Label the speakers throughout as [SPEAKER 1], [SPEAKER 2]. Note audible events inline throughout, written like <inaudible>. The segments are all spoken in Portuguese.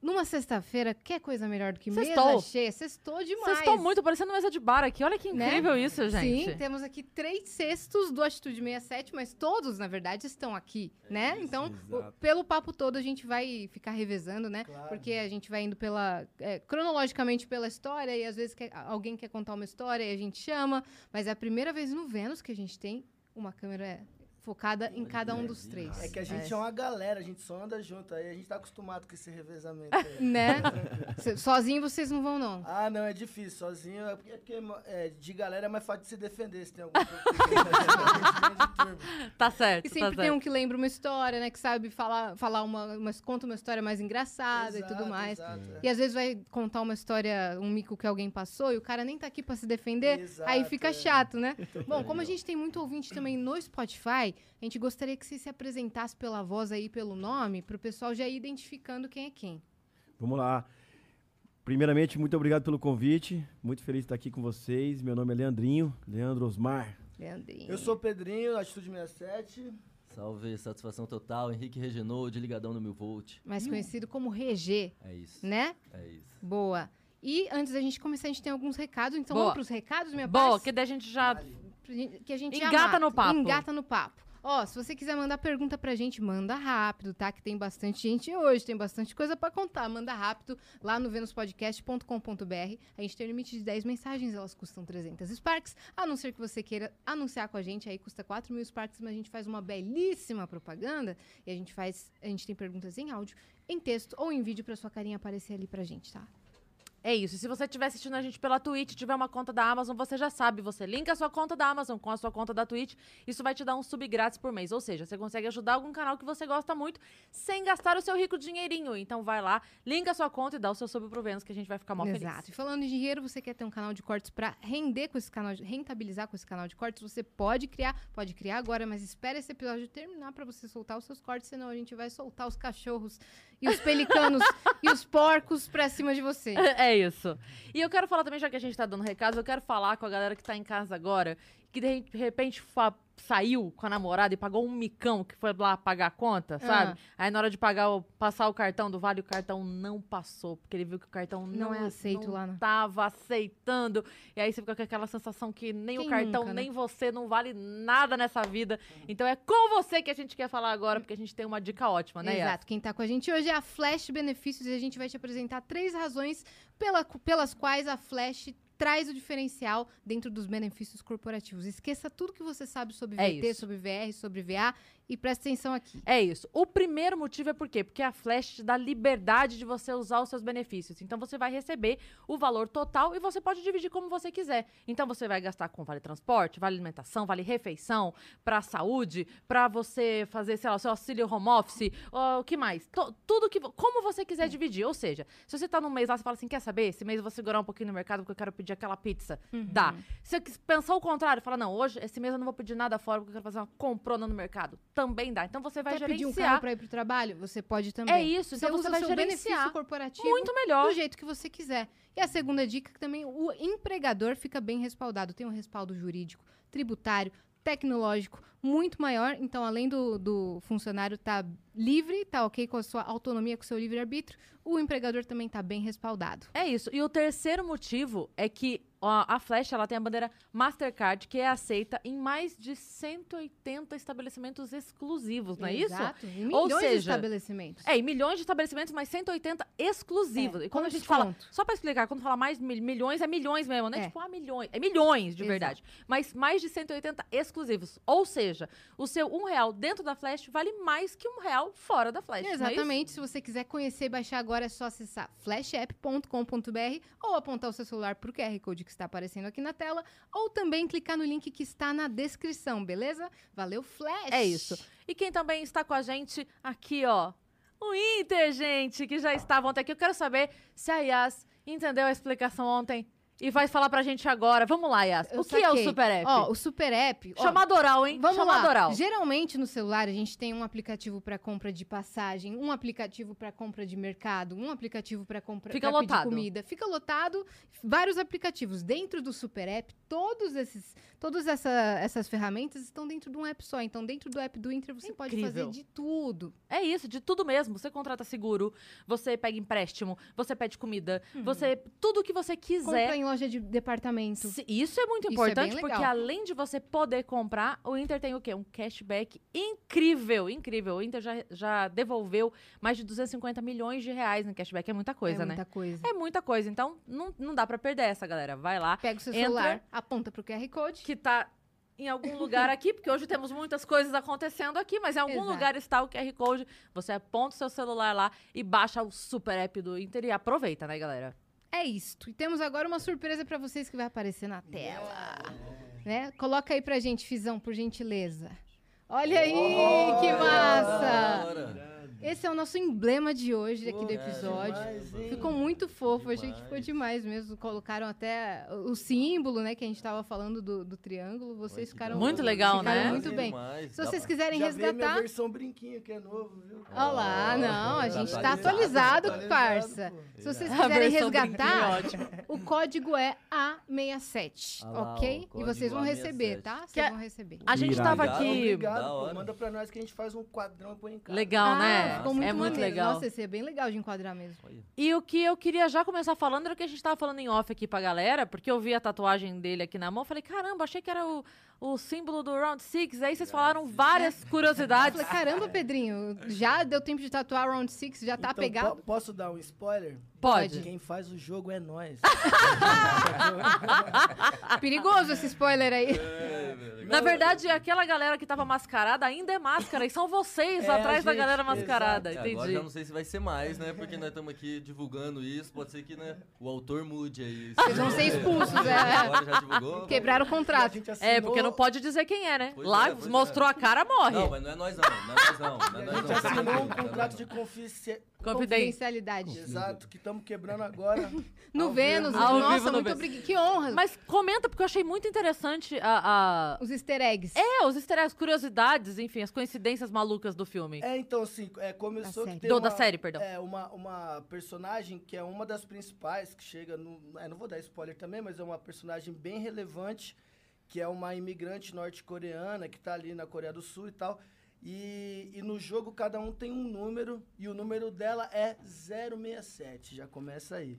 [SPEAKER 1] Numa sexta-feira, que é coisa melhor do que
[SPEAKER 2] Sextou.
[SPEAKER 1] mesa cheia? Sextou demais.
[SPEAKER 2] Vocês estão muito parecendo mesa de bar aqui, olha que
[SPEAKER 1] Né?
[SPEAKER 2] incrível isso, gente.
[SPEAKER 1] Sim, um temos aqui três sextos do Atitude 67, mas todos, na verdade, estão aqui, né? então, o-
[SPEAKER 3] É exato.
[SPEAKER 1] pelo papo todo, a gente vai ficar revezando, né?
[SPEAKER 3] Claro.
[SPEAKER 1] Porque a gente vai indo pela é, cronologicamente pela história, e às vezes quer- alguém quer contar uma história e a gente chama, mas é a primeira vez no Vênus que a gente tem uma câmera focada em cada um dos três.
[SPEAKER 3] É que a gente é. uma galera, a gente só anda junto, aí a gente tá acostumado com esse revezamento aí.
[SPEAKER 1] <laughs> Né? Cê- Sozinho vocês não vão, não.
[SPEAKER 3] <laughs> Ah, não, é difícil, sozinho. É porque, é porque, é, de galera é mais fácil de se defender se
[SPEAKER 1] <laughs>
[SPEAKER 3] tem algum problema.
[SPEAKER 2] Tá certo,
[SPEAKER 1] E
[SPEAKER 2] tá
[SPEAKER 1] sempre
[SPEAKER 2] certo.
[SPEAKER 1] tem um que lembra uma história, né? Que sabe falar, falar uma, uma- conta uma história mais engraçada e tudo mais.
[SPEAKER 3] é.
[SPEAKER 1] E às vezes vai contar uma história, um mico que alguém passou e o cara nem tá aqui pra se defender,
[SPEAKER 3] Exato,
[SPEAKER 1] aí fica
[SPEAKER 3] é.
[SPEAKER 1] chato,
[SPEAKER 3] <laughs>
[SPEAKER 1] né? Bom, como a gente tem muito ouvinte também no Spotify, a gente gostaria que você se apresentasse pela voz aí, pelo nome, pro pessoal já ir identificando quem é quem.
[SPEAKER 4] Vamos lá. Primeiramente, muito obrigado pelo convite. Muito feliz de estar aqui com vocês. Meu nome é Leandrinho, Leandro Osmar.
[SPEAKER 1] Leandrinho.
[SPEAKER 3] Eu sou o Pedrinho, Atitude 67.
[SPEAKER 5] Salve, satisfação total. Henrique Regenou, de ligadão no mil volt.
[SPEAKER 3] Hum.
[SPEAKER 1] Mais conhecido como Regê,
[SPEAKER 5] É isso,
[SPEAKER 1] né?
[SPEAKER 5] é isso.
[SPEAKER 1] Boa. E antes da gente começar, a gente tem alguns recados. Então
[SPEAKER 2] Boa.
[SPEAKER 1] vamos pros recados, minha
[SPEAKER 2] Bom,
[SPEAKER 1] parça?
[SPEAKER 2] que daí a gente já.
[SPEAKER 1] pra gente- que a gente já
[SPEAKER 2] Engata
[SPEAKER 1] mata.
[SPEAKER 2] no papo.
[SPEAKER 1] Engata no papo. Ó, se você quiser mandar pergunta pra gente, manda rápido, tá? Que tem bastante gente hoje, tem bastante coisa pra contar. Manda rápido lá no venuspodcast.com.br. A gente tem um limite de 10 mensagens, elas custam 300 Sparks. A não ser que você queira anunciar com a gente, aí custa 4 mil Sparks, mas a gente faz uma belíssima propaganda e a gente faz, a gente tem perguntas em áudio, em texto ou em vídeo pra sua carinha aparecer ali pra gente, tá?
[SPEAKER 2] É isso. E se você estiver assistindo a gente pela Twitch, tiver uma conta da Amazon, você já sabe. Você linka a sua conta da Amazon com a sua conta da Twitch. Isso vai te dar um sub grátis por mês. Ou seja, você consegue ajudar algum canal que você gosta muito sem gastar o seu rico dinheirinho. Então vai lá, linka a sua conta e dá o seu sub pro Vênus, que a gente vai ficar mó feliz.
[SPEAKER 1] Exato. E falando em dinheiro, você quer ter um canal de cortes para render com esse canal, de, rentabilizar com esse canal de cortes, você pode criar, pode criar agora, mas espera esse episódio terminar para você soltar os seus cortes, senão a gente vai soltar os cachorros e
[SPEAKER 2] <laughs>
[SPEAKER 1] os pelicanos e os porcos pra cima de você.
[SPEAKER 2] É isso. E eu quero falar também, já que a gente tá dando recado, eu quero falar com a galera que tá em casa agora, que de re- repente fa- saiu com a namorada e pagou um micão que foi lá pagar a conta, sabe?
[SPEAKER 1] Ah.
[SPEAKER 2] Aí na hora de pagar o- passar o cartão do Vale, o cartão não passou, porque ele viu que o cartão não,
[SPEAKER 1] Não é aceito
[SPEAKER 2] não
[SPEAKER 1] lá, né?
[SPEAKER 2] Tava aceitando. E aí você fica com aquela sensação que nem o
[SPEAKER 1] Quem
[SPEAKER 2] cartão,
[SPEAKER 1] nunca, né?
[SPEAKER 2] nem você não vale nada nessa vida. Então é com você que a gente quer falar agora, porque a gente tem uma dica ótima, né? Yas?
[SPEAKER 1] Exato. Quem tá com a gente hoje é a Flash Benefícios e a gente vai te apresentar três razões pela- pelas quais a Flash traz o diferencial dentro dos benefícios corporativos. Esqueça tudo que você sabe sobre
[SPEAKER 2] É
[SPEAKER 1] VT,
[SPEAKER 2] isso.
[SPEAKER 1] sobre VR, sobre VA e presta atenção aqui.
[SPEAKER 2] É isso. O primeiro motivo é por quê? Porque a Flash te dá liberdade de você usar os seus benefícios. Então você vai receber o valor total e você pode dividir como você quiser. Então você vai gastar com vale transporte, vale alimentação, vale refeição, pra saúde, pra você fazer, sei lá, seu auxílio home office, ó, o que mais? To- tudo que vo- como você quiser dividir. Ou seja, se você tá num mês lá, você fala assim, quer saber? Esse mês eu vou segurar um pouquinho no mercado porque eu quero pedir aquela pizza.
[SPEAKER 1] Uhum.
[SPEAKER 2] Dá. Se você quis- pensou o contrário, fala, não, hoje, esse mês eu não vou pedir nada fora porque eu quero fazer uma comprona no mercado. Também dá. Então você vai
[SPEAKER 1] Quer pedir um
[SPEAKER 2] gerenciar.
[SPEAKER 1] carro pra ir pro trabalho? Você pode também.
[SPEAKER 2] é isso,
[SPEAKER 1] Você
[SPEAKER 2] então você
[SPEAKER 1] usa o
[SPEAKER 2] vai
[SPEAKER 1] seu benefício
[SPEAKER 2] gerenciar
[SPEAKER 1] corporativo
[SPEAKER 2] muito melhor.
[SPEAKER 1] do jeito que você quiser. E a segunda dica que também o empregador fica bem respaldado. Tem um respaldo jurídico, tributário, tecnológico muito maior. Então, além do, do funcionário estar livre, tá ok com a sua autonomia, com o seu livre-arbítrio, o empregador também tá bem respaldado.
[SPEAKER 2] É isso. E o terceiro motivo é que ó, a Flash ela tem a bandeira Mastercard, que é aceita em mais de 180 estabelecimentos exclusivos, não é isso?
[SPEAKER 1] Exato. Em
[SPEAKER 2] Ou
[SPEAKER 1] milhões de
[SPEAKER 2] seja,
[SPEAKER 1] estabelecimentos.
[SPEAKER 2] É, e milhões de estabelecimentos, mas 180 exclusivos.
[SPEAKER 1] É,
[SPEAKER 2] e quando
[SPEAKER 1] com
[SPEAKER 2] a gente fala.
[SPEAKER 1] desconto.
[SPEAKER 2] Só pra explicar, quando fala mais mil- milhões, é milhões mesmo, não é,
[SPEAKER 1] É.
[SPEAKER 2] tipo, ah, milhões. É milhões, de
[SPEAKER 1] Exato.
[SPEAKER 2] verdade. Mas mais de 180 exclusivos. Ou seja, o seu um real dentro da Flash vale mais que um real fora da Flash. não é isso?
[SPEAKER 1] Exatamente. Se você quiser conhecer e baixar agora, é só acessar flashapp.com.br ou apontar o seu celular para o QR Code que está aparecendo aqui na tela, ou também clicar no link que está na descrição, beleza? Valeu, Flash!
[SPEAKER 2] É isso. E quem também está com a gente aqui, ó. O Inter, gente, que já estava ontem aqui. Eu quero saber se a Yas entendeu a explicação ontem E vai falar pra gente agora. Vamos lá, Yas.
[SPEAKER 1] Eu
[SPEAKER 2] o que é o
[SPEAKER 1] saquei.
[SPEAKER 2] Super App?
[SPEAKER 1] Ó, o Super App. ó,
[SPEAKER 2] Chamada oral, hein?
[SPEAKER 1] Vamos
[SPEAKER 2] Chamada
[SPEAKER 1] lá.
[SPEAKER 2] oral.
[SPEAKER 1] Geralmente no celular a gente tem um aplicativo para compra de passagem, um aplicativo para compra de mercado, um aplicativo para compra
[SPEAKER 2] Fica
[SPEAKER 1] pra pedir
[SPEAKER 2] lotado.
[SPEAKER 1] comida. Fica lotado, vários aplicativos dentro do Super App. Todos esses, todas essa- essas ferramentas estão dentro de um app só. Então dentro do app do Inter você pode fazer
[SPEAKER 2] Incrível.
[SPEAKER 1] de tudo.
[SPEAKER 2] É isso, de tudo mesmo. Você contrata seguro, você pega empréstimo, você pede comida, você. Tudo que você quiser.
[SPEAKER 1] Compra em loja de departamento.
[SPEAKER 2] é. Se- Isso é muito
[SPEAKER 1] Isso é bem
[SPEAKER 2] importante,
[SPEAKER 1] legal.
[SPEAKER 2] porque além de você poder comprar, o Inter tem o quê? Um cashback incrível, incrível. O Inter já, já devolveu mais de 250 milhões de reais no cashback. É muita coisa,
[SPEAKER 1] é
[SPEAKER 2] né?
[SPEAKER 1] muita coisa.
[SPEAKER 2] É muita coisa. Então, não, não dá pra perder essa, galera. Vai lá,
[SPEAKER 1] Pega o seu
[SPEAKER 2] Entra-
[SPEAKER 1] celular, aponta pro QR Code.
[SPEAKER 2] que tá em algum lugar aqui, porque hoje temos muitas coisas acontecendo aqui, mas em algum
[SPEAKER 1] Exato.
[SPEAKER 2] lugar está o QR Code. Você aponta o seu celular lá e baixa o super app do Inter e aproveita, né, galera?
[SPEAKER 1] É isto. E temos agora uma surpresa pra vocês que vai aparecer na tela. Né? Coloca aí pra gente, Fizão, por gentileza. Olha aí, que massa!
[SPEAKER 5] Bora.
[SPEAKER 1] Esse é o nosso emblema de hoje aqui do
[SPEAKER 3] Pô,
[SPEAKER 1] episódio.
[SPEAKER 3] demais, hein?
[SPEAKER 1] Ficou muito fofo, a gente
[SPEAKER 5] é Demais.
[SPEAKER 1] ficou demais mesmo. Colocaram até o o símbolo, né, que a gente tava falando do, do triângulo. Vocês
[SPEAKER 5] Olha que
[SPEAKER 1] ficaram
[SPEAKER 2] Muito legal,
[SPEAKER 1] ficaram
[SPEAKER 2] né?
[SPEAKER 1] Muito bem.
[SPEAKER 5] Demais,
[SPEAKER 1] Se
[SPEAKER 5] dá
[SPEAKER 1] vocês
[SPEAKER 5] pra-
[SPEAKER 1] quiserem
[SPEAKER 3] Já veio minha
[SPEAKER 1] resgatar,
[SPEAKER 3] versão brinquinho, que é novo, viu?
[SPEAKER 1] Olha lá, não, a
[SPEAKER 5] Tá
[SPEAKER 1] gente tá
[SPEAKER 5] atualizado,
[SPEAKER 1] atualizado,
[SPEAKER 5] tá
[SPEAKER 1] parça.
[SPEAKER 3] atualizado,
[SPEAKER 1] Se vocês
[SPEAKER 2] A
[SPEAKER 1] quiserem
[SPEAKER 2] versão
[SPEAKER 1] resgatar,
[SPEAKER 2] brinquinho é
[SPEAKER 1] o código é A67,
[SPEAKER 5] Ah lá, o
[SPEAKER 1] ok? E
[SPEAKER 5] código
[SPEAKER 1] vocês vão receber,
[SPEAKER 5] A67.
[SPEAKER 1] tá?
[SPEAKER 2] Que
[SPEAKER 1] Vocês
[SPEAKER 2] é-
[SPEAKER 1] vão receber.
[SPEAKER 2] A gente
[SPEAKER 4] Irado.
[SPEAKER 2] tava
[SPEAKER 5] Obrigado,
[SPEAKER 2] aqui.
[SPEAKER 3] Obrigado,
[SPEAKER 5] Da
[SPEAKER 3] pô.
[SPEAKER 5] hora.
[SPEAKER 3] Manda pra nós que a gente faz um quadrão e põe em casa.
[SPEAKER 2] Legal,
[SPEAKER 1] ah,
[SPEAKER 2] né?
[SPEAKER 1] Ficou
[SPEAKER 5] É
[SPEAKER 1] muito
[SPEAKER 2] muito
[SPEAKER 1] maneiro.
[SPEAKER 2] legal.
[SPEAKER 1] Nossa, esse é bem legal de enquadrar mesmo.
[SPEAKER 5] Olha.
[SPEAKER 2] E o que eu queria já começar falando era o que a gente tava falando em off aqui pra galera, porque eu vi a tatuagem dele aqui na mão, falei, caramba, achei que era o, o símbolo do Round Six. Aí vocês falaram várias
[SPEAKER 1] né? Eu
[SPEAKER 2] curiosidades.
[SPEAKER 1] falei, É. caramba, Pedrinho, já deu tempo de tatuar Round 6, já tá
[SPEAKER 3] Então,
[SPEAKER 1] pegado?
[SPEAKER 3] po- posso dar um spoiler?
[SPEAKER 2] Pode.
[SPEAKER 3] Quem faz o jogo
[SPEAKER 2] <laughs>
[SPEAKER 3] é nós.
[SPEAKER 1] <laughs> Perigoso esse spoiler aí.
[SPEAKER 2] <laughs>
[SPEAKER 3] É,
[SPEAKER 5] É,
[SPEAKER 2] Na verdade, aquela galera que tava mascarada ainda é máscara, e são
[SPEAKER 5] <laughs>
[SPEAKER 2] vocês
[SPEAKER 3] É,
[SPEAKER 2] atrás da
[SPEAKER 3] gente,
[SPEAKER 2] galera mascarada,
[SPEAKER 5] É, Agora
[SPEAKER 2] entendi.
[SPEAKER 5] já não sei se vai ser mais, né? Porque nós estamos aqui divulgando isso. Pode ser que né, o autor mude
[SPEAKER 2] Ah,
[SPEAKER 5] aí.
[SPEAKER 1] Vocês vão ser expulsos, é.
[SPEAKER 5] <laughs> Agora já divulgou.
[SPEAKER 1] Quebraram o
[SPEAKER 3] A
[SPEAKER 1] contrato.
[SPEAKER 3] gente
[SPEAKER 2] É,
[SPEAKER 3] assinou-
[SPEAKER 2] porque não pode dizer quem é, né?
[SPEAKER 5] Pois
[SPEAKER 2] Lá
[SPEAKER 5] é, pois
[SPEAKER 2] mostrou a cara, morre.
[SPEAKER 5] Não, mas não é nós não. Não é nós não. Não é
[SPEAKER 3] A
[SPEAKER 5] nós
[SPEAKER 3] gente
[SPEAKER 5] não. fica
[SPEAKER 3] assinou um
[SPEAKER 5] tranquilo, tá
[SPEAKER 3] contrato
[SPEAKER 5] bom.
[SPEAKER 3] de confidência.
[SPEAKER 2] Confidência.
[SPEAKER 1] Confidencialidade.
[SPEAKER 3] Exato, que estamos
[SPEAKER 2] <laughs>
[SPEAKER 3] quebrando agora.
[SPEAKER 1] No
[SPEAKER 3] Ao
[SPEAKER 1] Vênus,
[SPEAKER 3] vivo.
[SPEAKER 2] Ao vivo
[SPEAKER 1] nossa,
[SPEAKER 2] no
[SPEAKER 1] muito
[SPEAKER 2] Vênus.
[SPEAKER 1] obrigada. Que honra.
[SPEAKER 2] Mas comenta, porque eu achei muito interessante a. a-
[SPEAKER 1] Os easter eggs.
[SPEAKER 2] É, os easter eggs, curiosidades, enfim, as coincidências malucas do filme.
[SPEAKER 3] É, então, assim, é, começou
[SPEAKER 1] Da série.
[SPEAKER 3] que tem
[SPEAKER 2] Do-
[SPEAKER 3] uma,
[SPEAKER 2] Tá da série, perdão.
[SPEAKER 3] É, uma, uma personagem que é uma das principais, que chega no... é, não vou dar spoiler também, mas é uma personagem bem relevante, que é uma imigrante norte-coreana, que tá ali na Coreia do Sul e tal. E, e no jogo, cada um tem um número, e o número dela é 067. Já começa aí.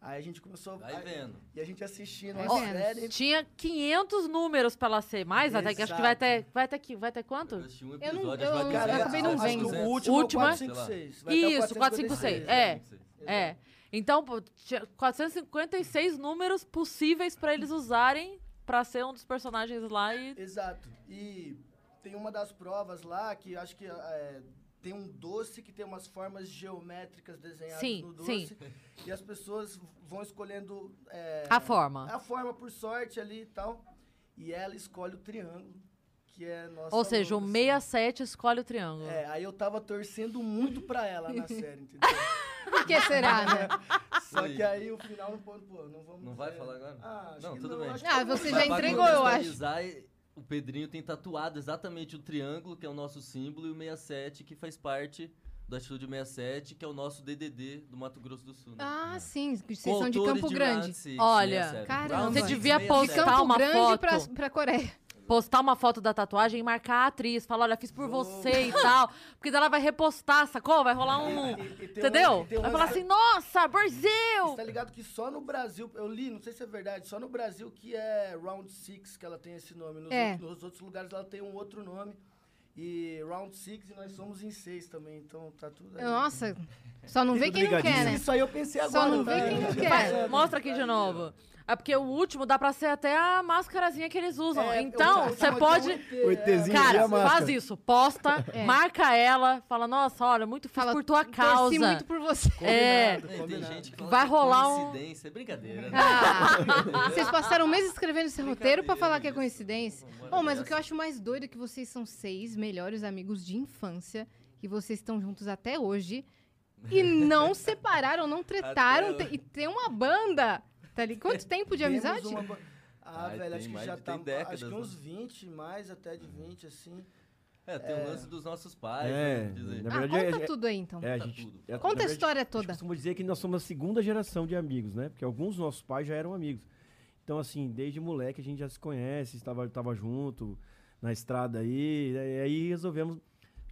[SPEAKER 3] Aí a gente começou...
[SPEAKER 5] Vai vendo.
[SPEAKER 3] E a gente assistindo
[SPEAKER 1] Vai
[SPEAKER 3] a
[SPEAKER 1] vendo.
[SPEAKER 3] série...
[SPEAKER 2] Tinha 500 números pra ela ser mais, até que acho que vai até, vai até, que, vai até
[SPEAKER 5] Eu
[SPEAKER 2] quanto?
[SPEAKER 5] assisti um
[SPEAKER 1] Eu não-
[SPEAKER 5] episódio,
[SPEAKER 1] eu-
[SPEAKER 5] acho que vai
[SPEAKER 1] Cara,
[SPEAKER 5] 200,
[SPEAKER 1] eu acabei não
[SPEAKER 5] acho que
[SPEAKER 1] vendo.
[SPEAKER 3] Acho que o
[SPEAKER 5] 200.
[SPEAKER 3] último
[SPEAKER 2] Última?
[SPEAKER 3] é o 456. vai até o
[SPEAKER 2] Isso,
[SPEAKER 3] né?
[SPEAKER 2] 456, é. É. Então, pô, tinha 456 números possíveis pra eles usarem pra ser um dos personagens lá e.
[SPEAKER 3] Exato. E tem uma das provas lá que acho que é, tem um doce que tem umas formas geométricas desenhadas
[SPEAKER 2] Sim,
[SPEAKER 3] no doce.
[SPEAKER 2] sim.
[SPEAKER 3] E as pessoas vão escolhendo é,
[SPEAKER 2] A forma.
[SPEAKER 3] a forma por sorte ali e tal. E ela escolhe o triângulo, que é nossa.
[SPEAKER 2] Ou seja, o
[SPEAKER 3] louca, assim.
[SPEAKER 2] 67 escolhe o triângulo.
[SPEAKER 3] É, aí eu tava torcendo muito pra É
[SPEAKER 1] <laughs>
[SPEAKER 3] ela na série, entendeu?
[SPEAKER 1] Por que será, né?
[SPEAKER 3] <laughs> Só
[SPEAKER 5] Sim.
[SPEAKER 3] que aí o final não pode, pô, não vamos.
[SPEAKER 5] Não vai
[SPEAKER 3] é,
[SPEAKER 5] falar agora?
[SPEAKER 3] Ah, acho
[SPEAKER 5] Não,
[SPEAKER 3] que
[SPEAKER 5] tudo bem.
[SPEAKER 3] acho que
[SPEAKER 1] Ah,
[SPEAKER 3] eu vou
[SPEAKER 1] você já
[SPEAKER 3] dar
[SPEAKER 5] Pra
[SPEAKER 1] entregou, eu acho.
[SPEAKER 5] contextualizar, O Pedrinho tem tatuado exatamente o triângulo, que é o nosso símbolo, e o 67, que faz parte do Atitude 67, que é o nosso DDD do Mato Grosso do Sul. né?
[SPEAKER 1] Ah, sim, que vocês
[SPEAKER 5] Com
[SPEAKER 1] são de
[SPEAKER 5] autores
[SPEAKER 1] Campo
[SPEAKER 5] de é
[SPEAKER 1] Grande.
[SPEAKER 5] Round Six,
[SPEAKER 2] Olha,
[SPEAKER 3] é
[SPEAKER 5] 67.
[SPEAKER 1] caramba.
[SPEAKER 5] Round
[SPEAKER 1] Você
[SPEAKER 5] Six,
[SPEAKER 2] devia
[SPEAKER 5] 67.
[SPEAKER 1] De Campo
[SPEAKER 2] postar uma
[SPEAKER 1] Grande
[SPEAKER 2] foto.
[SPEAKER 1] Pra, pra Coreia.
[SPEAKER 2] Postar uma foto da tatuagem e marcar a atriz. Falar, olha, fiz por você e tal. Porque daí ela vai repostar, sacou? Vai rolar um.
[SPEAKER 3] E- e tem um-
[SPEAKER 2] Entendeu?
[SPEAKER 3] e tem um
[SPEAKER 2] Vai falar
[SPEAKER 3] lance-
[SPEAKER 2] assim, nossa, Brasil!
[SPEAKER 3] Você tá ligado que só no Brasil, eu li, não sei se é verdade, só no Brasil que é Round Six que ela tem esse nome. Nos,
[SPEAKER 1] É.
[SPEAKER 3] outros- nos outros lugares ela tem um outro nome. E Round Six e nós somos em seis também, então tá tudo aí.
[SPEAKER 1] Nossa, só não vê quem não quer,
[SPEAKER 4] Obrigadíssimo.
[SPEAKER 1] né?
[SPEAKER 3] Isso aí eu pensei
[SPEAKER 1] Só
[SPEAKER 3] agora.
[SPEAKER 1] não vê
[SPEAKER 3] velho.
[SPEAKER 1] quem não
[SPEAKER 3] Eu
[SPEAKER 1] quer.
[SPEAKER 3] pensei,
[SPEAKER 2] Vai, mostra aqui de novo. É porque o último dá pra ser até a máscarazinha que eles usam.
[SPEAKER 3] é, eu
[SPEAKER 2] então,
[SPEAKER 3] vou-
[SPEAKER 2] você
[SPEAKER 3] eu vou
[SPEAKER 2] pode.
[SPEAKER 3] ter um ET,
[SPEAKER 4] O
[SPEAKER 3] é.
[SPEAKER 4] ETzinho. e
[SPEAKER 2] Cara,
[SPEAKER 4] a máscara?
[SPEAKER 2] faz isso. Posta,
[SPEAKER 1] É.
[SPEAKER 2] marca ela, fala, nossa, olha, muito fiz
[SPEAKER 1] Fala,
[SPEAKER 2] por tua
[SPEAKER 1] torci
[SPEAKER 2] causa.
[SPEAKER 1] muito por você.
[SPEAKER 5] É,
[SPEAKER 2] É.
[SPEAKER 3] Combinado,
[SPEAKER 5] tem
[SPEAKER 3] combinado.
[SPEAKER 5] gente que fala
[SPEAKER 2] Vai
[SPEAKER 5] que é
[SPEAKER 2] rolar um-
[SPEAKER 5] coincidência, é brincadeira. né?
[SPEAKER 2] <laughs>
[SPEAKER 1] Ah, vocês passaram um mês escrevendo esse roteiro pra falar que é coincidência.
[SPEAKER 5] Vambora
[SPEAKER 1] Oh, mas o
[SPEAKER 5] dessa.
[SPEAKER 1] que eu acho mais doido é que vocês são seis melhores amigos de infância e vocês estão juntos até hoje e não separaram, não tretaram
[SPEAKER 5] Até
[SPEAKER 1] te- e tem uma banda. Tá ali. Quanto tempo de
[SPEAKER 3] Temos
[SPEAKER 1] amizade?
[SPEAKER 3] uma ba- Ah,
[SPEAKER 5] Ai,
[SPEAKER 3] velho,
[SPEAKER 5] tem
[SPEAKER 3] acho que
[SPEAKER 5] mais-
[SPEAKER 3] já
[SPEAKER 5] tem
[SPEAKER 3] tá.
[SPEAKER 5] décadas,
[SPEAKER 3] acho que
[SPEAKER 5] né?
[SPEAKER 3] uns 20, mais até de 20, assim.
[SPEAKER 5] É, tem o lance dos nossos pais,
[SPEAKER 4] É,
[SPEAKER 5] né, diz aí.
[SPEAKER 4] na
[SPEAKER 1] Ah,
[SPEAKER 4] verdade,
[SPEAKER 1] conta
[SPEAKER 4] é-
[SPEAKER 1] tudo aí, então.
[SPEAKER 4] é, a
[SPEAKER 5] Tá
[SPEAKER 4] gente,
[SPEAKER 5] tudo.
[SPEAKER 4] é, na
[SPEAKER 1] Conta a
[SPEAKER 4] verdade,
[SPEAKER 1] história
[SPEAKER 4] A gente
[SPEAKER 1] toda.
[SPEAKER 4] costuma dizer que nós somos a segunda geração de amigos, né? Porque alguns dos nossos pais já eram amigos. Então, assim, desde moleque a gente já se conhece, estava, estava junto na estrada aí. né? E aí resolvemos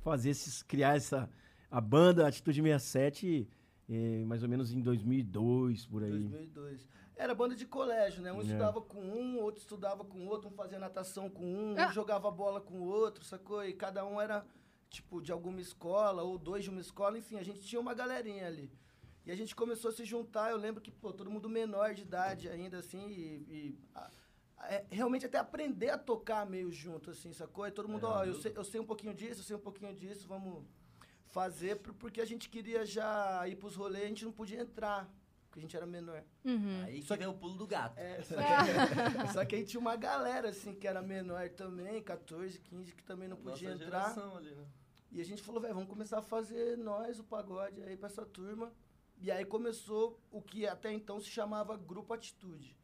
[SPEAKER 4] fazer esses, criar essa a banda Atitude 67, eh, mais ou menos em 2002, por aí.
[SPEAKER 3] 2002. Era banda de colégio, né? Um
[SPEAKER 4] É.
[SPEAKER 3] estudava com um, outro estudava com outro, um fazia natação com um,
[SPEAKER 1] Ah.
[SPEAKER 3] um jogava bola com o outro, sacou? E cada um era, tipo, de alguma escola, ou dois de uma escola, enfim, a gente tinha uma galerinha ali. E a gente começou a se juntar, eu lembro que, pô, todo mundo menor de idade ainda, assim, e. e, a- a- é, realmente até aprender a tocar meio junto, assim, sacou? E todo mundo, ó, eu sei, eu sei um pouquinho disso, eu sei um pouquinho disso, vamos fazer, por- porque a gente queria já ir pros rolês, a gente não podia entrar, porque a gente era menor.
[SPEAKER 1] Uhum.
[SPEAKER 5] Aí
[SPEAKER 3] Só
[SPEAKER 5] que vem o pulo do gato. <laughs>
[SPEAKER 3] É, só que, só que aí tinha uma galera, assim, que era menor também, 14, 15, que também não podia
[SPEAKER 5] Nossa
[SPEAKER 3] entrar.
[SPEAKER 5] geração ali, né?
[SPEAKER 3] E a gente falou, velho, vamos começar a fazer nós o pagode aí pra essa turma. E aí começou o que até então se chamava Grupo Atitude.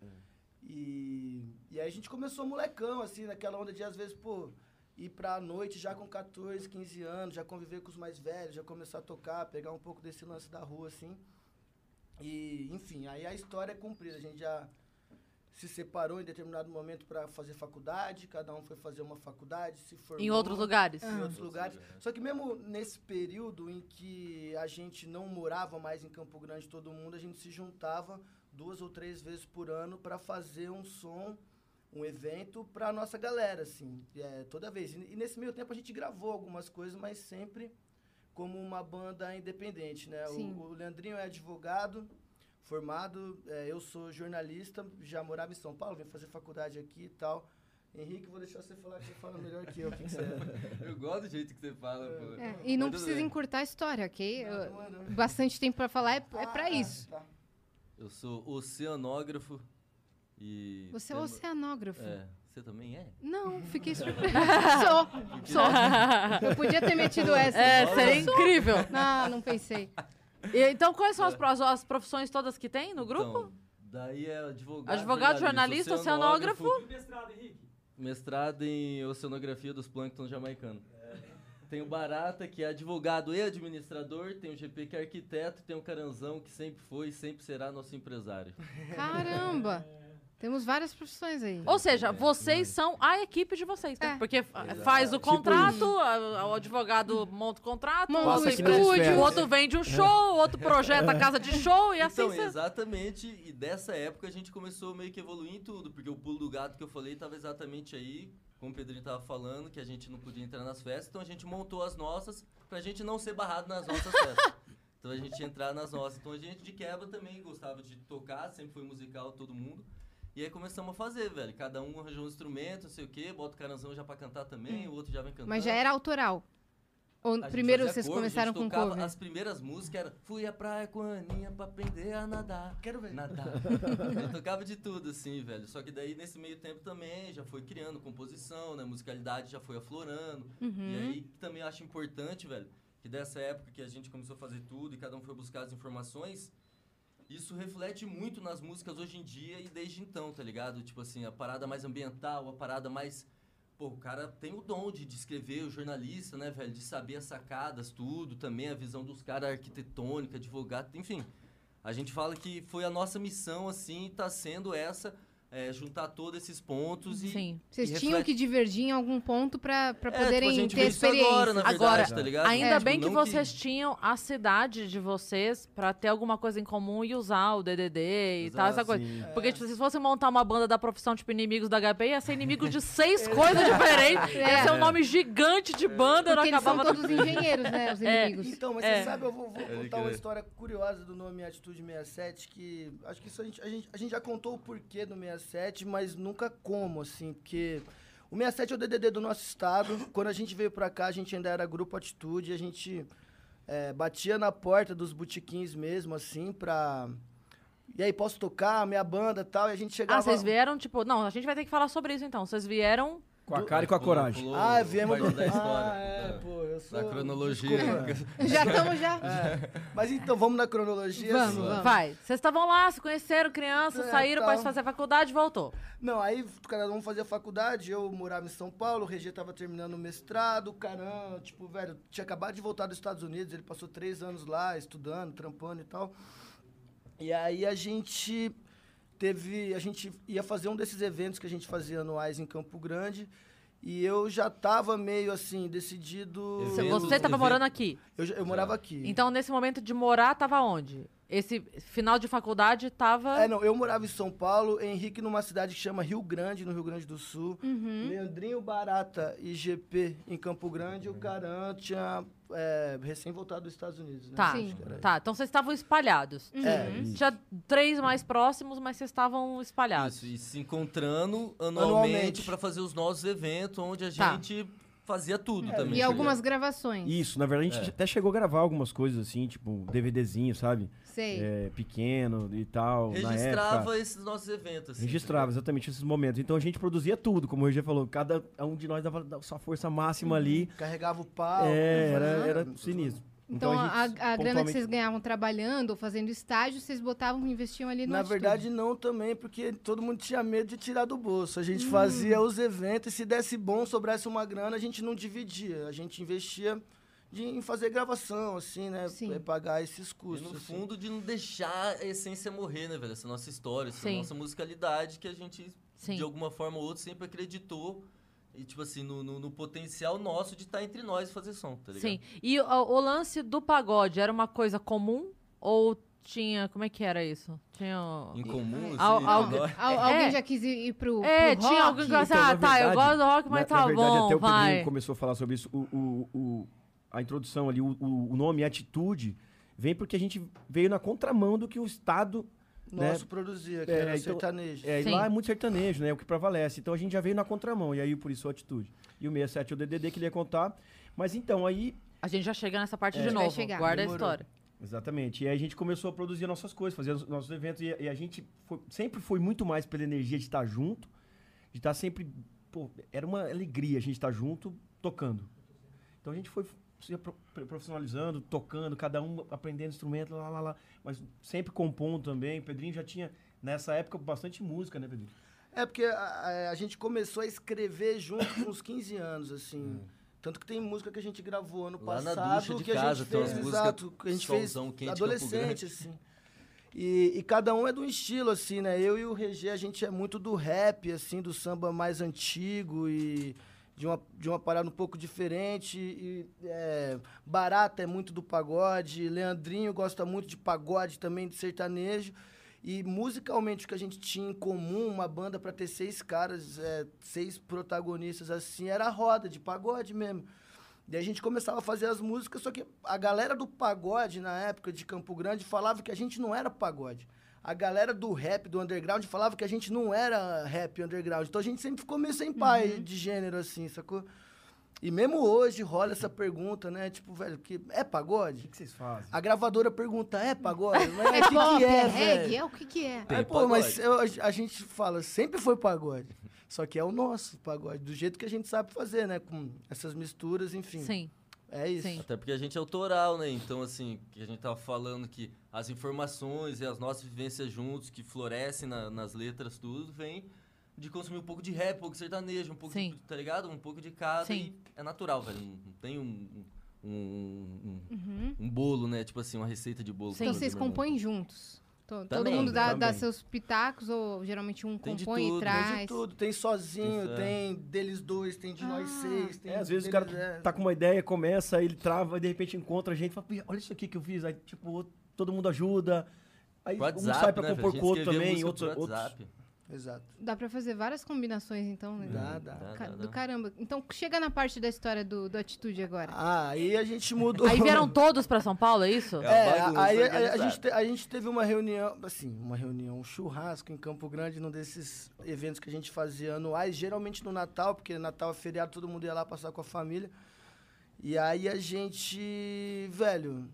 [SPEAKER 3] E, e aí a gente começou molecão, assim, naquela onda de às vezes, pô, ir pra noite já com 14, 15 anos, já conviver com os mais velhos, já começar a tocar, pegar um pouco desse lance da rua, assim. E, enfim, aí a história é cumprida. A gente já se separou em determinado momento pra fazer faculdade, cada um foi fazer uma faculdade, se formou
[SPEAKER 2] Em outros lugares.
[SPEAKER 3] em outros
[SPEAKER 5] Outros
[SPEAKER 3] lugares.
[SPEAKER 5] lugares.
[SPEAKER 3] Só que mesmo nesse período em que a gente não morava mais em Campo Grande todo mundo, a gente se juntava duas ou três vezes por ano para fazer um som, um evento para nossa galera, assim, é, toda vez. E, e nesse meio tempo a gente gravou algumas coisas, mas sempre como uma banda independente, né?
[SPEAKER 1] Sim.
[SPEAKER 3] O, o Leandrinho é advogado formado, é, eu sou jornalista, já morava em São Paulo, vim fazer faculdade aqui e tal. Henrique, vou deixar você falar que você fala melhor que eu, o que que você
[SPEAKER 5] <laughs>
[SPEAKER 3] é.
[SPEAKER 5] Eu gosto do jeito que você fala, pô.
[SPEAKER 1] É, e não
[SPEAKER 5] Mas tudo
[SPEAKER 1] precisa
[SPEAKER 5] bem.
[SPEAKER 1] encurtar a história, ok?
[SPEAKER 3] Não,
[SPEAKER 1] Eu-
[SPEAKER 3] não é, não.
[SPEAKER 1] Bastante tempo pra falar é, é
[SPEAKER 3] Ah,
[SPEAKER 1] pra
[SPEAKER 3] tá,
[SPEAKER 1] isso.
[SPEAKER 3] tá.
[SPEAKER 5] Eu sou oceanógrafo e...
[SPEAKER 1] Você é
[SPEAKER 5] temo-
[SPEAKER 1] oceanógrafo.
[SPEAKER 5] É, você também é?
[SPEAKER 1] Não,
[SPEAKER 5] <laughs>
[SPEAKER 1] fiquei surpresa. Sou. Sou. Eu podia ter metido essa.
[SPEAKER 2] É, seria incrível.
[SPEAKER 1] Não, não pensei.
[SPEAKER 2] E, então, quais são as, pros- as profissões todas que tem no grupo?
[SPEAKER 5] Então, daí é advogado,
[SPEAKER 2] Advogado, jornalista, oceanógrafo.
[SPEAKER 5] Mestrado em oceanografia dos plânctons jamaicanos. Tem o Barata, que é advogado e administrador. Tem o GP, que é arquiteto. Tem o Caranzão, que sempre foi e sempre será nosso
[SPEAKER 2] <laughs>
[SPEAKER 5] empresário.
[SPEAKER 1] Caramba. Temos várias profissões aí.
[SPEAKER 2] Ou
[SPEAKER 4] É,
[SPEAKER 2] seja, vocês são a equipe de vocês, né?
[SPEAKER 1] É.
[SPEAKER 2] Porque fa- faz o
[SPEAKER 4] Tipo
[SPEAKER 2] contrato,
[SPEAKER 4] isso.
[SPEAKER 2] a- o advogado monta o contrato,
[SPEAKER 1] Monta
[SPEAKER 2] outro
[SPEAKER 4] o estúdio.
[SPEAKER 2] estúdio, o outro vende um show, o outro
[SPEAKER 4] É.
[SPEAKER 2] projeta a casa de show e assim
[SPEAKER 5] então,
[SPEAKER 2] cê-
[SPEAKER 5] exatamente. E dessa época a gente começou meio que evoluir em tudo. Porque o pulo do gato que eu falei tava exatamente aí, como o Pedrinho tava falando, que a gente não podia entrar nas festas. Então a gente montou as nossas pra gente não ser barrado nas nossas
[SPEAKER 2] <laughs>
[SPEAKER 5] festas. Então a gente ia entrar nas nossas. Então a gente de quebra também gostava de tocar, sempre foi musical todo mundo. E aí começamos a fazer, velho. Cada um arranjou um instrumento, não sei o quê, bota o caranzão já pra cantar também, o outro já vem cantando.
[SPEAKER 1] Mas já era autoral. Ou
[SPEAKER 5] A gente
[SPEAKER 1] primeiro
[SPEAKER 5] fazia
[SPEAKER 1] vocês
[SPEAKER 5] cover,
[SPEAKER 1] começaram
[SPEAKER 5] a gente
[SPEAKER 1] com
[SPEAKER 5] tocava-
[SPEAKER 1] cover?
[SPEAKER 5] As primeiras músicas eram Fui à praia com a Aninha pra aprender a nadar.
[SPEAKER 3] Quero ver.
[SPEAKER 5] Nadar. Eu tocava de tudo, assim, velho. Só que daí, nesse meio tempo também, já foi criando composição, né? Musicalidade já foi aflorando.
[SPEAKER 1] Uhum.
[SPEAKER 5] E aí, que também eu acho importante, velho, que dessa época que a gente começou a fazer tudo e cada um foi buscar as informações, isso reflete muito nas músicas hoje em dia e desde então, tá ligado? Tipo assim, a parada mais ambiental, a parada mais... Pô, o cara tem o dom de, de escrever, o jornalista, né, velho? De saber as sacadas, tudo, também a visão dos caras arquitetônica, advogado, enfim. A gente fala que foi a nossa missão, assim, tá sendo essa, é, juntar todos esses pontos e...
[SPEAKER 2] Sim.
[SPEAKER 1] Vocês
[SPEAKER 5] e
[SPEAKER 1] tinham
[SPEAKER 5] reflete-
[SPEAKER 1] que divergir em algum ponto pra, pra
[SPEAKER 5] É, tipo, a
[SPEAKER 1] poderem
[SPEAKER 5] gente
[SPEAKER 1] ter
[SPEAKER 5] vê isso
[SPEAKER 1] experiência.
[SPEAKER 5] Agora, na verdade,
[SPEAKER 2] Agora,
[SPEAKER 5] tá ligado?
[SPEAKER 2] Ainda
[SPEAKER 5] É,
[SPEAKER 2] bem
[SPEAKER 5] tipo,
[SPEAKER 2] que
[SPEAKER 5] não
[SPEAKER 2] vocês tinham a cidade de vocês pra ter alguma coisa em comum e usar o DDD e tal, essa
[SPEAKER 5] Exato,
[SPEAKER 2] coisa.
[SPEAKER 4] sim.
[SPEAKER 2] Porque tipo, se fossem montar uma banda da profissão tipo inimigos da HP, ia ser inimigo
[SPEAKER 5] <laughs>
[SPEAKER 2] de seis coisas diferentes. Ia ser um
[SPEAKER 4] É.
[SPEAKER 2] nome gigante de banda, não
[SPEAKER 1] Porque eles são
[SPEAKER 2] acabava
[SPEAKER 1] todos engenheiros, né? Os inimigos.
[SPEAKER 3] Então, mas
[SPEAKER 2] <laughs> É.
[SPEAKER 3] você sabe, eu vou, vou
[SPEAKER 5] Pode
[SPEAKER 3] contar uma
[SPEAKER 5] crer.
[SPEAKER 3] história curiosa do nome Atitude 67, que acho que isso a gente, a gente, a gente já contou o porquê do 67, mas nunca como, assim, porque o 67 é o DDD do nosso estado. Quando a gente veio pra cá, a gente ainda era Grupo Atitude, a gente é, batia na porta dos botiquins mesmo, assim, pra... E aí, posso tocar? Minha banda e tal, e a gente chegava...
[SPEAKER 2] Ah, vocês vieram, tipo, não, a gente vai ter que falar sobre isso então. Vocês vieram
[SPEAKER 4] Com a cara e com a coragem.
[SPEAKER 5] Pulou
[SPEAKER 3] Ah, viemos
[SPEAKER 5] parte
[SPEAKER 3] do...
[SPEAKER 5] da história.
[SPEAKER 3] Ah, é,
[SPEAKER 5] da,
[SPEAKER 3] pô, eu sou...
[SPEAKER 5] da cronologia.
[SPEAKER 3] Desculpa.
[SPEAKER 1] Já
[SPEAKER 5] <laughs>
[SPEAKER 1] estamos já.
[SPEAKER 3] É, Mas então, vamos na cronologia?
[SPEAKER 1] Vamos,
[SPEAKER 3] assim.
[SPEAKER 1] vamos.
[SPEAKER 2] Vai. Vocês estavam lá, se conheceram, crianças,
[SPEAKER 3] É,
[SPEAKER 2] saíram pra
[SPEAKER 5] então.
[SPEAKER 3] tal.
[SPEAKER 2] fazer faculdade, voltou.
[SPEAKER 3] Não, aí cada um fazia faculdade, eu morava em São Paulo, o Regê tava terminando o mestrado, o Caran, tipo, velho, tinha acabado de voltar dos Estados Unidos, ele passou três anos lá, estudando, trampando e tal. E aí a gente teve, a gente ia fazer um desses eventos que a gente fazia anuais em Campo Grande, e eu já tava meio assim, decidido...
[SPEAKER 2] Se
[SPEAKER 5] Evento,
[SPEAKER 2] Você tava
[SPEAKER 5] evento.
[SPEAKER 2] morando aqui.
[SPEAKER 3] Eu, já- eu
[SPEAKER 5] É.
[SPEAKER 3] morava aqui.
[SPEAKER 2] Então, nesse momento de morar, tava onde? Esse final de faculdade tava.
[SPEAKER 3] É, não, eu morava em São Paulo, Henrique numa cidade que chama Rio Grande, no Rio Grande do Sul.
[SPEAKER 1] Uhum.
[SPEAKER 3] Leandrinho Barata e GP em Campo Grande, o Caran tinha é, recém voltado dos Estados Unidos, né?
[SPEAKER 2] Tá,
[SPEAKER 1] Sim.
[SPEAKER 2] tá. Então vocês estavam espalhados.
[SPEAKER 3] É,
[SPEAKER 2] Tinha três mais próximos, mas vocês estavam espalhados.
[SPEAKER 5] Isso, e se encontrando
[SPEAKER 3] Anualmente.
[SPEAKER 5] anualmente pra fazer os nossos eventos, onde a
[SPEAKER 2] Tá.
[SPEAKER 5] gente fazia tudo também. tá
[SPEAKER 1] E algumas gravações.
[SPEAKER 4] Isso, na verdade, a
[SPEAKER 5] É.
[SPEAKER 4] gente até chegou a gravar algumas coisas assim, tipo DVDzinho, sabe?
[SPEAKER 1] Sei.
[SPEAKER 4] É, pequeno e tal. na época.
[SPEAKER 5] Registrava esses nossos eventos. assim,
[SPEAKER 4] Registrava exatamente esses momentos. Então a gente produzia tudo, como o Regê falou. Cada um de nós dava dava sua força máxima ali.
[SPEAKER 3] Carregava o pau. Uhum.
[SPEAKER 4] É, era, era sinistro.
[SPEAKER 1] Uhum. Então, a,
[SPEAKER 4] gente,
[SPEAKER 1] a grana que
[SPEAKER 4] pontualmente-
[SPEAKER 1] vocês ganhavam trabalhando ou fazendo estágio, vocês botavam e investiam ali no
[SPEAKER 3] Na
[SPEAKER 1] atitude.
[SPEAKER 3] verdade, não também, porque todo mundo tinha medo de tirar do bolso. A
[SPEAKER 1] Hum.
[SPEAKER 3] gente fazia os eventos e se desse bom, sobrasse uma grana, a gente não dividia. A gente investia de- em fazer gravação, assim, né?
[SPEAKER 1] Sim.
[SPEAKER 3] Eh, Pagar esses
[SPEAKER 5] E
[SPEAKER 3] custos.
[SPEAKER 5] no
[SPEAKER 3] assim.
[SPEAKER 5] fundo de não deixar a essência morrer, né, velho? Essa nossa história, essa
[SPEAKER 2] Sim.
[SPEAKER 5] nossa musicalidade que a gente,
[SPEAKER 2] Sim.
[SPEAKER 5] de alguma forma ou outra, sempre acreditou. E, tipo assim, no, no- no potencial nosso de estar entre nós e fazer som, tá ligado?
[SPEAKER 2] Sim. E ó, o, lance do pagode era uma coisa comum? Ou tinha. Como é que era isso? Tinha.
[SPEAKER 5] Em comum,
[SPEAKER 2] Al-
[SPEAKER 5] assim,
[SPEAKER 2] algu-
[SPEAKER 5] nós-
[SPEAKER 1] Al- alguém
[SPEAKER 2] É.
[SPEAKER 1] já quis ir, ir pro,
[SPEAKER 2] É,
[SPEAKER 1] pro
[SPEAKER 2] tinha
[SPEAKER 1] rock?
[SPEAKER 2] alguém que
[SPEAKER 4] Então,
[SPEAKER 2] ah,
[SPEAKER 4] na
[SPEAKER 2] tá, eu
[SPEAKER 4] verdade-
[SPEAKER 2] gosto do rock, mas
[SPEAKER 4] na,
[SPEAKER 2] tá
[SPEAKER 4] na verdade,
[SPEAKER 2] bom,
[SPEAKER 4] até o Pedrinho
[SPEAKER 2] vai.
[SPEAKER 4] começou a falar sobre isso. O, o- o- a introdução ali, o, o- o nome Atitude, vem porque a gente veio na contramão do que o Estado. né?
[SPEAKER 3] Nosso produzia, que
[SPEAKER 4] É,
[SPEAKER 3] era
[SPEAKER 4] então-
[SPEAKER 3] sertanejo.
[SPEAKER 4] É, e
[SPEAKER 2] Sim.
[SPEAKER 4] lá é muito sertanejo, né? O que prevalece. Então a gente já veio na contramão, e aí por isso a atitude. E o 67 é o DDD que ele ia contar. Mas então, aí.
[SPEAKER 2] A gente já chega nessa parte
[SPEAKER 4] É.
[SPEAKER 1] A
[SPEAKER 2] de
[SPEAKER 1] gente vai
[SPEAKER 2] novo.
[SPEAKER 1] chegar.
[SPEAKER 2] Guarda
[SPEAKER 3] É. Demorou.
[SPEAKER 2] a história.
[SPEAKER 4] Exatamente. E aí a gente começou a produzir nossas coisas, fazer os nossos eventos. E, e a gente foi- sempre foi muito mais pela energia de estar junto, de estar sempre. Pô, era uma alegria a gente estar junto tocando. Então a gente foi se apro- profissionalizando, tocando, cada um aprendendo instrumento, lá, lá, lá. Mas sempre compondo também. O Pedrinho já tinha, nessa época, bastante música, né, Pedrinho?
[SPEAKER 3] É porque a- a, a gente começou a escrever junto com uns 15 anos, assim. Tanto que tem música que a gente gravou ano
[SPEAKER 5] Hum. Lá na
[SPEAKER 3] passado,
[SPEAKER 5] ducha de
[SPEAKER 3] que a
[SPEAKER 5] casa
[SPEAKER 3] gente
[SPEAKER 5] tem umas
[SPEAKER 3] fez,
[SPEAKER 5] músicas
[SPEAKER 3] exato, que a gente fez
[SPEAKER 5] solzão quente,
[SPEAKER 3] adolescente,
[SPEAKER 5] Campo Grande.
[SPEAKER 3] assim. E, e cada um é de um estilo, assim, né? Eu e o Regê, a gente é muito do rap, assim, do samba mais antigo e de uma, de uma parada um pouco diferente. E, é, Barata é muito do pagode, Leandrinho gosta muito de pagode também, de sertanejo. E musicalmente o que a gente tinha em comum, uma banda pra ter seis caras, é, seis protagonistas assim, era a roda de pagode mesmo. Daí a gente começava a fazer as músicas, só que a galera do pagode na época de Campo Grande falava que a gente não era pagode. A galera do rap, do underground, falava que a gente não era rap underground. Então a gente sempre ficou meio sem pai
[SPEAKER 4] Uhum.
[SPEAKER 3] de gênero assim, sacou? E mesmo hoje rola essa pergunta, né? Tipo, velho, que é
[SPEAKER 4] O que,
[SPEAKER 3] pagode?
[SPEAKER 4] que vocês fazem?
[SPEAKER 3] A gravadora pergunta,
[SPEAKER 1] <laughs>
[SPEAKER 3] é pagode? Mas o
[SPEAKER 1] É
[SPEAKER 3] que que
[SPEAKER 1] pop, é,
[SPEAKER 3] velho?
[SPEAKER 1] reggae, é o que que é?
[SPEAKER 5] Tem
[SPEAKER 3] Aí, pô, mas
[SPEAKER 5] pagode.
[SPEAKER 3] eu- a a gente fala, sempre foi pagode. Só que é o nosso pagode, do jeito que a gente sabe fazer, né? Com essas misturas, enfim.
[SPEAKER 2] Sim.
[SPEAKER 3] É isso.
[SPEAKER 2] Sim.
[SPEAKER 5] Até porque a gente é autoral, né? Então, assim, que a gente tava falando que as informações e as nossas vivências juntos, que florescem na- nas letras, tudo, vem de consumir um pouco de rap, um pouco de sertanejo, um pouco,
[SPEAKER 2] Sim.
[SPEAKER 5] de, tá ligado? Um pouco de cada.
[SPEAKER 2] Sim.
[SPEAKER 5] E é natural, velho. Não não tem um, um, um, um bolo, né? Tipo assim, uma receita de bolo. pra
[SPEAKER 1] Então Uhum. vocês
[SPEAKER 5] fazer, né?
[SPEAKER 1] compõem juntos. To- todo
[SPEAKER 5] Também,
[SPEAKER 1] mundo dá, dá
[SPEAKER 4] também.
[SPEAKER 1] seus pitacos, ou geralmente um
[SPEAKER 5] Tem de
[SPEAKER 1] compõe
[SPEAKER 5] tudo, tem
[SPEAKER 1] e
[SPEAKER 5] de
[SPEAKER 3] Tem de
[SPEAKER 1] traz.
[SPEAKER 3] tudo, tem sozinho,
[SPEAKER 5] Isso, é.
[SPEAKER 3] tem deles dois, tem de nós
[SPEAKER 1] Ah.
[SPEAKER 3] seis, tem
[SPEAKER 4] É, às vezes o
[SPEAKER 3] deles-
[SPEAKER 4] cara
[SPEAKER 3] é.
[SPEAKER 4] tá com uma ideia, começa, aí ele trava, e de repente encontra a gente, fala, "Pô, olha isso aqui que eu fiz, aí tipo, outro- todo mundo ajuda. Aí
[SPEAKER 5] Pro
[SPEAKER 4] um
[SPEAKER 5] WhatsApp,
[SPEAKER 4] sai pra
[SPEAKER 5] né, velho? A
[SPEAKER 4] compor
[SPEAKER 5] gente
[SPEAKER 4] com o outro
[SPEAKER 5] escrevia
[SPEAKER 4] também,
[SPEAKER 5] música
[SPEAKER 4] outro,
[SPEAKER 5] pro
[SPEAKER 4] outros.
[SPEAKER 5] WhatsApp.
[SPEAKER 3] Exato.
[SPEAKER 1] Dá pra fazer várias combinações, então, né?
[SPEAKER 3] Dá, dá.
[SPEAKER 5] Uhum. Dá,
[SPEAKER 1] Ca-
[SPEAKER 5] dá,
[SPEAKER 1] Do
[SPEAKER 5] dá.
[SPEAKER 1] caramba. Então chega na parte da história do, do atitude agora.
[SPEAKER 3] Ah, aí a gente mudou.
[SPEAKER 2] Aí vieram todos pra São Paulo, é isso?
[SPEAKER 5] É uma
[SPEAKER 3] É,
[SPEAKER 5] bagunça
[SPEAKER 3] aí a- a,
[SPEAKER 5] organizada.
[SPEAKER 3] gente, te- a gente teve uma reunião, assim, uma reunião, um churrasco em Campo Grande, num desses eventos que a gente fazia anuais, geralmente no Natal, porque Natal é feriado, todo mundo ia lá passar com a família. E aí a gente, velho,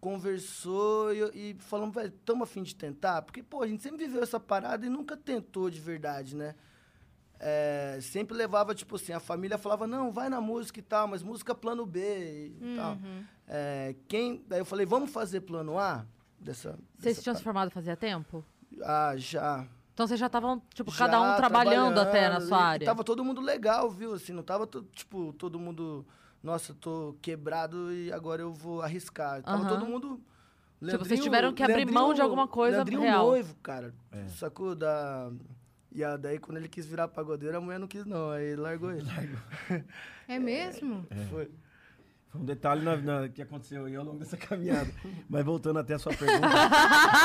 [SPEAKER 3] conversou e, e falamos, velho, estamos afim de tentar? Porque, pô, a gente sempre viveu essa parada e nunca tentou de verdade, né? é, sempre levava, tipo assim, a família falava, não, vai na música e tal, mas música é plano B e tal.
[SPEAKER 2] Uhum.
[SPEAKER 3] É, quem, daí eu falei, vamos fazer plano A? Dessa,
[SPEAKER 2] Vocês
[SPEAKER 3] dessa
[SPEAKER 2] tinham se formado fazia tempo?
[SPEAKER 3] parte. Ah, já.
[SPEAKER 2] Então vocês já estavam, tipo,
[SPEAKER 3] Já
[SPEAKER 2] cada um trabalhando, até na
[SPEAKER 3] trabalhando,
[SPEAKER 2] sua
[SPEAKER 3] e- e
[SPEAKER 2] área.
[SPEAKER 3] tava todo mundo legal, viu? Assim, não tava, to- tipo, todo mundo... Nossa, eu tô quebrado e agora eu vou arriscar. Tava
[SPEAKER 2] Aham.
[SPEAKER 3] todo mundo...
[SPEAKER 2] Tipo, vocês tiveram que abrir mão de alguma coisa
[SPEAKER 3] Leandrinho
[SPEAKER 2] real.
[SPEAKER 3] noivo, cara. Sacou? Da... E a- daí, quando ele quis virar pagodeiro, a mulher não quis, não. Aí largou ele.
[SPEAKER 1] É mesmo?
[SPEAKER 3] Foi.
[SPEAKER 4] Foi um detalhe na- na- que aconteceu aí ao longo dessa <laughs> caminhada. Mas voltando até a sua pergunta.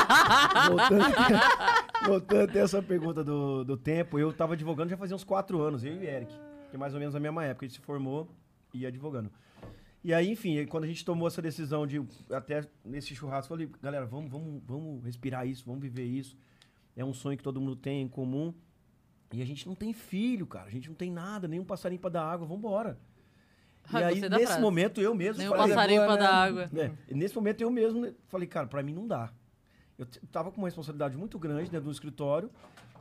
[SPEAKER 4] voltando, até, voltando até a sua pergunta do, do tempo, eu tava advogando já fazia uns quatro anos, eu e o Eric. Que é mais ou menos a mesma época. Ele se formou e ia advogando. E aí, enfim, aí quando a gente tomou essa decisão de até nesse churrasco, eu falei, galera, vamos, vamos, vamos respirar isso, vamos viver isso. É um sonho que todo mundo tem em comum. E a gente não tem filho, cara. A gente não tem nada, nenhum passarinho pra dar água, vambora. E
[SPEAKER 2] Ah,
[SPEAKER 4] aí,
[SPEAKER 2] gostei da
[SPEAKER 4] nesse
[SPEAKER 2] frase.
[SPEAKER 4] momento, eu mesmo
[SPEAKER 2] Nenhum
[SPEAKER 4] falei,
[SPEAKER 2] passarinho pra
[SPEAKER 4] "Agora,
[SPEAKER 2] dar água."
[SPEAKER 4] né? E Nesse momento, eu mesmo né, falei, cara, pra mim não dá. Eu t- tava com uma responsabilidade muito grande dentro de um escritório,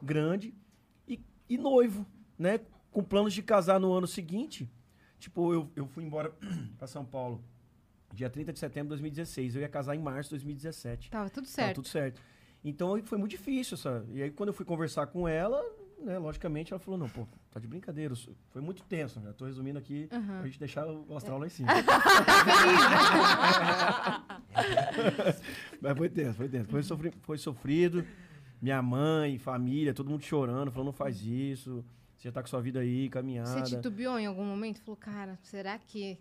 [SPEAKER 4] grande, e, e noivo, né? Com planos de casar no ano seguinte. Tipo, eu, eu fui embora <clears throat> pra São Paulo dia 30 de setembro de 2016. Eu ia casar em março de 2017.
[SPEAKER 1] Tava tudo
[SPEAKER 4] Tava
[SPEAKER 1] certo.
[SPEAKER 4] tudo certo. Então aí foi muito difícil, sabe? E aí quando eu fui conversar com ela, né, logicamente ela falou, não, pô, tá de brincadeira. isso Foi muito tenso, né? Tô resumindo aqui pra gente deixar o astral lá
[SPEAKER 6] <laughs>
[SPEAKER 4] em
[SPEAKER 3] <laughs>
[SPEAKER 4] cima. Mas foi tenso, foi tenso. Foi, sofri- foi sofrido. Minha mãe, família, todo mundo chorando, falando, não faz isso. Você já tá com sua vida aí,
[SPEAKER 1] Você
[SPEAKER 4] caminhada.
[SPEAKER 1] titubeou em algum momento? Falou, cara, será que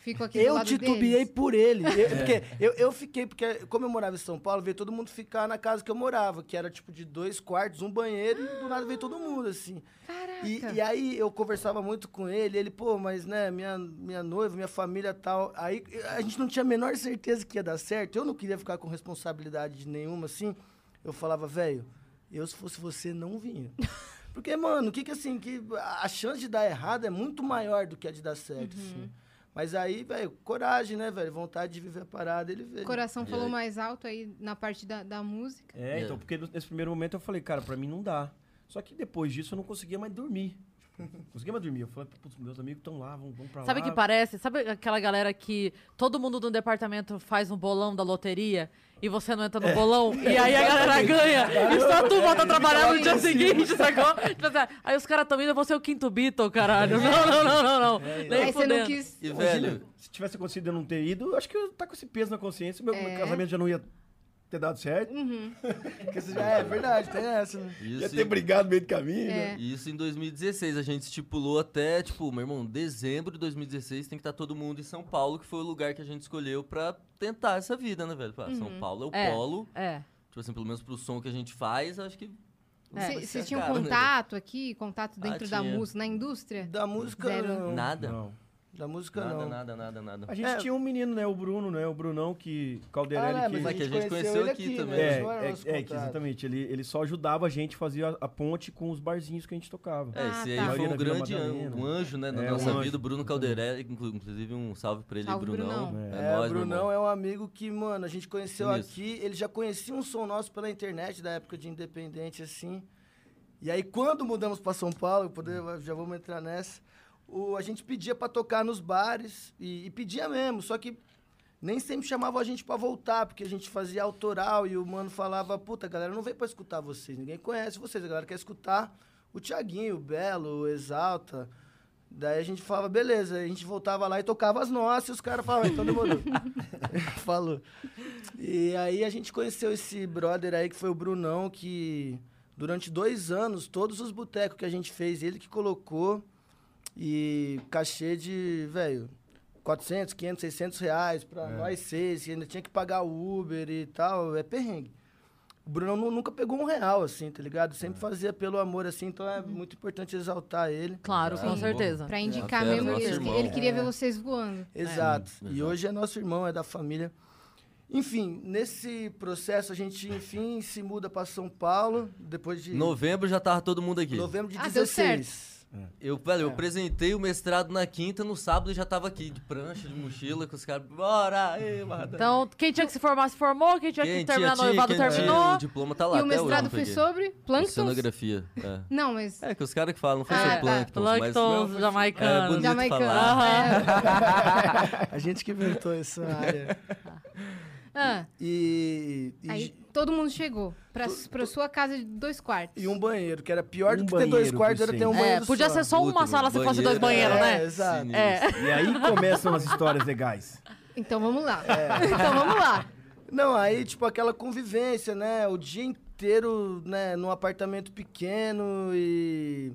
[SPEAKER 1] fico aqui do
[SPEAKER 3] Eu
[SPEAKER 1] lado
[SPEAKER 3] titubeei
[SPEAKER 1] deles?
[SPEAKER 3] por ele. Eu, porque eu, eu fiquei, porque como eu morava em São Paulo, veio todo mundo ficar na casa que eu morava, que era tipo de dois quartos, um banheiro, e do nada veio todo mundo, assim.
[SPEAKER 1] Caraca.
[SPEAKER 3] E, e aí eu conversava muito com ele, ele, pô, mas né, minha, minha noiva, minha família tal. Aí a gente não tinha a menor certeza que ia dar certo. Eu não queria ficar com responsabilidade nenhuma, assim. Eu falava, velho, eu se fosse você não vinha. Porque, mano, o que que assim, que a chance de dar errado é muito maior do que a de dar
[SPEAKER 1] Uhum.
[SPEAKER 3] certo, assim. Mas aí, velho, coragem, né, velho? Vontade de viver a parada, ele veio.
[SPEAKER 1] O coração
[SPEAKER 5] E
[SPEAKER 1] falou
[SPEAKER 5] aí?
[SPEAKER 1] mais alto aí na parte da, da música.
[SPEAKER 4] É, então, porque no- nesse primeiro momento eu falei, cara, pra mim não dá. Só que depois disso eu não conseguia mais
[SPEAKER 3] <laughs>
[SPEAKER 4] dormir. Tipo, não conseguia mais dormir. Eu falei, putz, meus amigos estão lá, vão, vão pra
[SPEAKER 2] Sabe o
[SPEAKER 4] lá.
[SPEAKER 2] que
[SPEAKER 4] <laughs>
[SPEAKER 2] parece? Sabe aquela galera que todo mundo no departamento faz um bolão da loteria e você não entra
[SPEAKER 5] É. <laughs>
[SPEAKER 2] no bolão? E aí a galera ganha e só tu volta a trabalhar no dia seguinte, sacou? Tipo assim, aí os caras estão indo, eu vou ser o quinto Beatle, caralho. Não, não, não, não, não.
[SPEAKER 3] É,
[SPEAKER 2] Nem
[SPEAKER 1] aí você não
[SPEAKER 2] fudendo.
[SPEAKER 1] quis.
[SPEAKER 5] É. E,
[SPEAKER 4] Imagina,
[SPEAKER 5] velho,
[SPEAKER 4] se tivesse acontecido eu não ter ido, eu acho que eu tá com esse peso na consciência, meu
[SPEAKER 1] É. Uhum.
[SPEAKER 4] casamento já não ia ter dado certo. <laughs>
[SPEAKER 3] Porque você já- É, verdade, tem essa, né?
[SPEAKER 4] Ia
[SPEAKER 5] isso,
[SPEAKER 4] ter brigado no meio do caminho. né?
[SPEAKER 1] É.
[SPEAKER 5] isso em 2016. A gente estipulou até, tipo, meu irmão, dezembro de 2016 tem que estar todo mundo em São Paulo, que foi o lugar que a gente escolheu pra tentar essa vida, né, velho? Pá,
[SPEAKER 1] Uhum.
[SPEAKER 5] São Paulo é o
[SPEAKER 2] É.
[SPEAKER 5] polo.
[SPEAKER 2] É.
[SPEAKER 5] Tipo assim, pelo menos pro som que a gente faz, acho que.
[SPEAKER 2] É.
[SPEAKER 1] Vocês
[SPEAKER 5] Você
[SPEAKER 1] tinham
[SPEAKER 5] acaba, né?
[SPEAKER 1] um contato aqui, contato dentro da
[SPEAKER 5] Ah, tinha.
[SPEAKER 1] música, na indústria?
[SPEAKER 3] Da música,
[SPEAKER 1] Zero.
[SPEAKER 3] não.
[SPEAKER 5] Nada.
[SPEAKER 4] Não.
[SPEAKER 3] Da música,
[SPEAKER 5] Nada,
[SPEAKER 3] não.
[SPEAKER 5] nada, nada, nada.
[SPEAKER 4] A gente
[SPEAKER 3] É.
[SPEAKER 4] tinha um menino, né? O Bruno, né? O Brunão que. Calderelli
[SPEAKER 3] Ah, é,
[SPEAKER 4] que.
[SPEAKER 3] mas
[SPEAKER 5] é que a gente conheceu
[SPEAKER 3] ele
[SPEAKER 5] aqui também.
[SPEAKER 3] né?
[SPEAKER 4] É,
[SPEAKER 3] Isso era
[SPEAKER 4] é,
[SPEAKER 3] nosso
[SPEAKER 4] é, que
[SPEAKER 3] contato.
[SPEAKER 4] exatamente. Ele, ele só ajudava a gente a fazer a, a ponte com os barzinhos que a gente tocava.
[SPEAKER 5] É,
[SPEAKER 3] Ah,
[SPEAKER 5] esse aí
[SPEAKER 1] tá.
[SPEAKER 5] foi
[SPEAKER 4] Maria
[SPEAKER 5] um
[SPEAKER 4] da Vila
[SPEAKER 5] grande an-
[SPEAKER 4] Madalena.
[SPEAKER 5] um anjo, né, na
[SPEAKER 4] É, um
[SPEAKER 5] nossa
[SPEAKER 4] anjo,
[SPEAKER 5] vida. O Bruno Calderelli, inclu- inclusive um salve pra ele,
[SPEAKER 1] Salve,
[SPEAKER 5] Brunão.
[SPEAKER 1] Brunão.
[SPEAKER 5] É,
[SPEAKER 3] É, o
[SPEAKER 5] nóis, meu irmão.
[SPEAKER 3] Brunão é um amigo que, mano, a gente conheceu
[SPEAKER 5] Sinistro.
[SPEAKER 3] aqui. Ele já conhecia um som nosso pela internet da época de Independente, assim. E aí, quando mudamos pra São Paulo, eu poder- já vamos entrar nessa, o- a gente pedia pra tocar nos bares, e, e pedia mesmo, só que nem sempre chamavam a gente pra voltar, porque a gente fazia autoral e o mano falava: puta, a galera não veio pra escutar vocês, ninguém conhece vocês, a galera quer escutar o Tiaguinho, o Belo, o Exalta. Daí a gente falava, beleza, a gente voltava lá e tocava as nossas, e os caras falavam, então demorou. <laughs> Falou. E aí a gente conheceu esse brother aí, que foi o Brunão, que durante dois anos, todos os botecos que a gente fez, ele que colocou. E cachê de, velho, 400, 500, 600 reais pra nós seis, e ainda tinha que pagar o Uber e tal, é perrengue. O Brunão nu- nunca pegou um real, assim, tá ligado?
[SPEAKER 5] É.
[SPEAKER 3] Sempre fazia pelo amor, assim, então é muito importante exaltar ele.
[SPEAKER 2] Uhum. Claro, com
[SPEAKER 5] É. Sim.
[SPEAKER 2] certeza.
[SPEAKER 1] Pra indicar
[SPEAKER 5] fera,
[SPEAKER 1] mesmo,
[SPEAKER 5] nosso
[SPEAKER 1] ele,
[SPEAKER 5] irmão.
[SPEAKER 1] ele queria ver vocês voando.
[SPEAKER 3] Exato. E hoje é nosso irmão, é da família. Enfim, nesse processo a gente, enfim, se muda para São Paulo, depois de
[SPEAKER 5] Novembro já tava todo mundo aqui. É.
[SPEAKER 3] novembro de É.
[SPEAKER 1] Ah, deu
[SPEAKER 3] 16.
[SPEAKER 5] Eu, velho, eu apresentei o mestrado na quinta, no sábado eu já tava aqui, de prancha, de mochila, com os caras. Bora! Ê, Marta."
[SPEAKER 2] Então, quem tinha que se formar, se formou. Quem tinha que
[SPEAKER 5] Quem
[SPEAKER 2] terminar
[SPEAKER 5] tinha,
[SPEAKER 2] noivado,
[SPEAKER 5] tinha, quem tinha,
[SPEAKER 2] terminou.
[SPEAKER 5] O diploma tá lá.
[SPEAKER 1] e o
[SPEAKER 5] até hoje eu
[SPEAKER 1] mestrado
[SPEAKER 5] não
[SPEAKER 1] foi
[SPEAKER 5] peguei.
[SPEAKER 1] sobre plânctons?
[SPEAKER 5] Oceanografia. É.
[SPEAKER 1] Não, mas...
[SPEAKER 5] É, que os caras que falam, não foi
[SPEAKER 1] Ah,
[SPEAKER 5] sobre
[SPEAKER 1] tá.
[SPEAKER 5] plânctons, mas...
[SPEAKER 2] Plânctons
[SPEAKER 5] foi- É,
[SPEAKER 2] jamaicanos.
[SPEAKER 5] bonito
[SPEAKER 1] Jamaicano.
[SPEAKER 5] falar.
[SPEAKER 1] É.
[SPEAKER 5] <laughs>
[SPEAKER 3] <laughs> A gente que inventou essa área.
[SPEAKER 5] <laughs>
[SPEAKER 1] Ah,
[SPEAKER 3] E, e,
[SPEAKER 1] aí todo mundo chegou pra, pra sua casa de dois quartos.
[SPEAKER 3] e um banheiro, que era pior do
[SPEAKER 4] Um
[SPEAKER 3] que ter dois
[SPEAKER 4] banheiro,
[SPEAKER 3] quartos, era ter um
[SPEAKER 4] Vicente.
[SPEAKER 3] banheiro
[SPEAKER 2] É, podia
[SPEAKER 3] só.
[SPEAKER 2] ser só uma
[SPEAKER 5] Puta,
[SPEAKER 2] sala se fosse dois
[SPEAKER 3] banheiro,
[SPEAKER 2] banheiros,
[SPEAKER 3] é.
[SPEAKER 2] né?
[SPEAKER 3] Exato.
[SPEAKER 5] Sinistro.
[SPEAKER 2] É.
[SPEAKER 4] E aí começam as histórias legais.
[SPEAKER 1] Então vamos lá. <laughs> Então vamos lá.
[SPEAKER 3] Não, aí, tipo, aquela convivência, né? O dia inteiro, né, num apartamento pequeno e.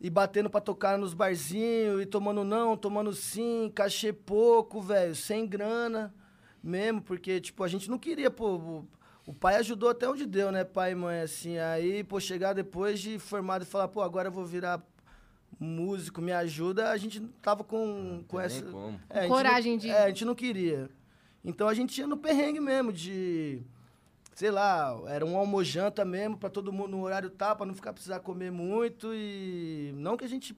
[SPEAKER 3] E batendo pra tocar nos barzinhos, e tomando não, tomando sim, cachê pouco, velho, sem grana mesmo, porque, tipo, a gente não queria, pô. O, o pai ajudou até onde deu, né, pai e mãe, assim. Aí, pô, chegar depois de formado e falar, pô, agora eu vou virar músico, me ajuda, a gente tava com, com
[SPEAKER 5] Não
[SPEAKER 3] essa.
[SPEAKER 5] tem como.
[SPEAKER 3] É, a gente
[SPEAKER 1] Coragem
[SPEAKER 3] não-
[SPEAKER 1] de-
[SPEAKER 3] É, a gente não queria. Então a gente ia no perrengue mesmo, de. Sei lá, era um almojanta mesmo, pra todo mundo no horário tá, pra não ficar precisar comer muito. E não que a gente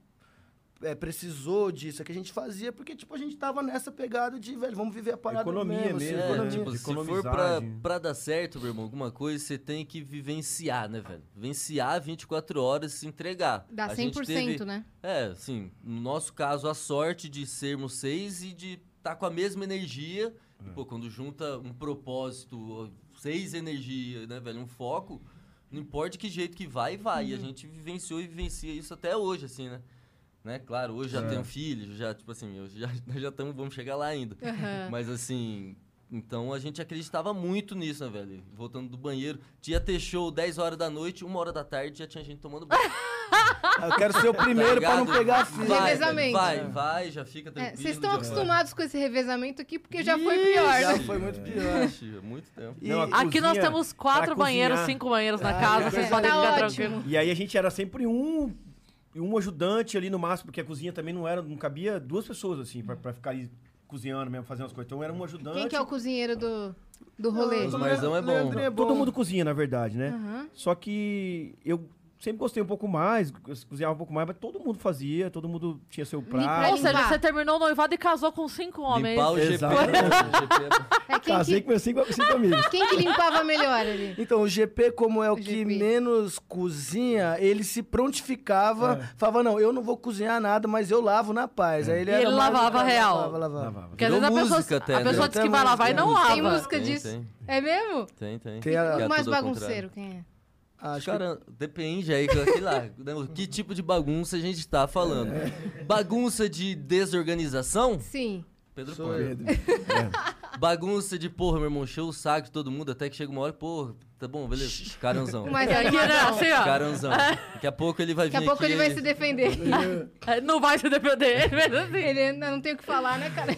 [SPEAKER 3] é, precisou disso, é que a gente fazia, porque tipo, a gente tava nessa pegada de, velho, vamos viver a parada
[SPEAKER 4] Economia mesmo,
[SPEAKER 3] mesmo. assim,
[SPEAKER 4] né?
[SPEAKER 5] É,
[SPEAKER 4] Economia.
[SPEAKER 5] tipo,
[SPEAKER 4] De
[SPEAKER 5] se for
[SPEAKER 4] economizar,
[SPEAKER 5] pra,
[SPEAKER 4] de-
[SPEAKER 5] pra dar certo, meu irmão, alguma coisa, você tem que vivenciar, né, velho? Vivenciar 24 horas e se entregar.
[SPEAKER 1] Dá
[SPEAKER 5] A
[SPEAKER 1] 100%,
[SPEAKER 5] gente teve-
[SPEAKER 1] né?
[SPEAKER 5] É, assim, no nosso caso, a sorte de sermos seis e de estar com a mesma energia. E, pô, quando junta um propósito, ó, seis energias, né, velho? Um foco, não importa que jeito que vai, vai.
[SPEAKER 1] Uhum.
[SPEAKER 5] E a gente vivenciou e vivencia isso até hoje, assim, né? Né? Claro, hoje
[SPEAKER 4] É.
[SPEAKER 5] já tenho filho, já, tipo assim, eu já, <laughs> nós já tamo, vamos chegar lá ainda.
[SPEAKER 1] Aham.
[SPEAKER 5] Mas assim, então a gente acreditava muito nisso, né, velho? Voltando do banheiro, tinha ter show 10 horas da noite, 1 hora da tarde já tinha gente tomando banho. Tá
[SPEAKER 3] Ah, Eu quero ser o primeiro pra não
[SPEAKER 5] ligado?
[SPEAKER 3] pegar a fila.
[SPEAKER 5] Vai,
[SPEAKER 1] Revezamento.
[SPEAKER 5] Vai, vai, já fica
[SPEAKER 1] É,
[SPEAKER 5] tranquilo.
[SPEAKER 1] Vocês estão
[SPEAKER 5] já
[SPEAKER 1] acostumados com esse revezamento aqui, porque já
[SPEAKER 5] Ih,
[SPEAKER 1] foi pior. né?
[SPEAKER 5] vai.
[SPEAKER 3] Já foi muito pior.
[SPEAKER 5] Ixi, É. muito tempo.
[SPEAKER 3] E-
[SPEAKER 4] Não, a
[SPEAKER 2] Aqui nós
[SPEAKER 4] Cozinha
[SPEAKER 2] temos quatro
[SPEAKER 4] pra
[SPEAKER 2] banheiros,
[SPEAKER 4] cozinhar.
[SPEAKER 2] cinco banheiros na
[SPEAKER 3] Ah,
[SPEAKER 2] casa.
[SPEAKER 3] é.
[SPEAKER 2] Vocês
[SPEAKER 3] Tá
[SPEAKER 2] podem ficar
[SPEAKER 1] ótimo.
[SPEAKER 2] tranquilos.
[SPEAKER 4] E aí a gente era sempre um e um ajudante ali no máximo, porque a cozinha também não era, não cabia duas pessoas assim pra, pra ficar ali cozinhando mesmo, fazendo as coisas. Então era um ajudante.
[SPEAKER 1] Quem que é o cozinheiro do, do rolê?
[SPEAKER 5] Os marzão é bom.
[SPEAKER 3] Leandrinho é bom.
[SPEAKER 4] né? Todo mundo cozinha, na verdade, né?
[SPEAKER 1] Aham.
[SPEAKER 4] Só que eu sempre gostei um pouco mais, eu cozinhava um pouco mais, mas todo mundo fazia, todo mundo tinha seu
[SPEAKER 1] pra
[SPEAKER 4] prato.
[SPEAKER 2] Ou seja,
[SPEAKER 1] limpar.
[SPEAKER 2] você terminou o noivado e casou com cinco homens.
[SPEAKER 5] Limpar o GP.
[SPEAKER 4] Exato.
[SPEAKER 1] É quem,
[SPEAKER 4] né? Casei
[SPEAKER 1] que,
[SPEAKER 4] com meus cinco, cinco amigos.
[SPEAKER 1] quem que limpava melhor ali?
[SPEAKER 3] Então, o GP, como é o,
[SPEAKER 1] O
[SPEAKER 3] que
[SPEAKER 1] GP.
[SPEAKER 3] menos cozinha, ele se prontificava,
[SPEAKER 4] É.
[SPEAKER 3] falava, não, eu não vou cozinhar nada, mas eu lavo na paz. Aí ele,
[SPEAKER 2] E
[SPEAKER 3] era
[SPEAKER 2] ele
[SPEAKER 3] mais o
[SPEAKER 2] lavava
[SPEAKER 3] cara que
[SPEAKER 2] real.
[SPEAKER 3] Lavava, lavava.
[SPEAKER 4] Lavava.
[SPEAKER 2] Porque às
[SPEAKER 5] Virou
[SPEAKER 2] vezes a
[SPEAKER 5] música
[SPEAKER 2] pessoa,
[SPEAKER 5] até,
[SPEAKER 2] a
[SPEAKER 5] né?
[SPEAKER 2] pessoa diz que
[SPEAKER 3] Até
[SPEAKER 2] vai lavar e não
[SPEAKER 3] música.
[SPEAKER 2] lava.
[SPEAKER 1] Tem música
[SPEAKER 5] Tem,
[SPEAKER 1] disso?
[SPEAKER 5] tem,
[SPEAKER 1] É mesmo?
[SPEAKER 5] tem, tem.
[SPEAKER 3] Tem a-
[SPEAKER 5] Que
[SPEAKER 1] O
[SPEAKER 5] é
[SPEAKER 1] mais
[SPEAKER 5] tudo ao
[SPEAKER 1] bagunceiro, quem é?
[SPEAKER 3] Ah, acho
[SPEAKER 5] Cara, depende aí, sei lá, né, o que tipo de bagunça a gente tá falando.
[SPEAKER 3] É.
[SPEAKER 5] Bagunça de desorganização? <laughs>
[SPEAKER 1] Sim.
[SPEAKER 5] Pedro
[SPEAKER 3] Sou
[SPEAKER 5] Pan.
[SPEAKER 3] eu.
[SPEAKER 5] <laughs> Bagunça de, porra, meu irmão, encheu o saco de todo mundo, até que chega uma hora, porra, tá bom,
[SPEAKER 1] <laughs>
[SPEAKER 5] beleza, caranzão.
[SPEAKER 1] Mas é
[SPEAKER 2] E aqui, né,
[SPEAKER 1] animadão.
[SPEAKER 2] assim, ó,
[SPEAKER 5] Caranzão. Daqui a pouco ele vai
[SPEAKER 1] Daqui a
[SPEAKER 5] vir
[SPEAKER 1] pouco
[SPEAKER 5] aqui,
[SPEAKER 1] ele vai se defender.
[SPEAKER 2] é, não vai se defender. mas assim,
[SPEAKER 1] Ele ainda não tem o que falar, né, cara?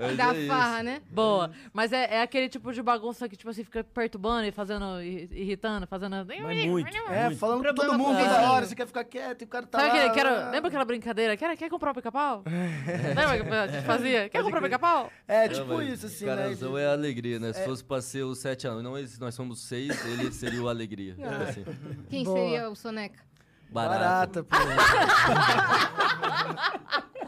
[SPEAKER 5] Mas
[SPEAKER 1] Da
[SPEAKER 5] é isso.
[SPEAKER 1] farra, né?
[SPEAKER 2] Boa. Mas é, é aquele tipo de bagunça que, tipo assim, fica perturbando e fazendo, ir- irritando, fazendo...
[SPEAKER 4] Mas muito.
[SPEAKER 3] É,
[SPEAKER 4] muito.
[SPEAKER 3] falando com
[SPEAKER 1] Problema
[SPEAKER 3] todo mundo
[SPEAKER 1] com
[SPEAKER 3] toda
[SPEAKER 1] vizinho.
[SPEAKER 3] hora, você quer ficar quieto, e o cara tá
[SPEAKER 2] Sabe
[SPEAKER 3] lá,
[SPEAKER 2] aquele, quero,
[SPEAKER 3] lá.
[SPEAKER 2] lembra aquela brincadeira? Quer, quer comprar o pica-pau? <laughs> Lembra
[SPEAKER 4] É.
[SPEAKER 2] que a gente fazia? Quer comprar o pica-pau?
[SPEAKER 3] É,
[SPEAKER 5] Não,
[SPEAKER 3] tipo
[SPEAKER 5] mas
[SPEAKER 3] isso, assim, né?
[SPEAKER 5] Caranzão é alegria, né? Se fosse pra ser os sete anos, não, eles- nós somos seis, ele seria o
[SPEAKER 1] <laughs>
[SPEAKER 5] alegria. tipo
[SPEAKER 1] É.
[SPEAKER 5] assim.
[SPEAKER 1] Quem
[SPEAKER 3] Boa.
[SPEAKER 1] seria o Soneca?
[SPEAKER 5] Barata.
[SPEAKER 3] Barata, pô.
[SPEAKER 5] <laughs>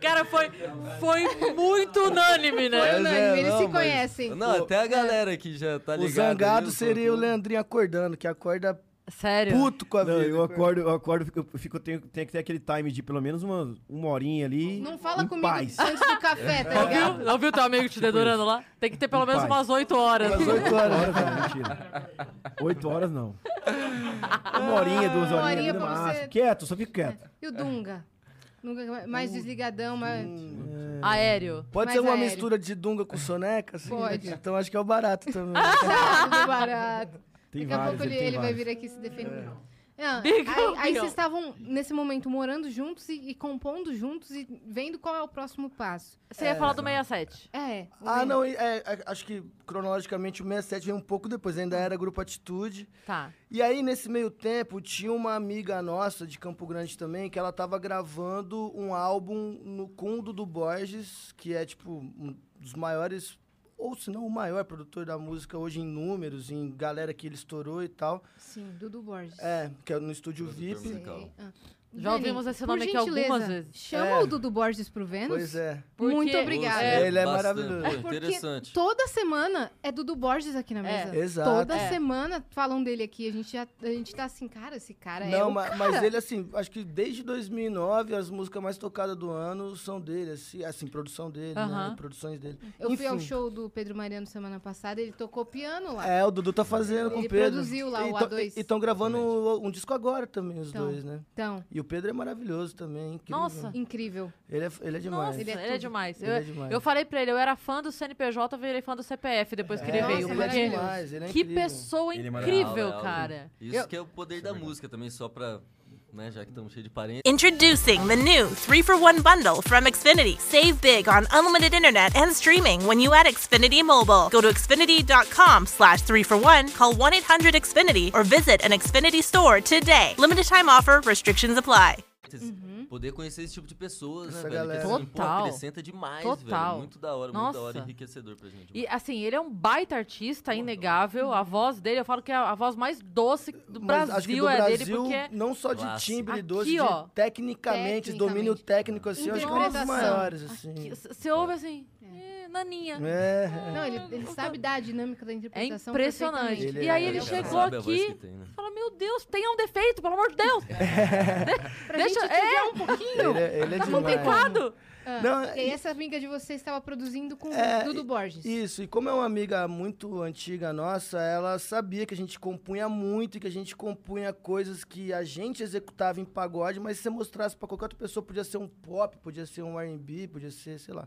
[SPEAKER 2] Cara, foi, foi muito unânime, né?
[SPEAKER 3] é,
[SPEAKER 1] Foi unânime, eles
[SPEAKER 5] não,
[SPEAKER 1] se
[SPEAKER 5] mas-
[SPEAKER 1] conhecem.
[SPEAKER 5] Não, até a galera aqui já tá
[SPEAKER 3] O
[SPEAKER 5] ligada.
[SPEAKER 3] zangado
[SPEAKER 5] nisso,
[SPEAKER 3] seria o
[SPEAKER 5] tudo.
[SPEAKER 3] Leandrinho acordando, que acorda
[SPEAKER 2] Sério.
[SPEAKER 3] puto com a vida.
[SPEAKER 4] Não, eu acordo, eu acordo, eu fico- eu fico, eu tenho, tenho que ter aquele time de pelo menos uma, uma horinha ali.
[SPEAKER 1] Não fala
[SPEAKER 4] em
[SPEAKER 1] comigo
[SPEAKER 4] Paz. É.
[SPEAKER 1] antes do café, tá
[SPEAKER 2] Não
[SPEAKER 1] ligado?
[SPEAKER 2] viu? Não viu teu amigo te dedurando lá? Tem que ter pelo menos
[SPEAKER 4] Pai.
[SPEAKER 2] umas 8 horas.
[SPEAKER 3] Às
[SPEAKER 4] Oito
[SPEAKER 3] 8 horas.
[SPEAKER 4] horas não, mentira. Oito horas não. Uma horinha, duas
[SPEAKER 1] Uma
[SPEAKER 4] horinhas né?
[SPEAKER 1] horinha
[SPEAKER 4] no
[SPEAKER 1] pra você-
[SPEAKER 4] máximo. Quieto, só fico quieto.
[SPEAKER 1] E o Dunga? Dunga é mais desligadão, mais...
[SPEAKER 2] Aéreo.
[SPEAKER 3] Pode
[SPEAKER 1] Mas
[SPEAKER 3] ser uma
[SPEAKER 1] aéreo.
[SPEAKER 3] mistura de dunga com soneca? assim?
[SPEAKER 1] Pode.
[SPEAKER 3] Então acho que é o
[SPEAKER 2] <laughs>
[SPEAKER 3] barato também. né?
[SPEAKER 1] Tudo é barato.
[SPEAKER 4] Tem
[SPEAKER 1] Daqui a
[SPEAKER 4] vários,
[SPEAKER 1] pouco ele,
[SPEAKER 4] tem
[SPEAKER 1] ele vai
[SPEAKER 4] vários.
[SPEAKER 1] vir aqui se defender.
[SPEAKER 2] <laughs>
[SPEAKER 1] Ah,
[SPEAKER 2] Bigão,
[SPEAKER 1] aí, aí
[SPEAKER 2] bigão.
[SPEAKER 1] vocês estavam, nesse momento, morando juntos e, e compondo juntos e vendo qual é o próximo passo.
[SPEAKER 2] Você ia falar do 67.
[SPEAKER 1] É.
[SPEAKER 3] Ah,
[SPEAKER 1] o-
[SPEAKER 3] não, e- é, a- acho que cronologicamente o 67 veio um pouco depois, ainda era Grupo Atitude.
[SPEAKER 2] Tá.
[SPEAKER 3] E aí, nesse meio tempo, tinha uma amiga nossa de Campo Grande também, que ela tava gravando um álbum no Cundo do Borges, que é tipo um dos maiores ou se não o maior produtor da música hoje em números, em galera que ele estourou e tal.
[SPEAKER 1] Sim, Dudu Borges.
[SPEAKER 3] É, que é no estúdio
[SPEAKER 5] Produtor
[SPEAKER 3] VIP.
[SPEAKER 5] musical.
[SPEAKER 1] Sei. Ah.
[SPEAKER 2] Já
[SPEAKER 1] Dani,
[SPEAKER 2] ouvimos esse
[SPEAKER 1] por
[SPEAKER 2] nome aqui algumas
[SPEAKER 1] gentileza,
[SPEAKER 2] vezes.
[SPEAKER 1] Chama
[SPEAKER 3] Então. É.
[SPEAKER 1] o Dudu Borges pro Vênus.
[SPEAKER 3] Pois é.
[SPEAKER 1] Muito
[SPEAKER 2] Porque-
[SPEAKER 1] obrigada.
[SPEAKER 2] É,
[SPEAKER 3] Ele é
[SPEAKER 5] bastante.
[SPEAKER 3] maravilhoso.
[SPEAKER 5] É
[SPEAKER 1] É porque
[SPEAKER 5] interessante.
[SPEAKER 1] Toda semana é Dudu Borges aqui na
[SPEAKER 2] É.
[SPEAKER 1] mesa.
[SPEAKER 3] Exato.
[SPEAKER 1] Toda
[SPEAKER 2] É.
[SPEAKER 1] semana falam dele aqui. A gente, já, a gente tá assim, cara, esse cara é.
[SPEAKER 3] Não,
[SPEAKER 1] o
[SPEAKER 3] ma-
[SPEAKER 1] cara.
[SPEAKER 3] mas, ele, assim, acho que desde 2009, as músicas mais tocadas do ano são dele, assim, assim, produção dele,
[SPEAKER 2] Aham.
[SPEAKER 3] né? Produções dele.
[SPEAKER 1] Eu fui ao
[SPEAKER 3] Enfim.
[SPEAKER 1] show do Pedro Mariano semana passada, ele tocou piano lá.
[SPEAKER 3] É, o Dudu tá fazendo com
[SPEAKER 1] Ele
[SPEAKER 3] o Pedro.
[SPEAKER 1] produziu lá o
[SPEAKER 3] E tão-
[SPEAKER 1] A2.
[SPEAKER 3] E estão gravando um, um disco agora também, os
[SPEAKER 1] Então.
[SPEAKER 3] dois, né?
[SPEAKER 1] Então,
[SPEAKER 3] E o Pedro é maravilhoso também, incrível.
[SPEAKER 2] Nossa.
[SPEAKER 1] incrível.
[SPEAKER 3] Ele é, ele é demais.
[SPEAKER 2] Nossa, ele
[SPEAKER 1] Ele
[SPEAKER 2] é,
[SPEAKER 1] é tudo.
[SPEAKER 2] demais.
[SPEAKER 3] Ele
[SPEAKER 2] eu,
[SPEAKER 3] é demais.
[SPEAKER 2] eu falei pra ele, eu era fã do CNPJ, eu virei fã do CPF depois que ele
[SPEAKER 3] É,
[SPEAKER 2] veio.
[SPEAKER 1] nossa,
[SPEAKER 3] ele é
[SPEAKER 2] porque-
[SPEAKER 1] maravilhoso.
[SPEAKER 3] demais, ele é
[SPEAKER 2] que
[SPEAKER 3] incrível.
[SPEAKER 2] pessoa
[SPEAKER 7] Ele é
[SPEAKER 2] incrível,
[SPEAKER 5] maravilhoso.
[SPEAKER 2] cara.
[SPEAKER 5] Isso
[SPEAKER 2] Eu-
[SPEAKER 5] que é o poder da música também, só pra. Né, já que estamos cheios de parentes.
[SPEAKER 8] Introducing the new 3 for 1 bundle from Xfinity. Save big on unlimited internet and streaming when you add Xfinity Mobile. Go to xfinity.com slash 3 for 1, call 1 800 Xfinity, or visit an Xfinity store today. Limited time offer, restrictions apply.
[SPEAKER 5] Poder conhecer esse tipo de pessoas,
[SPEAKER 3] Essa
[SPEAKER 5] né, velho?
[SPEAKER 3] galera.
[SPEAKER 5] Que, assim, pô,
[SPEAKER 2] Total.
[SPEAKER 5] acrescenta demais,
[SPEAKER 2] Total.
[SPEAKER 5] velho. Muito da hora, muito
[SPEAKER 2] Nossa.
[SPEAKER 5] da hora, enriquecedor pra gente.
[SPEAKER 2] E assim, ele é um baita artista, inegável. A voz dele, eu falo que é a voz mais doce do
[SPEAKER 3] Mas acho que
[SPEAKER 2] Brasil
[SPEAKER 3] do
[SPEAKER 2] é
[SPEAKER 3] Brasil,
[SPEAKER 2] dele, porque é
[SPEAKER 3] não só de
[SPEAKER 5] Clássico.
[SPEAKER 3] timbre
[SPEAKER 2] Aqui,
[SPEAKER 3] doce, de
[SPEAKER 2] ó.
[SPEAKER 3] tecnicamente, domínio técnico, assim, eu acho que é um dos
[SPEAKER 1] Interpretação.
[SPEAKER 3] maiores,
[SPEAKER 7] Tá
[SPEAKER 3] assim.
[SPEAKER 2] que c- você ouve assim, "É, naninha.
[SPEAKER 3] É.
[SPEAKER 1] Não, ele, ele sabe dar a dinâmica da
[SPEAKER 2] É
[SPEAKER 1] interpretação.
[SPEAKER 2] impressionante.
[SPEAKER 1] perfeitamente.
[SPEAKER 3] Ele
[SPEAKER 2] e aí
[SPEAKER 3] é-
[SPEAKER 2] ele
[SPEAKER 3] ele
[SPEAKER 2] chegou
[SPEAKER 5] sabe a voz
[SPEAKER 2] aqui
[SPEAKER 5] que tem, né?
[SPEAKER 2] e fala, meu Deus, tenha um defeito, pelo amor de Deus.
[SPEAKER 1] <laughs> Pra
[SPEAKER 2] Deixa
[SPEAKER 1] gente
[SPEAKER 2] é,
[SPEAKER 1] um pouquinho.
[SPEAKER 3] Ele é, ele é
[SPEAKER 2] tá
[SPEAKER 3] demais.
[SPEAKER 2] complicado.
[SPEAKER 3] Não,
[SPEAKER 1] e Ah, aí essa amiga de vocês estava produzindo com
[SPEAKER 3] É,
[SPEAKER 1] Dudu Borges.
[SPEAKER 3] Isso, e como é uma amiga muito antiga nossa, ela sabia que a gente compunha muito e que a gente compunha coisas que a gente executava em pagode, mas se você mostrasse pra qualquer outra pessoa, podia ser um pop, podia ser um R&B, podia ser, sei lá.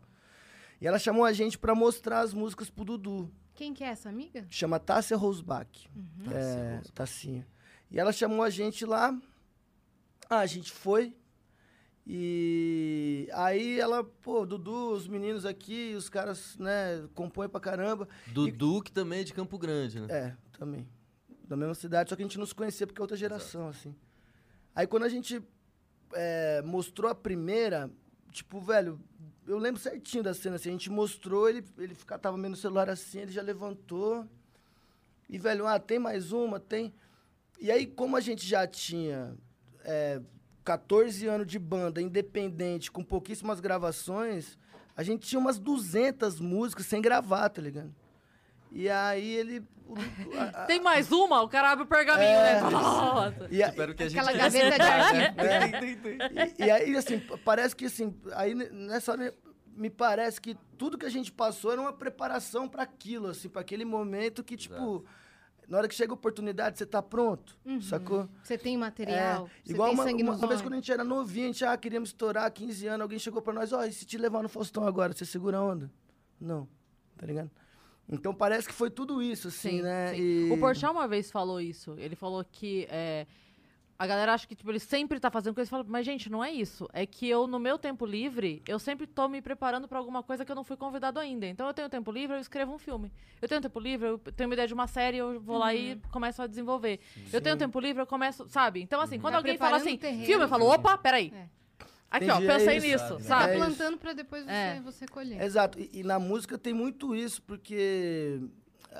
[SPEAKER 3] E ela chamou a gente pra mostrar as músicas pro Dudu.
[SPEAKER 1] Quem que é essa amiga?
[SPEAKER 3] Chama Tássia Rosbach. É, Tassinha. E ela chamou a gente lá. Ah, a gente foi. E aí ela, pô, Dudu, os meninos aqui, os caras, né, compõem pra caramba.
[SPEAKER 5] Dudu, que também é de Campo Grande, né?
[SPEAKER 3] É, também. Da mesma cidade, só que a gente não se conhecia porque é outra geração, assim. Aí quando a gente é, mostrou a primeira, tipo, velho, eu lembro certinho da cena, assim, a gente mostrou, ele, ele fica- tava meio no celular assim, ele já levantou. E, velho, ah, tem mais uma, tem. E aí, como a gente já tinha é, 14 anos de banda independente, com pouquíssimas gravações, a gente tinha umas 200 músicas sem gravar, tá ligado? E aí ele. o- a- É. a-
[SPEAKER 2] Tem mais uma? O cara abre o pergaminho, né? <laughs> Nossa.
[SPEAKER 3] e a-
[SPEAKER 5] Espero que a gente
[SPEAKER 1] Aquela gaveta de
[SPEAKER 3] né?
[SPEAKER 5] <laughs>
[SPEAKER 1] arquivo.
[SPEAKER 3] E, e aí, assim, p- parece que, assim, aí ne- nessa hora me parece que tudo que a gente passou era uma preparação para aquilo, assim, para aquele momento que, tipo, na hora que chega a oportunidade, você tá pronto, sacou?
[SPEAKER 1] Você tem Uhum. material?
[SPEAKER 3] É,
[SPEAKER 1] Você
[SPEAKER 3] igual
[SPEAKER 1] tem
[SPEAKER 3] uma,
[SPEAKER 1] sangue
[SPEAKER 3] uma,
[SPEAKER 1] nos
[SPEAKER 3] uma vez
[SPEAKER 1] olhos?
[SPEAKER 3] quando a gente era novinho, a gente, ah, queríamos estourar, 15 anos, alguém chegou pra nós, ó, e se te levar no Faustão agora, você segura a onda? Não, tá ligado? Então parece que foi tudo isso, assim,
[SPEAKER 1] Sim,
[SPEAKER 3] né?
[SPEAKER 1] sim.
[SPEAKER 3] E-
[SPEAKER 2] O Porchat uma vez falou isso. Ele falou que é, a galera acha que tipo, ele sempre tá fazendo coisa. Ele fala, mas gente, não é isso. É que eu, no meu tempo livre, eu sempre tô me preparando pra alguma coisa que eu não fui convidado ainda. Então eu tenho tempo livre, eu escrevo um filme. Eu tenho tempo livre, eu tenho uma ideia de uma série, eu vou lá e
[SPEAKER 1] Uhum.
[SPEAKER 2] começo a desenvolver. Eu tenho tempo livre, eu começo, sabe? Então assim, quando
[SPEAKER 1] Tá
[SPEAKER 2] alguém fala
[SPEAKER 1] preparando
[SPEAKER 2] assim,
[SPEAKER 1] o terreno.
[SPEAKER 2] filme, eu falo, opa, peraí.
[SPEAKER 1] É.
[SPEAKER 2] Aqui,
[SPEAKER 3] Entendi,
[SPEAKER 2] ó,
[SPEAKER 3] é
[SPEAKER 2] pensei
[SPEAKER 3] isso,
[SPEAKER 2] nisso,
[SPEAKER 3] sabe?
[SPEAKER 1] Tá
[SPEAKER 2] sabe?
[SPEAKER 3] É isso.
[SPEAKER 1] plantando pra depois você,
[SPEAKER 2] É.
[SPEAKER 1] você colher.
[SPEAKER 3] Exato. E, e na música tem muito isso, porque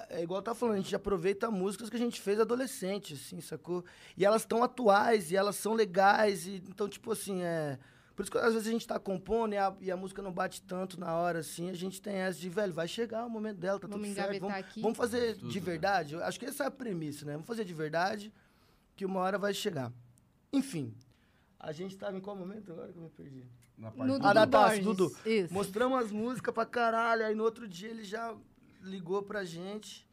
[SPEAKER 3] é igual eu tava falando, a gente aproveita músicas que a gente fez adolescente, assim, sacou? E elas estão atuais, e elas são legais, e então, tipo assim, é. Por isso que às vezes a gente tá compondo e a, e a música não bate tanto na hora, assim, a gente tem essa de, velho, vai chegar o momento dela, tá
[SPEAKER 1] Vamos
[SPEAKER 3] tudo certo.
[SPEAKER 1] engavetar
[SPEAKER 3] Vamos,
[SPEAKER 1] aqui.
[SPEAKER 3] vamos fazer
[SPEAKER 5] Tudo,
[SPEAKER 3] de
[SPEAKER 5] né?
[SPEAKER 3] verdade. Eu acho que essa é a premissa, né? Vamos fazer de verdade, que uma hora vai chegar. Enfim. A gente tava em qual momento agora que eu me perdi?
[SPEAKER 7] Na
[SPEAKER 1] No
[SPEAKER 7] parte
[SPEAKER 3] Ah, da
[SPEAKER 1] Dudu
[SPEAKER 3] Tassi,
[SPEAKER 1] Borges.
[SPEAKER 3] Dudu.
[SPEAKER 2] Isso.
[SPEAKER 3] Mostramos as músicas pra caralho. Aí no outro dia ele já ligou pra gente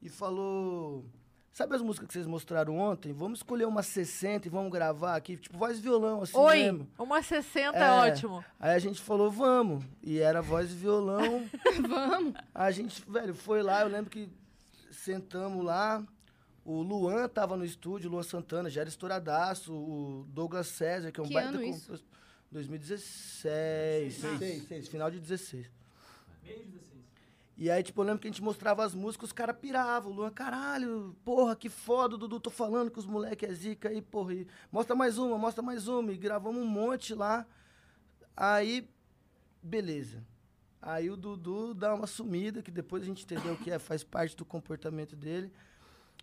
[SPEAKER 3] e falou: Sabe as músicas que vocês mostraram ontem? Vamos escolher umas 60 e vamos gravar aqui. Tipo, voz e violão, assim
[SPEAKER 2] Oi,
[SPEAKER 3] mesmo.
[SPEAKER 2] uma 60 é,
[SPEAKER 3] É.
[SPEAKER 2] ótimo.
[SPEAKER 3] Aí a gente falou, vamos. E era voz e violão.
[SPEAKER 1] <laughs> Vamos.
[SPEAKER 3] A gente, velho, foi lá, eu lembro que sentamos lá. O Luan tava no estúdio, o Luan Santana, já era estouradaço. O Douglas César, que é um
[SPEAKER 1] Que
[SPEAKER 3] baita
[SPEAKER 1] ano
[SPEAKER 3] compos-
[SPEAKER 1] isso?
[SPEAKER 3] 2016. Seis, seis, final de 16. E aí, tipo, eu lembro que a gente mostrava as músicas, os caras piravam. O Luan, caralho, porra, que foda, o Dudu, tô falando que os moleques é zica aí, porra. E mostra mais uma, mostra mais uma. E gravamos um monte lá. Aí, beleza. Aí o Dudu dá uma sumida, que depois a gente entendeu que é, faz parte do comportamento dele.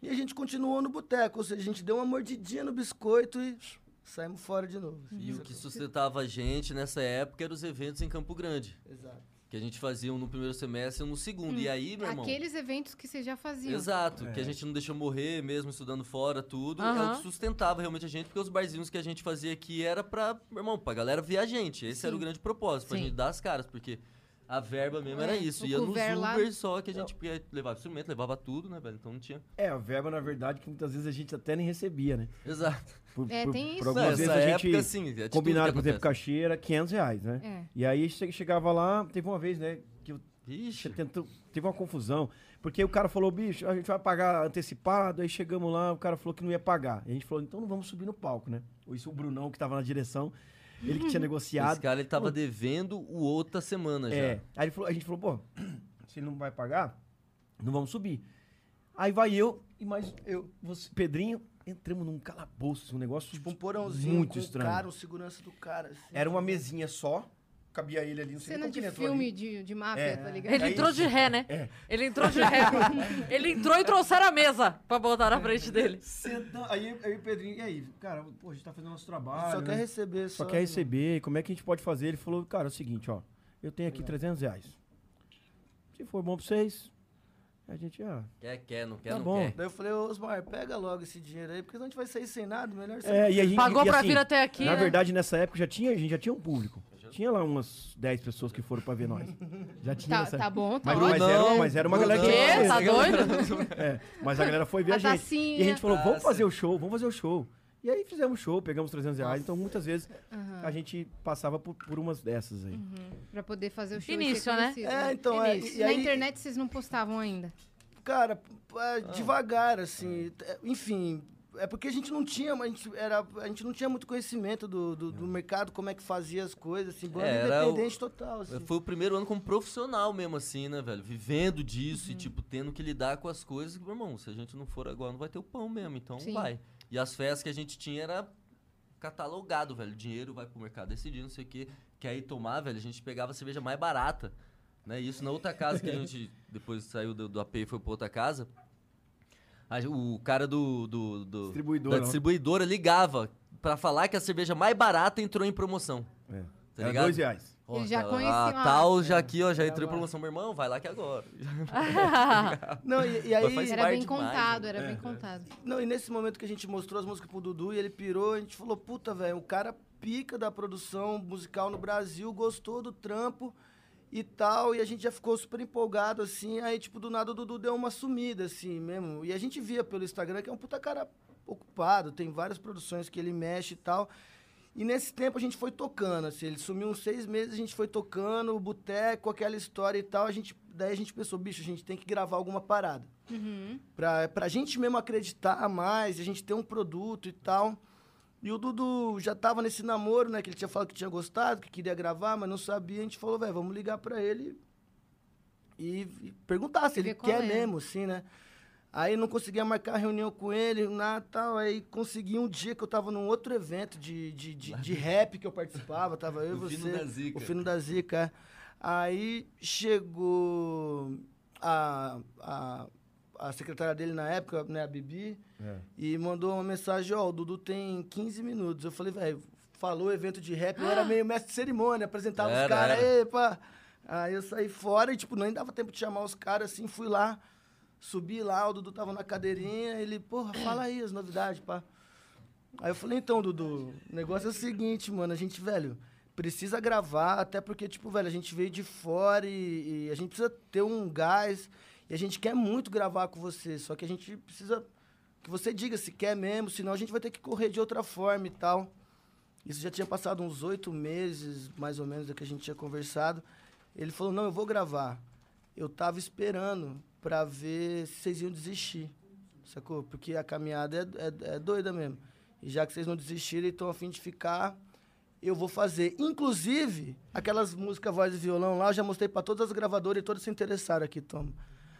[SPEAKER 3] E a gente continuou no boteco, ou seja, a gente deu uma mordidinha no biscoito e saímos fora de novo. assim.
[SPEAKER 5] E o que sustentava a gente nessa época eram os eventos em Campo Grande.
[SPEAKER 3] Exato.
[SPEAKER 5] Que a gente fazia um no primeiro semestre e um no segundo.
[SPEAKER 2] Hum.
[SPEAKER 5] E aí, meu irmão.
[SPEAKER 1] Hum. Aqueles eventos que você já fazia.
[SPEAKER 5] Exato, que
[SPEAKER 4] É.
[SPEAKER 5] a gente não deixou morrer mesmo, estudando fora, tudo. É o
[SPEAKER 2] Aham.
[SPEAKER 5] que sustentava realmente a gente, porque os barzinhos que a gente fazia aqui era pra, meu irmão, pra galera ver a gente. Esse era o
[SPEAKER 1] Sim.
[SPEAKER 5] grande propósito, pra
[SPEAKER 1] Sim.
[SPEAKER 5] gente dar as caras, porque a verba mesmo era
[SPEAKER 1] É,
[SPEAKER 5] isso.
[SPEAKER 1] o
[SPEAKER 5] Ia nos
[SPEAKER 1] couvert
[SPEAKER 5] Uber
[SPEAKER 1] lá-
[SPEAKER 5] só que a gente ia levar instrumento, levava tudo, né, velho? Então não tinha.
[SPEAKER 4] É, a verba, na verdade, que muitas vezes a gente até nem recebia, né?
[SPEAKER 5] Exato.
[SPEAKER 4] Por,
[SPEAKER 1] É,
[SPEAKER 4] por-
[SPEAKER 1] tem isso.
[SPEAKER 4] Por algumas
[SPEAKER 5] Nessa
[SPEAKER 4] vezes a gente
[SPEAKER 5] época, assim, é de tudo que
[SPEAKER 4] combinado, por exemplo,
[SPEAKER 5] acontece.
[SPEAKER 4] cachê era 500 reais, né?
[SPEAKER 1] É.
[SPEAKER 4] E aí che- chegava lá, teve uma vez, né, que eu che-
[SPEAKER 5] Vixe.
[SPEAKER 4] tentou- teve uma confusão, porque o cara falou, bicho, a gente vai pagar antecipado, aí chegamos lá, o cara falou que não ia pagar. E a gente falou, então não vamos subir no palco, né? Ou isso o Brunão, que tava na direção, ele que tinha
[SPEAKER 1] Uhum.
[SPEAKER 4] negociado.
[SPEAKER 5] Esse cara ele tava devendo o outra semana já.
[SPEAKER 4] É. Aí ele falou- a gente falou, pô, <clears throat> se ele não vai pagar, não vamos subir. Aí vai eu e mais eu, você, Pedrinho, entramos num calabouço, um negócio
[SPEAKER 3] Tipo um porãozinho
[SPEAKER 4] muito
[SPEAKER 3] com
[SPEAKER 4] estranho.
[SPEAKER 3] o cara, um segurança do cara. assim.
[SPEAKER 4] Era uma mesinha só, cabia ele ali, não sei nem
[SPEAKER 1] Cena
[SPEAKER 4] como que
[SPEAKER 1] de
[SPEAKER 3] é
[SPEAKER 4] ele entrou
[SPEAKER 1] filme
[SPEAKER 4] ali.
[SPEAKER 1] de, de máfia,
[SPEAKER 4] É.
[SPEAKER 1] tá ligado?
[SPEAKER 2] Ele
[SPEAKER 4] É
[SPEAKER 2] entrou
[SPEAKER 4] isso.
[SPEAKER 2] de ré, né?
[SPEAKER 4] É.
[SPEAKER 2] Ele entrou de
[SPEAKER 9] <laughs>
[SPEAKER 2] ré. Ele entrou e trouxeram a mesa pra botar na frente dele.
[SPEAKER 4] Senta- Aí aí o Pedrinho, e aí, cara, pô, a gente tá fazendo nosso trabalho.
[SPEAKER 3] <laughs> Só
[SPEAKER 4] né?
[SPEAKER 3] quer receber.
[SPEAKER 4] Só
[SPEAKER 3] Só,
[SPEAKER 4] quer receber, como é que a gente pode fazer? Ele falou, cara, é o seguinte, ó, eu tenho
[SPEAKER 3] É.
[SPEAKER 4] aqui 300 reais. Se for bom pra vocês, a gente, ah,
[SPEAKER 5] Quer, quer, não quer,
[SPEAKER 4] Tá
[SPEAKER 5] não
[SPEAKER 4] bom.
[SPEAKER 5] quer.
[SPEAKER 3] Daí eu falei, ô, Osmar, pega logo esse dinheiro aí, porque senão a gente vai sair sem nada, melhor sair.
[SPEAKER 4] É, e a gente,
[SPEAKER 2] Pagou
[SPEAKER 4] e
[SPEAKER 2] pra
[SPEAKER 4] assim,
[SPEAKER 2] vir até aqui,
[SPEAKER 4] Na
[SPEAKER 2] né?
[SPEAKER 4] verdade, nessa época já tinha, a gente já tinha um público. Tinha lá umas 10 pessoas que foram pra ver nós. Já tinha
[SPEAKER 1] Tá,
[SPEAKER 4] essa-
[SPEAKER 1] tá bom, tá ótimo.
[SPEAKER 4] Mas, mas era, mas era uma
[SPEAKER 5] Não,
[SPEAKER 4] galera que
[SPEAKER 5] não,
[SPEAKER 2] Quê?
[SPEAKER 4] ia
[SPEAKER 2] Tá
[SPEAKER 4] ver.
[SPEAKER 2] doido?
[SPEAKER 4] <laughs> É, mas a galera foi ver
[SPEAKER 1] A
[SPEAKER 4] a, gente.
[SPEAKER 1] tacinha.
[SPEAKER 4] E a gente falou, vamos
[SPEAKER 5] Taça.
[SPEAKER 4] fazer o show, vamos fazer o show. E aí fizemos o show, pegamos 300 reais. Então, muitas vezes, a gente passava por, por umas dessas aí.
[SPEAKER 1] Uhum. Pra poder fazer o show. e
[SPEAKER 2] Início,
[SPEAKER 1] ser
[SPEAKER 2] né?
[SPEAKER 1] conhecido,
[SPEAKER 3] É, então, é,
[SPEAKER 1] Início.
[SPEAKER 3] e
[SPEAKER 1] Na
[SPEAKER 3] aí-
[SPEAKER 1] internet vocês não
[SPEAKER 5] <laughs>
[SPEAKER 1] postavam ainda.
[SPEAKER 3] Cara, p-
[SPEAKER 5] Ah.
[SPEAKER 3] é, devagar, assim. t- é, Enfim, é porque a gente não tinha, mas a gente, era, a gente não tinha muito conhecimento do, do, do mercado, como é que fazia as coisas, assim, banda
[SPEAKER 5] É, era o-
[SPEAKER 3] independente total, assim.
[SPEAKER 5] Foi o primeiro ano como profissional mesmo, assim, né, velho? Vivendo disso
[SPEAKER 3] Uhum.
[SPEAKER 5] e, tipo, tendo que lidar com as coisas. Meu irmão, se a gente não for agora, não vai ter o pão mesmo, então
[SPEAKER 1] Sim.
[SPEAKER 5] vai. E as festas que a gente tinha era catalogado, velho. Dinheiro vai pro mercado decidir, não sei o quê. Que aí tomar, velho, a gente pegava a cerveja mais barata. Né? Isso na outra casa que a gente
[SPEAKER 3] <laughs>
[SPEAKER 5] depois saiu do, do AP e foi pra outra casa. a gen- o cara do, do, do-
[SPEAKER 4] Distribuidora,
[SPEAKER 5] da
[SPEAKER 4] né?
[SPEAKER 5] distribuidora ligava pra falar que a cerveja mais barata entrou em promoção.
[SPEAKER 4] É.
[SPEAKER 5] Tá
[SPEAKER 4] Era
[SPEAKER 5] ligado?
[SPEAKER 4] dois reais.
[SPEAKER 5] Ó,
[SPEAKER 1] Ele já
[SPEAKER 5] tá-
[SPEAKER 1] conhecia
[SPEAKER 5] ah,
[SPEAKER 1] uma-
[SPEAKER 5] tal, já aqui, ó, já entrou em
[SPEAKER 3] agora.
[SPEAKER 5] promoção, meu irmão, vai lá que é
[SPEAKER 1] <laughs>
[SPEAKER 5] agora. <laughs>
[SPEAKER 3] Não, e, e
[SPEAKER 5] faz parte.
[SPEAKER 3] aí... É.
[SPEAKER 1] Era bem
[SPEAKER 5] demais,
[SPEAKER 1] contado,
[SPEAKER 5] né?
[SPEAKER 1] era bem contado.
[SPEAKER 3] Não, e nesse momento que a gente mostrou as músicas pro Dudu e ele pirou, a gente falou, puta, velho, o cara pica da produção musical no Brasil, gostou do trampo e tal, e a gente já ficou super empolgado, assim, aí, tipo, do nada o Dudu deu uma sumida, assim, mesmo. E a gente via pelo Instagram que é um puta cara ocupado, tem várias produções que ele mexe e tal. E nesse tempo a gente foi tocando, assim, ele sumiu uns seis meses, a gente foi tocando, o boteco, aquela história e tal, a gente, daí a gente pensou, bicho, a gente tem que gravar alguma parada Uhum. pra, pra gente mesmo acreditar mais, a gente ter um produto e tal. E o Dudu já tava nesse namoro, né? Que ele tinha falado que tinha gostado, que queria gravar, mas não sabia. A gente falou, velho, vamos ligar pra ele e, e perguntar se
[SPEAKER 1] Ver
[SPEAKER 3] ele
[SPEAKER 1] qual
[SPEAKER 3] quer
[SPEAKER 1] é.
[SPEAKER 3] mesmo, assim, né? Aí não conseguia marcar reunião com ele, nada tal. Aí consegui um dia que eu tava num outro evento de, de, de, de rap que eu participava, tava eu e
[SPEAKER 5] O
[SPEAKER 3] você.
[SPEAKER 5] Fino da Zica.
[SPEAKER 3] O Fino da Zica. é. Aí chegou a, a, a secretária dele na época, né, a Bibi, e mandou uma mensagem, ó, o Dudu tem 15 minutos. Eu falei, velho, falou evento de rap, eu era meio mestre de cerimônia, apresentava os
[SPEAKER 5] Era,
[SPEAKER 3] caras,
[SPEAKER 5] era.
[SPEAKER 3] epa! Aí eu saí fora e, tipo, nem dava tempo de chamar os caras, assim, fui lá, subi lá, o Dudu tava na cadeirinha, ele, porra, fala aí as novidades, pá. Aí eu falei, então, Dudu, o negócio é o seguinte, mano, a gente, velho, precisa gravar, até porque, tipo, velho, a gente veio de fora e, e a gente precisa ter um gás e a gente quer muito gravar com você, só que a gente precisa que você diga se quer mesmo, senão a gente vai ter que correr de outra forma e tal. Isso já tinha passado uns oito meses, mais ou menos, da que a gente tinha conversado. Ele falou, não, eu vou gravar. Eu tava esperando pra ver se vocês iam desistir, sacou? Porque a caminhada é, é- é doida mesmo. E já que vocês não desistiram e estão a fim de ficar, eu vou fazer. Inclusive, aquelas músicas voz e violão lá, eu já mostrei pra todas as gravadoras e todas se interessaram aqui, toma.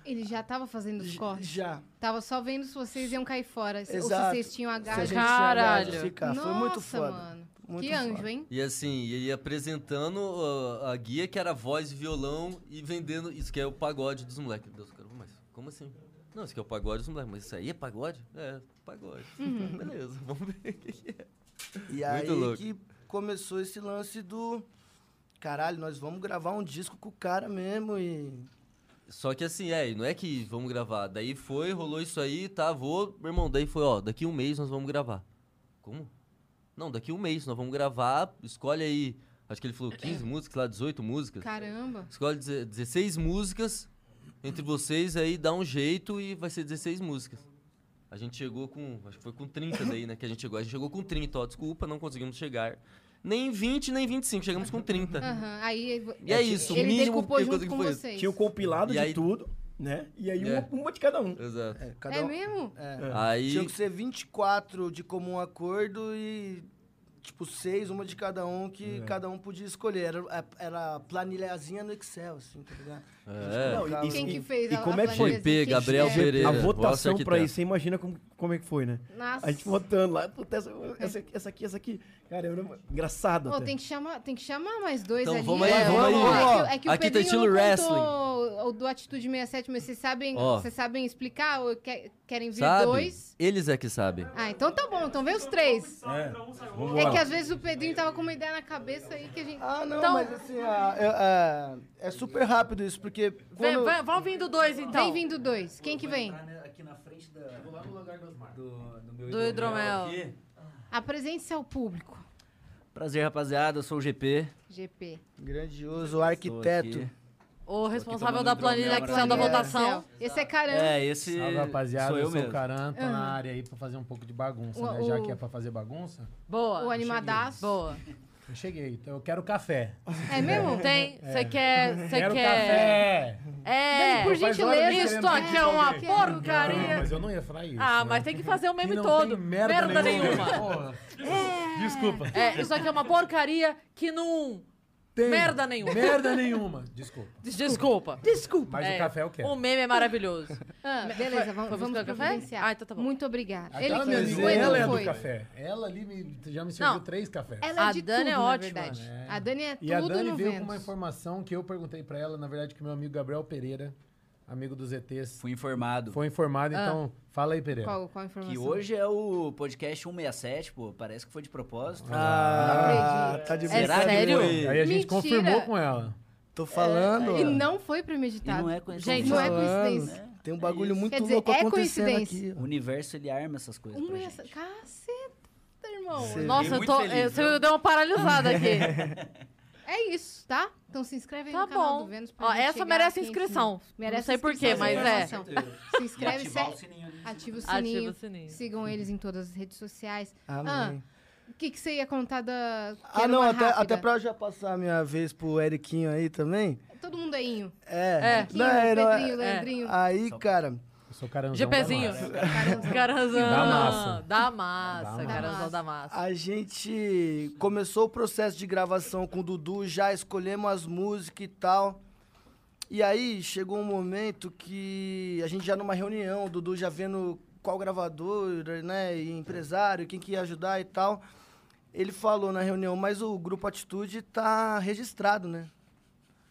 [SPEAKER 1] Ele já tava fazendo os cortes?
[SPEAKER 3] Já.
[SPEAKER 1] Tava só vendo se vocês iam cair fora. se- Ou se
[SPEAKER 3] Exato.
[SPEAKER 1] vocês tinam a
[SPEAKER 3] Se a
[SPEAKER 1] garra.
[SPEAKER 3] gente
[SPEAKER 1] de-
[SPEAKER 3] tinha dado de
[SPEAKER 2] Caralho.
[SPEAKER 3] Ficar. Foi muito
[SPEAKER 1] Nossa,
[SPEAKER 3] foda.
[SPEAKER 1] mano.
[SPEAKER 3] muito
[SPEAKER 1] que anjo,
[SPEAKER 3] foda.
[SPEAKER 1] hein?
[SPEAKER 5] E assim, e aí apresentando ó, a guia que era voz e violão e vendendo. Isso que é o pagode dos moleques. Meu Deus, cara, mas como assim? Não, isso que é o pagode dos moleques. Mas isso aí é pagode? É, pagode.
[SPEAKER 1] Uhum.
[SPEAKER 5] Beleza, <laughs> vamos ver o que que é.
[SPEAKER 3] E aí
[SPEAKER 5] Muito louco.
[SPEAKER 3] que começou esse lance do. Caralho, nós vamos gravar um disco com o cara mesmo e.
[SPEAKER 5] Só que assim, é, e não é que vamos gravar. Daí foi, rolou isso aí, tá, vou. Meu irmão, daí foi, ó, daqui um mês nós vamos gravar. Como? Não, daqui um mês nós vamos gravar, escolhe aí. Acho que ele falou
[SPEAKER 1] <coughs>
[SPEAKER 5] 15 músicas, lá 18 músicas.
[SPEAKER 1] Caramba.
[SPEAKER 5] Escolhe deze- 16 músicas entre vocês aí, dá um jeito e vai ser 16 músicas. A gente chegou com, acho que foi com 30 daí, né, que a gente chegou. A gente chegou com 30, ó, desculpa, não conseguimos chegar. Nem 20, nem 25, chegamos com 30.
[SPEAKER 1] Aham, Aí ele-
[SPEAKER 5] E é isso, o
[SPEAKER 1] ele
[SPEAKER 5] mínimo
[SPEAKER 1] decupou
[SPEAKER 5] que eu
[SPEAKER 1] junto
[SPEAKER 5] consegui
[SPEAKER 1] com
[SPEAKER 5] foi isso.
[SPEAKER 1] vocês. É
[SPEAKER 4] Tinha o compilado
[SPEAKER 5] E
[SPEAKER 4] de
[SPEAKER 5] aí-
[SPEAKER 4] tudo, né? E aí
[SPEAKER 5] É.
[SPEAKER 4] uma, uma de cada um.
[SPEAKER 5] Exato.
[SPEAKER 3] É, cada
[SPEAKER 1] É
[SPEAKER 3] um-
[SPEAKER 1] mesmo?
[SPEAKER 3] É.
[SPEAKER 5] Aí
[SPEAKER 3] Tinha que ser 24 de comum acordo e. Tipo, seis, uma de cada um, que
[SPEAKER 4] É.
[SPEAKER 3] cada um podia escolher. Era, é, era planilhazinha no Excel, assim, tá ligado?
[SPEAKER 5] É.
[SPEAKER 3] Não, e-
[SPEAKER 1] Quem
[SPEAKER 4] E-
[SPEAKER 1] que fez
[SPEAKER 4] e
[SPEAKER 1] a,
[SPEAKER 4] como
[SPEAKER 1] a
[SPEAKER 4] é que foi?
[SPEAKER 1] planilha?
[SPEAKER 5] GP,
[SPEAKER 1] Quem
[SPEAKER 5] Gabriel
[SPEAKER 1] que é?
[SPEAKER 5] Pereira. tá.
[SPEAKER 4] A
[SPEAKER 5] Nossa,
[SPEAKER 4] votação pra
[SPEAKER 5] arquiteto.
[SPEAKER 4] isso, você imagina como, como é que foi, né?
[SPEAKER 1] Nossa.
[SPEAKER 4] A gente votando Então, lá, puta,
[SPEAKER 1] É.
[SPEAKER 4] essa, essa, aqui, essa aqui, essa aqui. Cara, eu não- engraçado
[SPEAKER 1] Ó,
[SPEAKER 4] até.
[SPEAKER 1] tem que chamar, tem que chamar mais dois
[SPEAKER 5] Então,
[SPEAKER 1] ali.
[SPEAKER 5] vamos aí,
[SPEAKER 1] É,
[SPEAKER 5] vamos aí.
[SPEAKER 1] É que, é que o
[SPEAKER 5] Aqui tá
[SPEAKER 1] Pedrinho
[SPEAKER 5] estilo
[SPEAKER 1] não
[SPEAKER 5] wrestling.
[SPEAKER 1] contou o do Atitude 67, mas vocês sabem,
[SPEAKER 5] Ó.
[SPEAKER 1] vocês sabem explicar? Ou que- querem
[SPEAKER 4] um
[SPEAKER 1] vir
[SPEAKER 5] Sabe?
[SPEAKER 1] dois?
[SPEAKER 5] Eles é que sabem.
[SPEAKER 1] Ah, então tá bom, então vem os três.
[SPEAKER 4] É, vamos
[SPEAKER 1] É que
[SPEAKER 4] lá.
[SPEAKER 1] às vezes o Pedrinho tava com uma ideia na cabeça aí que a gente...
[SPEAKER 3] Ah, não,
[SPEAKER 2] Então-
[SPEAKER 3] mas assim, ah, é, é- é super rápido isso, porque quando...
[SPEAKER 2] Vem, vem- vão vindo dois, então.
[SPEAKER 1] Vem vindo dois. Quem que vem?
[SPEAKER 7] Aqui na frente da. Vou lá no lugar do Osmar. Do, meu
[SPEAKER 2] Do hidromel.
[SPEAKER 7] aqui.
[SPEAKER 1] Apresente-se ao é público.
[SPEAKER 7] Prazer, rapaziada. Eu sou o GP.
[SPEAKER 1] GP.
[SPEAKER 3] Grandioso
[SPEAKER 7] Tô
[SPEAKER 3] arquiteto.
[SPEAKER 7] aqui.
[SPEAKER 2] O responsável
[SPEAKER 7] tomando
[SPEAKER 2] da
[SPEAKER 1] um
[SPEAKER 7] hidromel
[SPEAKER 2] planilha
[SPEAKER 7] agora.
[SPEAKER 2] Excel da
[SPEAKER 1] Planilha
[SPEAKER 2] votação.
[SPEAKER 1] Excel. Esse é caramba. Ah.
[SPEAKER 7] É, esse.
[SPEAKER 9] Salve, rapaziada.
[SPEAKER 7] Sou eu
[SPEAKER 9] sou
[SPEAKER 7] mesmo.
[SPEAKER 9] o Carampa na área aí pra fazer um pouco de bagunça,
[SPEAKER 1] O-
[SPEAKER 9] né? Já
[SPEAKER 1] o-
[SPEAKER 9] que é pra fazer bagunça,
[SPEAKER 2] Boa.
[SPEAKER 1] O animadaço.
[SPEAKER 2] Boa.
[SPEAKER 9] eu cheguei. Então eu quero café.
[SPEAKER 1] É mesmo?
[SPEAKER 9] <laughs>
[SPEAKER 2] Tem. Você quer. Você
[SPEAKER 9] quero
[SPEAKER 2] quer.
[SPEAKER 9] café!
[SPEAKER 2] É.
[SPEAKER 1] Dani, por
[SPEAKER 9] Faz
[SPEAKER 1] gentileza.
[SPEAKER 9] horas que
[SPEAKER 2] Isso
[SPEAKER 9] queremos
[SPEAKER 2] aqui
[SPEAKER 9] isso
[SPEAKER 2] é uma
[SPEAKER 9] alguém. Não,
[SPEAKER 2] porcaria.
[SPEAKER 9] mas eu não ia falar isso.
[SPEAKER 2] Ah,
[SPEAKER 9] né?
[SPEAKER 2] mas tem que fazer o meme
[SPEAKER 9] não
[SPEAKER 2] todo.
[SPEAKER 9] tem merda,
[SPEAKER 2] nenhuma.
[SPEAKER 9] Porra. Desculpa.
[SPEAKER 2] É, isso aqui é uma porcaria que não.
[SPEAKER 9] Tem
[SPEAKER 2] Merda
[SPEAKER 1] é
[SPEAKER 2] nenhuma.
[SPEAKER 9] Merda nenhuma. Desculpa.
[SPEAKER 2] Desculpa. Desculpa.
[SPEAKER 9] Mas o café eu quero.
[SPEAKER 2] O meme é maravilhoso.
[SPEAKER 1] Ah, beleza, vamos,
[SPEAKER 2] foi
[SPEAKER 1] vamos
[SPEAKER 2] buscar o café?
[SPEAKER 1] providenciar.
[SPEAKER 2] Ah, então tá bom.
[SPEAKER 1] Muito obrigada. Ele
[SPEAKER 9] Aquela
[SPEAKER 1] que
[SPEAKER 9] minha
[SPEAKER 1] indicou,
[SPEAKER 9] amiga,
[SPEAKER 1] ele
[SPEAKER 9] ela
[SPEAKER 1] não
[SPEAKER 9] é do
[SPEAKER 1] foi.
[SPEAKER 9] café. Ela ali me- já me serviu
[SPEAKER 2] Não.
[SPEAKER 9] três cafés.
[SPEAKER 1] Ela é
[SPEAKER 2] A
[SPEAKER 1] de
[SPEAKER 2] Dani
[SPEAKER 1] tudo,
[SPEAKER 2] é
[SPEAKER 1] na
[SPEAKER 2] ótima.
[SPEAKER 1] verdade.
[SPEAKER 9] É.
[SPEAKER 1] A Dani é
[SPEAKER 9] E a
[SPEAKER 1] tudo
[SPEAKER 9] Dani
[SPEAKER 1] no
[SPEAKER 9] veio com
[SPEAKER 1] Vênus.
[SPEAKER 9] uma informação que eu perguntei pra ela, na verdade, que meu amigo Gabriel Pereira, amigo dos ETs,
[SPEAKER 7] Fui informado.
[SPEAKER 9] foi informado, então fala aí, Pereira.
[SPEAKER 1] Ah. Qual, qual a informação?
[SPEAKER 7] Que hoje é o podcast 167, pô. Parece que foi de propósito.
[SPEAKER 3] Ah,
[SPEAKER 1] acredito.
[SPEAKER 3] tá de
[SPEAKER 2] É
[SPEAKER 3] brincadeira.
[SPEAKER 2] sério?
[SPEAKER 9] Aí a
[SPEAKER 1] Mentira. É,
[SPEAKER 9] gente confirmou com ela.
[SPEAKER 3] Tô falando.
[SPEAKER 1] E
[SPEAKER 3] ó.
[SPEAKER 1] não foi
[SPEAKER 7] E
[SPEAKER 1] premeditado.
[SPEAKER 7] não é coincidência.
[SPEAKER 1] Gente, não é
[SPEAKER 3] Falando.
[SPEAKER 1] coincidência.
[SPEAKER 3] Tem um bagulho muito
[SPEAKER 1] Quer dizer,
[SPEAKER 3] louco
[SPEAKER 1] é
[SPEAKER 3] acontecendo
[SPEAKER 1] coincidência.
[SPEAKER 3] aqui.
[SPEAKER 7] O universo, ele arma essas
[SPEAKER 1] <laughs>
[SPEAKER 7] coisas
[SPEAKER 1] Um
[SPEAKER 7] pra
[SPEAKER 1] é essa...
[SPEAKER 7] gente.
[SPEAKER 1] Caceta, irmão.
[SPEAKER 3] Cê-
[SPEAKER 2] Nossa, eu
[SPEAKER 7] muito
[SPEAKER 2] tô.
[SPEAKER 7] feliz,
[SPEAKER 2] eu-
[SPEAKER 7] viu?
[SPEAKER 2] Você deu uma paralisada aqui.
[SPEAKER 1] É isso, tá? Então se inscreve aí
[SPEAKER 2] Tá
[SPEAKER 1] no canal
[SPEAKER 2] bom.
[SPEAKER 1] do Vênus. pra
[SPEAKER 2] Ó,
[SPEAKER 1] gente
[SPEAKER 2] essa
[SPEAKER 1] chegar
[SPEAKER 2] merece
[SPEAKER 1] aqui em
[SPEAKER 2] inscrição.
[SPEAKER 1] cima.
[SPEAKER 2] Não
[SPEAKER 1] Merece
[SPEAKER 2] sei por quê,
[SPEAKER 1] inscrição,
[SPEAKER 2] mas
[SPEAKER 1] essa
[SPEAKER 2] é.
[SPEAKER 1] informação. Se inscreve,
[SPEAKER 7] ativar o
[SPEAKER 1] se-
[SPEAKER 7] sininho ali.
[SPEAKER 1] ativa o
[SPEAKER 2] Ativa
[SPEAKER 1] sininho.
[SPEAKER 2] o sininho.
[SPEAKER 1] Sigam eles em todas as redes sociais. Ah,
[SPEAKER 3] Amém.
[SPEAKER 1] O que, que você ia contar da. que
[SPEAKER 3] Ah,
[SPEAKER 1] era
[SPEAKER 3] não,
[SPEAKER 1] uma
[SPEAKER 3] até,
[SPEAKER 1] rápida?
[SPEAKER 3] até pra eu já passar a minha vez pro Eriquinho aí também.
[SPEAKER 1] Todo mundo é Inho.
[SPEAKER 3] É.
[SPEAKER 1] Quinho, Pedrinho, Leandrinho.
[SPEAKER 3] Aí, cara,
[SPEAKER 9] Eu sou caranzão.
[SPEAKER 2] GPzinho.
[SPEAKER 9] da massa.
[SPEAKER 2] Caranzão.
[SPEAKER 9] Da um
[SPEAKER 2] <laughs>
[SPEAKER 9] massa.
[SPEAKER 2] Da massa.
[SPEAKER 9] Da
[SPEAKER 2] Caranzão
[SPEAKER 1] massa.
[SPEAKER 2] da massa.
[SPEAKER 3] a gente começou o processo de gravação com o Dudu, já escolhemos as músicas e tal. E aí chegou um momento que a gente já numa reunião, o Dudu já vendo qual gravador, né, e empresário, quem que ia ajudar e tal. Ele falou na reunião, mas o grupo Atitude tá registrado, né?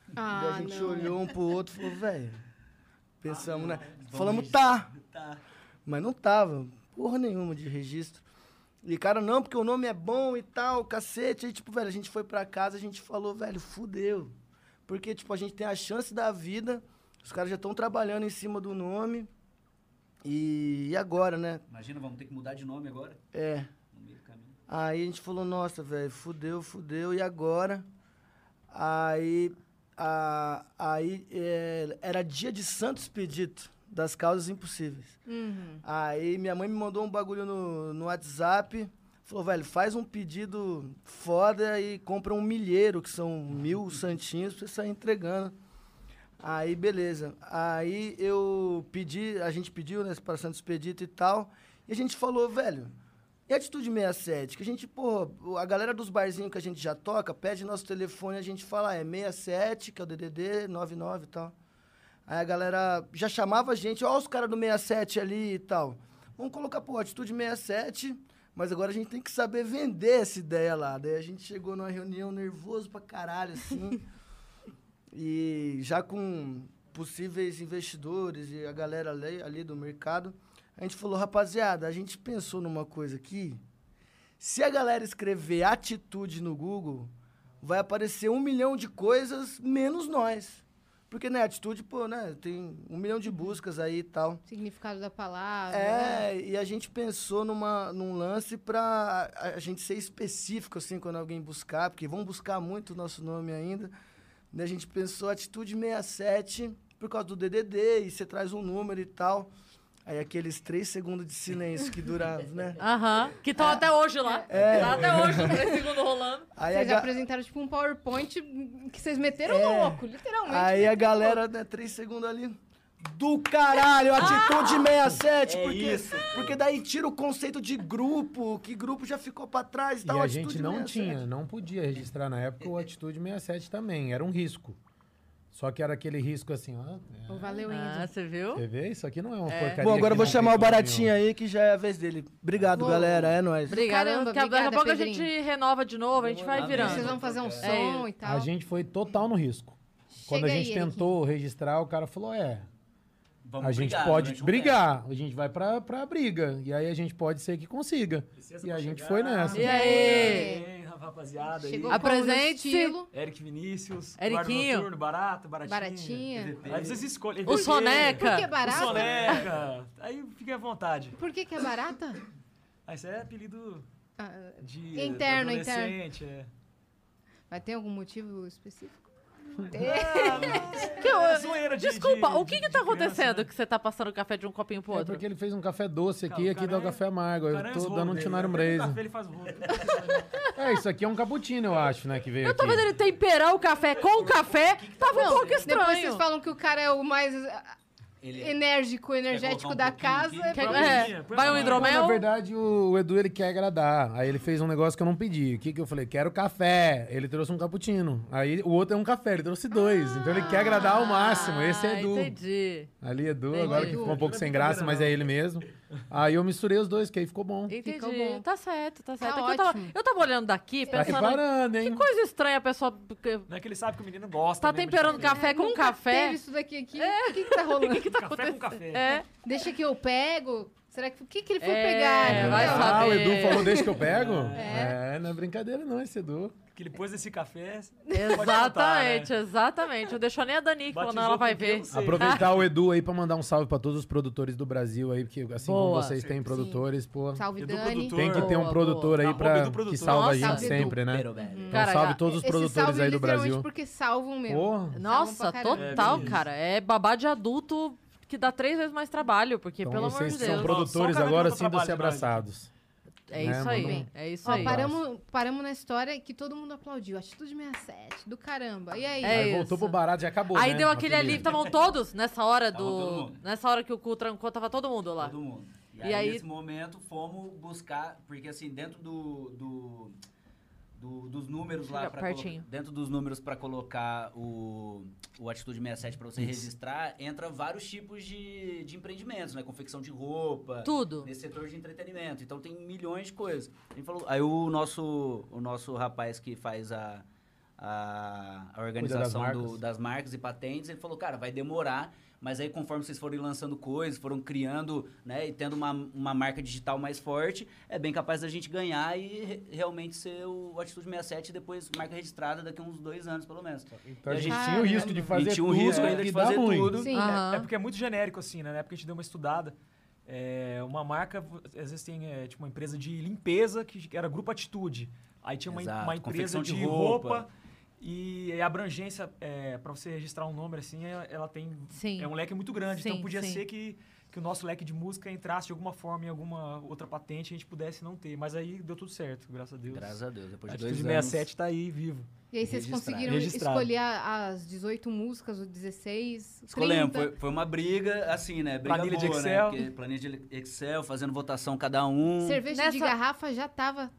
[SPEAKER 3] Daí
[SPEAKER 1] Ah,
[SPEAKER 3] a gente
[SPEAKER 1] não.
[SPEAKER 3] olhou um pro outro e falou, velho. Pensamos, né? Falamos, tá. Mas não tava. Porra nenhuma de registro. E, cara, não, porque o nome é bom e tal, cacete. Aí, tipo, velho, a gente foi pra casa, a gente falou, velho, fudeu. Porque, tipo, a gente tem a chance da vida, os caras já estão trabalhando em cima do nome. E, e agora, né?
[SPEAKER 7] <laughs> Imagina, vamos ter que mudar de nome agora.
[SPEAKER 3] É.
[SPEAKER 7] No meio do caminho.
[SPEAKER 3] Aí a gente falou, nossa, velho, fudeu, fudeu, e agora? Aí, a- aí é, era dia de santo expedito, das causas impossíveis. Uhum. Aí minha mãe me mandou um bagulho no, no WhatsApp, falou, velho, faz um pedido foda e compra um milheiro, que são mil santinhos, pra você sair entregando. Aí, beleza. Aí eu pedi, a gente pediu, né, para Santos Pedito e tal. E a gente falou, velho, e a Atitude 67? Que a gente, pô, a galera dos barzinhos que a gente já toca, pede nosso telefone e a gente fala, ah, é 67, que é o DDD, 99 e tal. Aí a galera já chamava a gente, ó, os caras do 67 ali e tal. Vamos colocar, pô, Atitude 67, Mas agora a gente tem que saber vender essa ideia lá. Daí a gente chegou numa reunião nervoso pra caralho, assim. e já com possíveis investidores e a galera ali, ali do mercado, a gente falou, rapaziada, a gente pensou numa coisa aqui. Se a galera escrever atitude no Google, vai aparecer um milhão de coisas menos nós. Porque, né, atitude, pô, né, tem um milhão de buscas aí e tal.
[SPEAKER 1] Significado da palavra. né?
[SPEAKER 3] É, e a gente pensou numa, num lance pra a, a gente ser específico, assim, quando alguém buscar, porque vão buscar muito o nosso nome ainda. Né, a gente pensou Atitude 67 por causa do DDD, e você traz um número e tal. Aí aqueles três segundos de silêncio que duravam,
[SPEAKER 2] <laughs>
[SPEAKER 3] né?
[SPEAKER 2] Aham. Que
[SPEAKER 9] É.
[SPEAKER 2] estão até hoje lá. Tá até hoje, três segundos rolando.
[SPEAKER 3] Aí a
[SPEAKER 1] Vocês
[SPEAKER 3] ga-
[SPEAKER 1] apresentaram tipo um PowerPoint que vocês meteram
[SPEAKER 3] É.
[SPEAKER 1] louco, literalmente.
[SPEAKER 3] Aí a galera, né, três segundos ali. Do caralho, atitude 67,
[SPEAKER 5] É
[SPEAKER 3] porque,
[SPEAKER 5] isso,
[SPEAKER 3] porque daí tira o conceito de grupo, que grupo já ficou pra trás e tal.
[SPEAKER 9] e a
[SPEAKER 3] tá atitude
[SPEAKER 9] gente não
[SPEAKER 3] 67.
[SPEAKER 9] tinha, não podia registrar na época o Atitude 67 também, era um risco. Só que era aquele risco assim, ó.
[SPEAKER 1] Pô, valeu,
[SPEAKER 2] Ah,
[SPEAKER 1] Enzo.
[SPEAKER 2] você viu?
[SPEAKER 9] Quer ver? Isso aqui não é uma porcaria.
[SPEAKER 3] Bom, agora eu
[SPEAKER 9] que
[SPEAKER 3] vou
[SPEAKER 9] não
[SPEAKER 3] chamar o
[SPEAKER 9] tem problema
[SPEAKER 3] Baratinho aí, que já é a vez dele. Obrigado,
[SPEAKER 1] Boa.
[SPEAKER 3] galera, é nóis.
[SPEAKER 2] Obrigada.
[SPEAKER 1] Caramba,
[SPEAKER 2] daqui a- daqui a
[SPEAKER 1] obrigada,
[SPEAKER 2] pouco a
[SPEAKER 1] Pedrinho.
[SPEAKER 2] gente renova de novo, a gente vai
[SPEAKER 5] Amém.
[SPEAKER 2] virando.
[SPEAKER 1] Vocês vão fazer um
[SPEAKER 2] É.
[SPEAKER 1] som e
[SPEAKER 9] nenhum. A
[SPEAKER 1] tal.
[SPEAKER 9] gente foi total no risco.
[SPEAKER 1] Chega
[SPEAKER 9] Quando a
[SPEAKER 1] aí,
[SPEAKER 9] gente
[SPEAKER 1] Eriquinho.
[SPEAKER 9] tentou registrar, o cara falou: é,
[SPEAKER 5] Vamos
[SPEAKER 9] a gente
[SPEAKER 5] brigar
[SPEAKER 9] pode
[SPEAKER 5] durante um
[SPEAKER 9] brigar, a gente vai pra, pra briga. E aí a gente pode ser que consiga.
[SPEAKER 10] Licença
[SPEAKER 9] e a
[SPEAKER 10] pra
[SPEAKER 9] gente
[SPEAKER 10] chegar.
[SPEAKER 9] foi nessa.
[SPEAKER 2] E aí?
[SPEAKER 10] Ah, Bem, rapaziada. aí.
[SPEAKER 1] Chegou
[SPEAKER 2] Apresente.
[SPEAKER 1] Apresente. estilo.
[SPEAKER 10] Eric Vinícius.
[SPEAKER 2] Eriquinho.
[SPEAKER 10] guarda noturno, barato, baratinho.
[SPEAKER 1] Baratinha.
[SPEAKER 10] Aí vocês escolhem.
[SPEAKER 2] O Soneca.
[SPEAKER 1] Por que
[SPEAKER 10] O
[SPEAKER 1] barato?
[SPEAKER 10] Soneca. Aí fiquem à vontade.
[SPEAKER 1] Por que, que é barata?
[SPEAKER 10] Aí isso é apelido
[SPEAKER 1] Ah,
[SPEAKER 10] de
[SPEAKER 1] Interno,
[SPEAKER 10] adolescente. É.
[SPEAKER 1] Mas tem algum motivo específico?
[SPEAKER 2] Que
[SPEAKER 9] tá
[SPEAKER 2] eu-
[SPEAKER 10] É zoeira de-
[SPEAKER 2] Desculpa,
[SPEAKER 10] de-
[SPEAKER 2] o que
[SPEAKER 10] de-
[SPEAKER 2] que tá
[SPEAKER 10] de criança,
[SPEAKER 2] acontecendo
[SPEAKER 10] né?
[SPEAKER 2] que você tá passando o café de um copinho pro
[SPEAKER 9] É
[SPEAKER 2] outro?
[SPEAKER 9] porque ele fez um café doce aqui,
[SPEAKER 10] Cara, o
[SPEAKER 9] aqui
[SPEAKER 10] cara
[SPEAKER 9] dá um
[SPEAKER 10] é-
[SPEAKER 9] café amargo. Eu
[SPEAKER 10] Caranhas
[SPEAKER 9] tô
[SPEAKER 10] roubam
[SPEAKER 9] dando um
[SPEAKER 10] dele,
[SPEAKER 9] Tinário
[SPEAKER 10] né?
[SPEAKER 9] Braise.
[SPEAKER 10] Ele faz roupa.
[SPEAKER 9] É, isso aqui é um cappuccino, eu acho, né? Que veio
[SPEAKER 2] Eu tô
[SPEAKER 9] aqui.
[SPEAKER 2] vendo ele temperar o café com o café,
[SPEAKER 1] tá
[SPEAKER 2] tava um pouco
[SPEAKER 1] Depois vocês
[SPEAKER 2] estranho.
[SPEAKER 1] falam que o cara é o mais ah,
[SPEAKER 5] Ele é-
[SPEAKER 1] enérgico, energético da
[SPEAKER 5] colocar um
[SPEAKER 1] casa.
[SPEAKER 5] pouquinho aqui?
[SPEAKER 1] é
[SPEAKER 2] Quer-
[SPEAKER 1] pra-
[SPEAKER 2] é, vai um
[SPEAKER 9] Mas, na
[SPEAKER 2] hidromel?
[SPEAKER 9] verdade, o, o Edu, ele quer agradar. Aí ele fez um negócio que eu não pedi. O que que eu falei? Quero café. Ele trouxe um cappuccino. Aí o outro é um café, ele trouxe dois. então ele quer agradar ao máximo. Esse é
[SPEAKER 2] Ah,
[SPEAKER 9] Edu.
[SPEAKER 2] Entendi.
[SPEAKER 9] Ali, Edu,
[SPEAKER 1] Entendi.
[SPEAKER 9] agora que ficou um pouco sem graça, mas é ele mesmo. Aí eu misturei os dois, que aí ficou bom.
[SPEAKER 2] Entendi.
[SPEAKER 1] Ficou bom.
[SPEAKER 2] Tá certo, tá certo.
[SPEAKER 1] Tá
[SPEAKER 2] É que eu, tava,
[SPEAKER 1] ótimo.
[SPEAKER 2] eu tava olhando daqui
[SPEAKER 9] Tá
[SPEAKER 2] pensando.
[SPEAKER 9] reparando, hein?
[SPEAKER 2] Que coisa estranha a pessoa que-
[SPEAKER 10] Não é que ele sabe que o menino gosta.
[SPEAKER 2] tá
[SPEAKER 10] mesmo de
[SPEAKER 2] temperando
[SPEAKER 10] café.
[SPEAKER 2] café com
[SPEAKER 1] É, Nunca
[SPEAKER 2] café.
[SPEAKER 1] Teve isso daqui aqui. O que, que tá
[SPEAKER 2] <laughs>
[SPEAKER 1] rolando?
[SPEAKER 10] Café com café.
[SPEAKER 2] É,
[SPEAKER 1] Deixa que eu pego. Será que o que, que ele foi
[SPEAKER 2] É,
[SPEAKER 1] pegar? entendeu?
[SPEAKER 2] vai
[SPEAKER 9] ah,
[SPEAKER 2] saber.
[SPEAKER 9] o Edu falou, deixa que eu pego?
[SPEAKER 1] É.
[SPEAKER 9] É, não é brincadeira não esse Edu.
[SPEAKER 10] Que depois desse café. né?
[SPEAKER 2] exatamente, exatamente. Não deixou nem a Dani que falou, não, ela vai ver.
[SPEAKER 9] Aproveitar o Edu aí pra mandar um salve pra todos os produtores do Brasil aí, porque assim
[SPEAKER 2] Boa.
[SPEAKER 9] como vocês têm produtores, pô...
[SPEAKER 1] Salve,
[SPEAKER 10] Edu
[SPEAKER 1] Dani.
[SPEAKER 10] produtor.
[SPEAKER 9] Tem que ter um
[SPEAKER 2] Boa,
[SPEAKER 9] produtor
[SPEAKER 10] boa.
[SPEAKER 9] aí pra,
[SPEAKER 10] Arroba Edu
[SPEAKER 9] que
[SPEAKER 10] produtor.
[SPEAKER 9] salva a gente
[SPEAKER 1] Nossa, Edu
[SPEAKER 9] sempre, né?
[SPEAKER 7] Perobelli.
[SPEAKER 9] Então
[SPEAKER 2] Cara,
[SPEAKER 9] salve
[SPEAKER 2] já-
[SPEAKER 9] todos os
[SPEAKER 1] Esse
[SPEAKER 9] produtores
[SPEAKER 1] salve
[SPEAKER 9] aí do
[SPEAKER 1] literalmente
[SPEAKER 9] Brasil.
[SPEAKER 1] porque salvam mesmo.
[SPEAKER 9] Porra.
[SPEAKER 2] Nossa,
[SPEAKER 1] Salvam pra
[SPEAKER 2] total,
[SPEAKER 10] caramba.
[SPEAKER 2] cara. É babá de adulto que dá três vezes mais trabalho, porque,
[SPEAKER 9] Então
[SPEAKER 2] pelo amor
[SPEAKER 9] vocês
[SPEAKER 2] de
[SPEAKER 9] que
[SPEAKER 2] Deus.
[SPEAKER 9] são
[SPEAKER 10] Não,
[SPEAKER 9] produtores
[SPEAKER 10] só o cara que
[SPEAKER 9] agora,
[SPEAKER 10] não tá
[SPEAKER 5] né,
[SPEAKER 9] sintam-se
[SPEAKER 10] trabalhando.
[SPEAKER 9] abraçados.
[SPEAKER 2] É
[SPEAKER 9] né,
[SPEAKER 2] isso aí,
[SPEAKER 9] mano?
[SPEAKER 2] é isso
[SPEAKER 1] Ó,
[SPEAKER 2] aí.
[SPEAKER 1] paramos, paramos na história que todo mundo aplaudiu. Atitude 67, do caramba. E aí?
[SPEAKER 2] É
[SPEAKER 9] aí
[SPEAKER 2] isso.
[SPEAKER 9] voltou pro barato, já acabou,
[SPEAKER 2] Aí
[SPEAKER 9] né?
[SPEAKER 2] deu aquele
[SPEAKER 9] Apelido.
[SPEAKER 2] ali,
[SPEAKER 1] tá
[SPEAKER 2] estavam todos nessa hora
[SPEAKER 5] Tava todo
[SPEAKER 2] do.
[SPEAKER 5] mundo.
[SPEAKER 2] Nessa hora que o cu trancou, tava todo mundo lá.
[SPEAKER 5] Todo mundo. E,
[SPEAKER 2] E
[SPEAKER 5] aí,
[SPEAKER 2] aí-
[SPEAKER 5] nesse momento, fomos buscar, porque assim, dentro do. do- do- dos números lá
[SPEAKER 2] Chega
[SPEAKER 5] pra
[SPEAKER 2] pertinho.
[SPEAKER 5] colo- dentro dos números para colocar o, o atitude 67 para você registrar entra vários tipos de, de empreendimentos né confecção de roupa
[SPEAKER 2] Tudo.
[SPEAKER 5] nesse setor de entretenimento. Então tem milhões de coisas. Ele falou, aí o nosso, o nosso rapaz que faz a, a, a organização
[SPEAKER 9] das
[SPEAKER 5] do-
[SPEAKER 9] marcas.
[SPEAKER 5] das marcas e patentes, ele falou, cara, vai demorar, mas aí conforme vocês forem lançando coisas, foram criando, né, e tendo uma, uma marca digital mais forte, é bem capaz da gente ganhar e re- realmente ser o Atitude 67 e depois marca registrada daqui a uns dois anos, pelo menos.
[SPEAKER 9] Então a
[SPEAKER 5] E
[SPEAKER 9] gente
[SPEAKER 1] gente-
[SPEAKER 9] tinha o risco de fazer
[SPEAKER 5] e tinha um
[SPEAKER 9] tudo
[SPEAKER 5] risco ainda de
[SPEAKER 9] e dá
[SPEAKER 5] fazer
[SPEAKER 9] ruim.
[SPEAKER 5] tudo.
[SPEAKER 1] Sim.
[SPEAKER 2] Aham.
[SPEAKER 10] É porque é muito genérico, assim, né? Na época a gente deu uma estudada. É, uma marca, às vezes tem é, tipo, uma empresa de limpeza que era Grupo Atitude. Aí tinha uma,
[SPEAKER 5] Exato,
[SPEAKER 10] uma empresa
[SPEAKER 5] confecção
[SPEAKER 10] de,
[SPEAKER 5] de
[SPEAKER 10] roupa.
[SPEAKER 5] roupa.
[SPEAKER 10] E a abrangência, é, para você registrar um número assim, é- ela tem.
[SPEAKER 2] Sim.
[SPEAKER 10] É um leque muito grande.
[SPEAKER 2] Sim,
[SPEAKER 10] então podia
[SPEAKER 2] sim.
[SPEAKER 10] ser que, que o nosso leque de música entrasse de alguma forma em alguma outra patente e a gente pudesse não ter. Mas aí deu tudo certo, graças a Deus.
[SPEAKER 5] Graças a Deus, depois de
[SPEAKER 10] Atitude
[SPEAKER 5] dois
[SPEAKER 10] 67
[SPEAKER 5] anos.
[SPEAKER 10] tá aí, vivo.
[SPEAKER 1] E aí vocês
[SPEAKER 5] Registrado.
[SPEAKER 1] conseguiram
[SPEAKER 10] Registrado.
[SPEAKER 1] escolher a- as 18 músicas, ou 16,
[SPEAKER 7] é?
[SPEAKER 5] Escolhemos,
[SPEAKER 1] 30?
[SPEAKER 5] foi, foi uma briga, assim, né? Briga
[SPEAKER 10] Planilha de
[SPEAKER 5] boa, né?
[SPEAKER 10] Excel.
[SPEAKER 5] Porque Planilha de Excel, fazendo votação cada um.
[SPEAKER 1] Cerveja
[SPEAKER 2] Nessa-
[SPEAKER 1] de garrafa já tava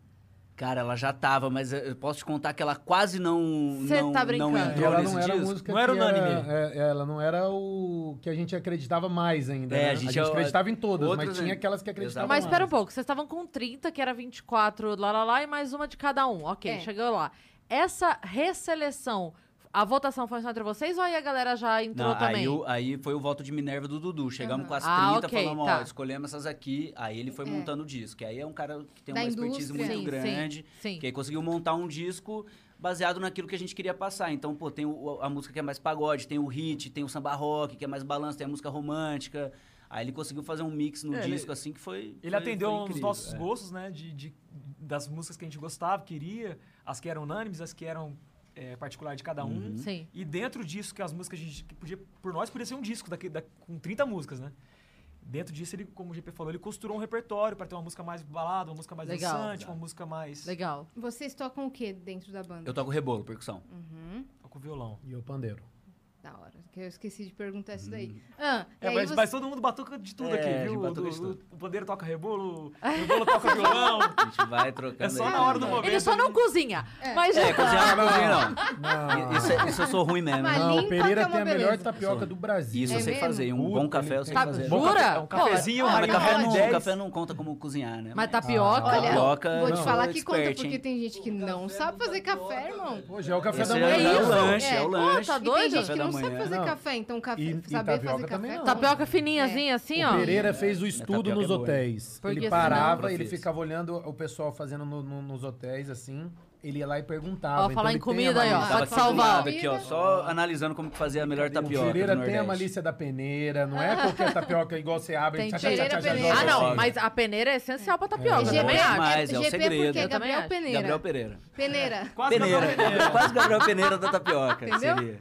[SPEAKER 7] Cara, ela já tava, mas eu posso te contar que ela quase não.
[SPEAKER 2] Cê
[SPEAKER 7] não,
[SPEAKER 2] tá brincando.
[SPEAKER 7] Não
[SPEAKER 9] E
[SPEAKER 7] entrou
[SPEAKER 9] ela
[SPEAKER 7] nesse
[SPEAKER 9] não era a
[SPEAKER 7] disco.
[SPEAKER 9] música
[SPEAKER 10] Não era
[SPEAKER 9] que
[SPEAKER 10] unânime.
[SPEAKER 9] é, ela não era o que a gente acreditava mais ainda.
[SPEAKER 7] É,
[SPEAKER 9] né?
[SPEAKER 7] a
[SPEAKER 9] a,
[SPEAKER 7] gente
[SPEAKER 9] gente,
[SPEAKER 7] é o-
[SPEAKER 9] acreditava em todas,
[SPEAKER 7] outras,
[SPEAKER 9] mas tinha
[SPEAKER 7] né?
[SPEAKER 9] aquelas que acreditavam
[SPEAKER 2] Mas
[SPEAKER 9] mais.
[SPEAKER 2] espera um pouco, vocês estavam com 30, que era 24, lá, lá, lá, e mais uma de cada um. Ok,
[SPEAKER 1] É.
[SPEAKER 2] chegou lá. Essa reseleção, a votação foi só entre vocês ou aí a galera já entrou
[SPEAKER 7] Não,
[SPEAKER 2] também? <laughs>
[SPEAKER 7] aí, o- aí foi o voto de Minerva do Dudu. Chegamos com as 30,
[SPEAKER 2] Ah, ok,
[SPEAKER 7] falamos,
[SPEAKER 2] tá.
[SPEAKER 7] ó, escolhemos essas aqui. Aí ele foi montando o disco. Que aí é um cara que tem
[SPEAKER 1] Da
[SPEAKER 7] uma expertise
[SPEAKER 1] indústria.
[SPEAKER 7] muito
[SPEAKER 2] Sim,
[SPEAKER 7] grande.
[SPEAKER 2] sim, sim.
[SPEAKER 7] Que aí conseguiu montar um disco baseado naquilo que a gente queria passar. Então, pô, tem o- a música que é mais pagode, tem o hit, tem o samba rock, que é mais balanço, tem a música romântica. Aí ele conseguiu fazer um mix no
[SPEAKER 10] É, ele-
[SPEAKER 7] disco, assim, que foi.
[SPEAKER 10] Ele
[SPEAKER 7] foi-
[SPEAKER 10] atendeu
[SPEAKER 7] foi
[SPEAKER 10] os
[SPEAKER 7] incrível,
[SPEAKER 10] nossos
[SPEAKER 7] é.
[SPEAKER 10] gostos, né? De, de- das músicas que a gente gostava, queria, as que eram unânimes, as que eram é, particular de cada um.
[SPEAKER 7] Uhum.
[SPEAKER 2] Sim.
[SPEAKER 10] E dentro disso, que as músicas a gente. Que podia, por nós podia ser um disco daqui, da, com 30 músicas, né? Dentro disso, ele, como o GP falou, ele costurou um repertório para ter uma música mais balada, uma música mais
[SPEAKER 2] Legal.
[SPEAKER 10] dançante, uma música mais.
[SPEAKER 2] Legal.
[SPEAKER 1] Vocês tocam o que dentro da banda? Uhum.
[SPEAKER 7] Eu toco rebolo, percussão.
[SPEAKER 10] Com violão.
[SPEAKER 9] E o pandeiro.
[SPEAKER 1] Da hora, que eu esqueci de perguntar isso daí. Ah, e
[SPEAKER 10] É,
[SPEAKER 1] aí
[SPEAKER 10] mas,
[SPEAKER 1] você-
[SPEAKER 10] mas todo mundo batuca de tudo
[SPEAKER 7] É, a
[SPEAKER 10] aqui,
[SPEAKER 7] gente
[SPEAKER 10] viu?
[SPEAKER 7] batuca
[SPEAKER 10] Do-
[SPEAKER 7] de tudo.
[SPEAKER 10] O pandeiro toca rebolo, o rebolo toca violão.
[SPEAKER 7] <laughs> A gente vai trocando.
[SPEAKER 10] É só
[SPEAKER 7] aí,
[SPEAKER 10] na hora do
[SPEAKER 7] vai.
[SPEAKER 10] momento.
[SPEAKER 2] Ele só não cozinha, mas já... tá.
[SPEAKER 7] É, cozinhar não cozinha, não.
[SPEAKER 9] Não,
[SPEAKER 7] Isso, é- isso eu sou ruim mesmo.
[SPEAKER 1] Mas
[SPEAKER 9] não,
[SPEAKER 1] limpa
[SPEAKER 9] o Pereira
[SPEAKER 1] que é uma
[SPEAKER 9] tem a melhor
[SPEAKER 1] beleza.
[SPEAKER 9] tapioca do Brasil.
[SPEAKER 7] Isso eu
[SPEAKER 1] É
[SPEAKER 7] sei
[SPEAKER 1] mesmo?
[SPEAKER 7] fazer. Um bom
[SPEAKER 9] Puta,
[SPEAKER 7] café eu
[SPEAKER 9] ele tem
[SPEAKER 7] sei
[SPEAKER 2] Tá-
[SPEAKER 9] que fazer.
[SPEAKER 7] fazer.
[SPEAKER 10] Bom
[SPEAKER 2] Jura?
[SPEAKER 10] café- um
[SPEAKER 2] Pô,
[SPEAKER 10] cafezinho, um
[SPEAKER 7] Ah, mas
[SPEAKER 10] ralinho
[SPEAKER 7] café
[SPEAKER 10] de
[SPEAKER 7] não,
[SPEAKER 10] dez.
[SPEAKER 7] café não conta como cozinhar, né?
[SPEAKER 2] Mas tapioca...
[SPEAKER 7] Ah,
[SPEAKER 1] Olha,
[SPEAKER 7] Tapioca,
[SPEAKER 1] vou te
[SPEAKER 7] não,
[SPEAKER 1] falar
[SPEAKER 7] eu
[SPEAKER 1] que
[SPEAKER 7] sou expert,
[SPEAKER 1] conta, porque
[SPEAKER 7] hein?
[SPEAKER 1] tem gente que não sabe fazer café, irmão.
[SPEAKER 9] Hoje é o café
[SPEAKER 7] Esse
[SPEAKER 9] da
[SPEAKER 7] é-
[SPEAKER 9] manhã.
[SPEAKER 7] é o
[SPEAKER 9] né?
[SPEAKER 7] lanche, é, o
[SPEAKER 2] Pô,
[SPEAKER 7] lanche.
[SPEAKER 2] tá
[SPEAKER 1] E
[SPEAKER 2] doido?
[SPEAKER 1] tem gente
[SPEAKER 7] Café
[SPEAKER 1] que
[SPEAKER 7] da
[SPEAKER 1] não sabe
[SPEAKER 7] manhã.
[SPEAKER 1] fazer
[SPEAKER 9] Não.
[SPEAKER 1] café, então café,
[SPEAKER 9] E- e
[SPEAKER 1] saber fazer
[SPEAKER 9] tapioca também
[SPEAKER 1] café. é
[SPEAKER 9] não.
[SPEAKER 2] Tapioca fininhazinha, assim, ó.
[SPEAKER 9] O Pereira fez o estudo
[SPEAKER 7] tapioca é
[SPEAKER 9] nos
[SPEAKER 7] boa, hein?
[SPEAKER 9] hotéis.
[SPEAKER 2] Porque
[SPEAKER 9] ele
[SPEAKER 2] senão-
[SPEAKER 9] parava,
[SPEAKER 7] Prof,
[SPEAKER 9] ele
[SPEAKER 7] isso.
[SPEAKER 9] ficava olhando o pessoal fazendo no- no- nos hotéis, assim. Ele ia lá e perguntava.
[SPEAKER 2] Ó,
[SPEAKER 9] Então
[SPEAKER 2] falar em
[SPEAKER 9] ele tem a
[SPEAKER 2] comida aí, ó.
[SPEAKER 9] malícia
[SPEAKER 7] Tava
[SPEAKER 2] Pode
[SPEAKER 7] aqui
[SPEAKER 9] da
[SPEAKER 7] do
[SPEAKER 2] salvar.
[SPEAKER 7] lado aqui, ó, só analisando como que fazer a melhor tapioca
[SPEAKER 9] O Pereira
[SPEAKER 7] do
[SPEAKER 9] tem a
[SPEAKER 7] Nordeste.
[SPEAKER 9] malícia da peneira, não é qualquer tapioca igual você abre.
[SPEAKER 1] Tem
[SPEAKER 9] tchá, tchá, tchá,
[SPEAKER 1] Pereira,
[SPEAKER 9] tchá, tchá,
[SPEAKER 1] Pereira.
[SPEAKER 9] joga
[SPEAKER 2] Ah,
[SPEAKER 9] fora.
[SPEAKER 2] não, mas a peneira é essencial pra tapioca,
[SPEAKER 9] É.
[SPEAKER 2] eu
[SPEAKER 1] GP,
[SPEAKER 2] também
[SPEAKER 7] É
[SPEAKER 2] acho.
[SPEAKER 7] demais, é o
[SPEAKER 1] GP
[SPEAKER 7] segredo.
[SPEAKER 1] porque é
[SPEAKER 2] também
[SPEAKER 7] Eu
[SPEAKER 1] Gabriel
[SPEAKER 2] acho.
[SPEAKER 1] Peneira.
[SPEAKER 7] Gabriel Pereira.
[SPEAKER 1] Peneira.
[SPEAKER 10] Quase que eu
[SPEAKER 7] Peneira.
[SPEAKER 10] falei.
[SPEAKER 7] <laughs> Quase Gabriel Peneira da tapioca.
[SPEAKER 1] Entendeu?
[SPEAKER 7] Seria.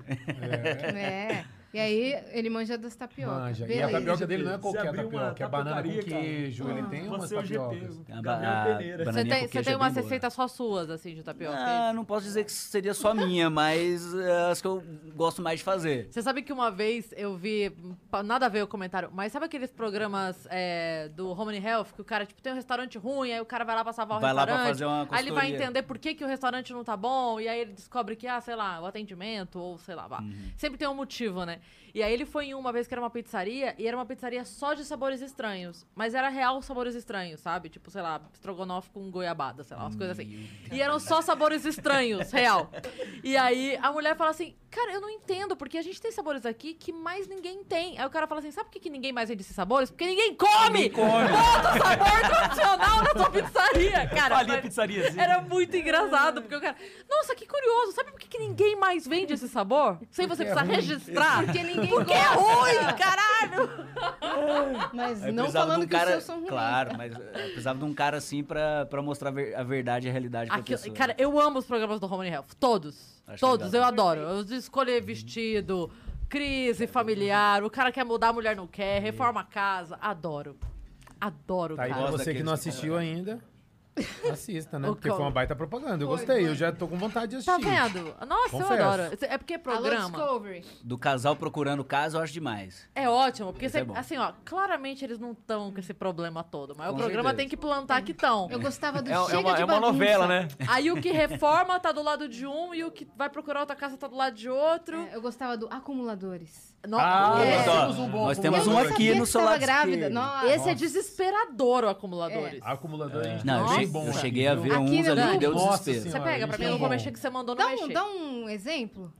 [SPEAKER 1] É. E aí, ele manja das tapiocas.
[SPEAKER 9] Manja. E
[SPEAKER 1] Beleza.
[SPEAKER 9] a tapioca dele não é
[SPEAKER 10] Você
[SPEAKER 9] qualquer
[SPEAKER 10] abriu uma
[SPEAKER 9] tapioca, é banana com
[SPEAKER 10] tapiocaria, cara.
[SPEAKER 9] queijo, ele tem umas
[SPEAKER 10] Você é o GP.
[SPEAKER 9] tapiocas.
[SPEAKER 7] A
[SPEAKER 10] o
[SPEAKER 7] ba- a
[SPEAKER 10] Gabriel Pereira.
[SPEAKER 2] Você tem,
[SPEAKER 7] bananinha com
[SPEAKER 2] você
[SPEAKER 7] queijo
[SPEAKER 2] tem
[SPEAKER 7] é
[SPEAKER 2] umas
[SPEAKER 7] bem boa.
[SPEAKER 2] receitas só suas, assim, de tapioca?
[SPEAKER 7] Ah, não posso dizer que seria só minha, mas é, as que eu gosto mais de fazer.
[SPEAKER 2] Você sabe que uma vez eu vi, pa- nada a ver o comentário, mas sabe aqueles programas é, do Home and Health que o cara, tipo, tem um restaurante ruim, aí o cara vai lá pra salvar o
[SPEAKER 7] Vai lá
[SPEAKER 2] restaurante.
[SPEAKER 7] pra fazer
[SPEAKER 2] aí
[SPEAKER 7] uma
[SPEAKER 2] ele vai
[SPEAKER 7] consultoria.
[SPEAKER 2] entender por que, que o restaurante não tá bom, e aí ele descobre que, ah, sei lá, o atendimento, ou sei lá, vá.
[SPEAKER 7] Uhum.
[SPEAKER 2] Sempre tem um motivo, né? E aí ele foi em uma vez que era uma pizzaria, e era uma pizzaria só de sabores estranhos. Mas era real sabores estranhos, sabe? Tipo, sei lá, estrogonofe com goiabada, sei lá, umas coisas assim. E eram só sabores <laughs> estranhos, real. E aí a mulher fala assim, cara, eu não entendo, porque a gente tem sabores aqui que mais ninguém tem. Aí o cara fala assim, sabe por que, que ninguém mais vende esses sabores? Porque ninguém come! Todo sabor <laughs> tradicional na sua pizzaria, cara.
[SPEAKER 10] Falia
[SPEAKER 2] Mas-
[SPEAKER 10] pizzariazinha.
[SPEAKER 2] Era muito engraçado, porque o cara... Nossa, que curioso, sabe por que, que ninguém mais vende esse sabor? Sem você
[SPEAKER 1] é
[SPEAKER 2] precisar registrar.
[SPEAKER 1] Porque ninguém
[SPEAKER 2] Porque é ruim, caralho!
[SPEAKER 1] Mas
[SPEAKER 7] Aí
[SPEAKER 1] não
[SPEAKER 7] precisava
[SPEAKER 1] falando
[SPEAKER 7] de um
[SPEAKER 1] que
[SPEAKER 7] cara,
[SPEAKER 1] os seus são ruins.
[SPEAKER 7] Claro, mas é, precisava de um cara assim pra, pra mostrar a ver- a verdade e a realidade pra
[SPEAKER 2] Aquilo-
[SPEAKER 7] pessoa.
[SPEAKER 2] cara, eu amo os programas do Home and Health. Todos.
[SPEAKER 7] Acho
[SPEAKER 2] todos,
[SPEAKER 7] legal. Uhum.
[SPEAKER 2] eu adoro. Eu escolher vestido, crise familiar, o cara quer mudar, a mulher não
[SPEAKER 7] Uhum.
[SPEAKER 2] quer, reforma a casa. Adoro. Adoro,
[SPEAKER 9] Tá aí pra
[SPEAKER 2] cara.
[SPEAKER 9] você que não assistiu ainda, assista, né? Porque foi uma baita propaganda. Eu gostei, eu já tô com vontade de
[SPEAKER 2] Tá
[SPEAKER 9] assistir.
[SPEAKER 2] vendo? Nossa,
[SPEAKER 9] Confesso.
[SPEAKER 2] eu adoro. É porque
[SPEAKER 1] Alô,
[SPEAKER 2] programa.
[SPEAKER 1] Discovery.
[SPEAKER 7] Do casal procurando casa, eu acho demais.
[SPEAKER 2] É ótimo, porque
[SPEAKER 7] Isso é
[SPEAKER 2] cê-
[SPEAKER 7] bom.
[SPEAKER 2] assim, ó, claramente eles não estão com esse problema todo, mas o
[SPEAKER 7] Com
[SPEAKER 2] programa
[SPEAKER 7] certeza.
[SPEAKER 2] tem que plantar que estão.
[SPEAKER 1] Eu gostava do
[SPEAKER 10] É, é
[SPEAKER 1] Chega
[SPEAKER 10] uma,
[SPEAKER 1] de
[SPEAKER 10] é uma
[SPEAKER 1] Bagunça.
[SPEAKER 10] novela, né?
[SPEAKER 2] Aí o que reforma tá do lado de um e o que vai procurar outra casa tá do lado de outro.
[SPEAKER 1] É, eu gostava do Acumuladores.
[SPEAKER 2] No- É.
[SPEAKER 9] Ah,
[SPEAKER 7] Olha
[SPEAKER 9] nós
[SPEAKER 7] só,
[SPEAKER 9] temos um bom acumulador
[SPEAKER 7] nós temos um
[SPEAKER 1] eu não
[SPEAKER 7] aqui
[SPEAKER 1] sabia
[SPEAKER 7] no
[SPEAKER 1] que
[SPEAKER 7] seu
[SPEAKER 1] tava
[SPEAKER 7] lado
[SPEAKER 1] grávida.
[SPEAKER 7] esquerdo.
[SPEAKER 1] Nossa. É.
[SPEAKER 2] Esse é desesperador o acumuladores.
[SPEAKER 9] Acumulador, a gente
[SPEAKER 7] Não, eu
[SPEAKER 9] tem um
[SPEAKER 7] cheguei,
[SPEAKER 9] bom
[SPEAKER 7] eu
[SPEAKER 9] aqui,
[SPEAKER 7] cheguei a
[SPEAKER 9] viu?
[SPEAKER 7] ver
[SPEAKER 1] Aqui,
[SPEAKER 7] uns
[SPEAKER 1] né,
[SPEAKER 7] ali,
[SPEAKER 1] não?
[SPEAKER 7] que deu
[SPEAKER 9] Nossa
[SPEAKER 7] desespero.
[SPEAKER 2] Você
[SPEAKER 9] senhora,
[SPEAKER 2] pega pra
[SPEAKER 9] gente,
[SPEAKER 2] mim,
[SPEAKER 1] Então,
[SPEAKER 2] eu não
[SPEAKER 9] é
[SPEAKER 2] vou
[SPEAKER 9] bom.
[SPEAKER 2] mexer que você mandou não
[SPEAKER 1] Dá um,
[SPEAKER 2] mexer.
[SPEAKER 1] dá um exemplo?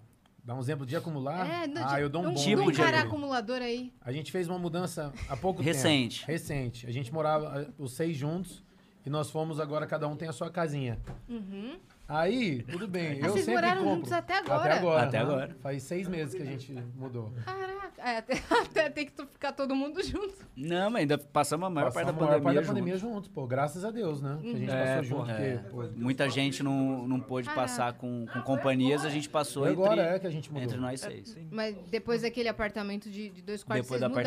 [SPEAKER 9] Dá um exemplo de acumular?
[SPEAKER 1] É, não,
[SPEAKER 9] ah,
[SPEAKER 1] de-
[SPEAKER 9] eu dou um, bom.
[SPEAKER 7] tipo
[SPEAKER 1] de um
[SPEAKER 7] de
[SPEAKER 1] cara
[SPEAKER 7] exemplo.
[SPEAKER 1] acumulador aí.
[SPEAKER 9] A gente fez uma mudança há pouco
[SPEAKER 7] Recente.
[SPEAKER 9] tempo. Recente. A gente morava ah, os seis juntos e nós fomos agora, cada um tem a sua casinha.
[SPEAKER 1] Uhum.
[SPEAKER 9] Aí, tudo bem. eu
[SPEAKER 1] vocês
[SPEAKER 9] sempre
[SPEAKER 1] moraram
[SPEAKER 9] compro.
[SPEAKER 1] juntos até agora?
[SPEAKER 9] Até agora.
[SPEAKER 7] Até
[SPEAKER 9] né?
[SPEAKER 7] agora.
[SPEAKER 9] Faz seis meses que a gente mudou.
[SPEAKER 1] Caraca, é, até, <laughs> até tem que tu- ficar todo mundo junto.
[SPEAKER 7] Não, mas ainda passamos a maior parte da
[SPEAKER 9] Passamos
[SPEAKER 7] pandemia,
[SPEAKER 9] parte da
[SPEAKER 7] junto.
[SPEAKER 9] pandemia juntos, pô. Graças a Deus, né? Que a gente
[SPEAKER 7] É,
[SPEAKER 9] passou
[SPEAKER 7] pô,
[SPEAKER 9] junto.
[SPEAKER 7] é.
[SPEAKER 9] porque, pô,
[SPEAKER 7] Muita gente não, não pôde
[SPEAKER 1] Caraca.
[SPEAKER 7] passar com, com companhias, a gente passou
[SPEAKER 9] E
[SPEAKER 7] entre,
[SPEAKER 9] agora é que a gente mudou.
[SPEAKER 7] entre nós seis.
[SPEAKER 1] Mas depois daquele apartamento de, de dois quartos,
[SPEAKER 7] Depois do
[SPEAKER 1] vocês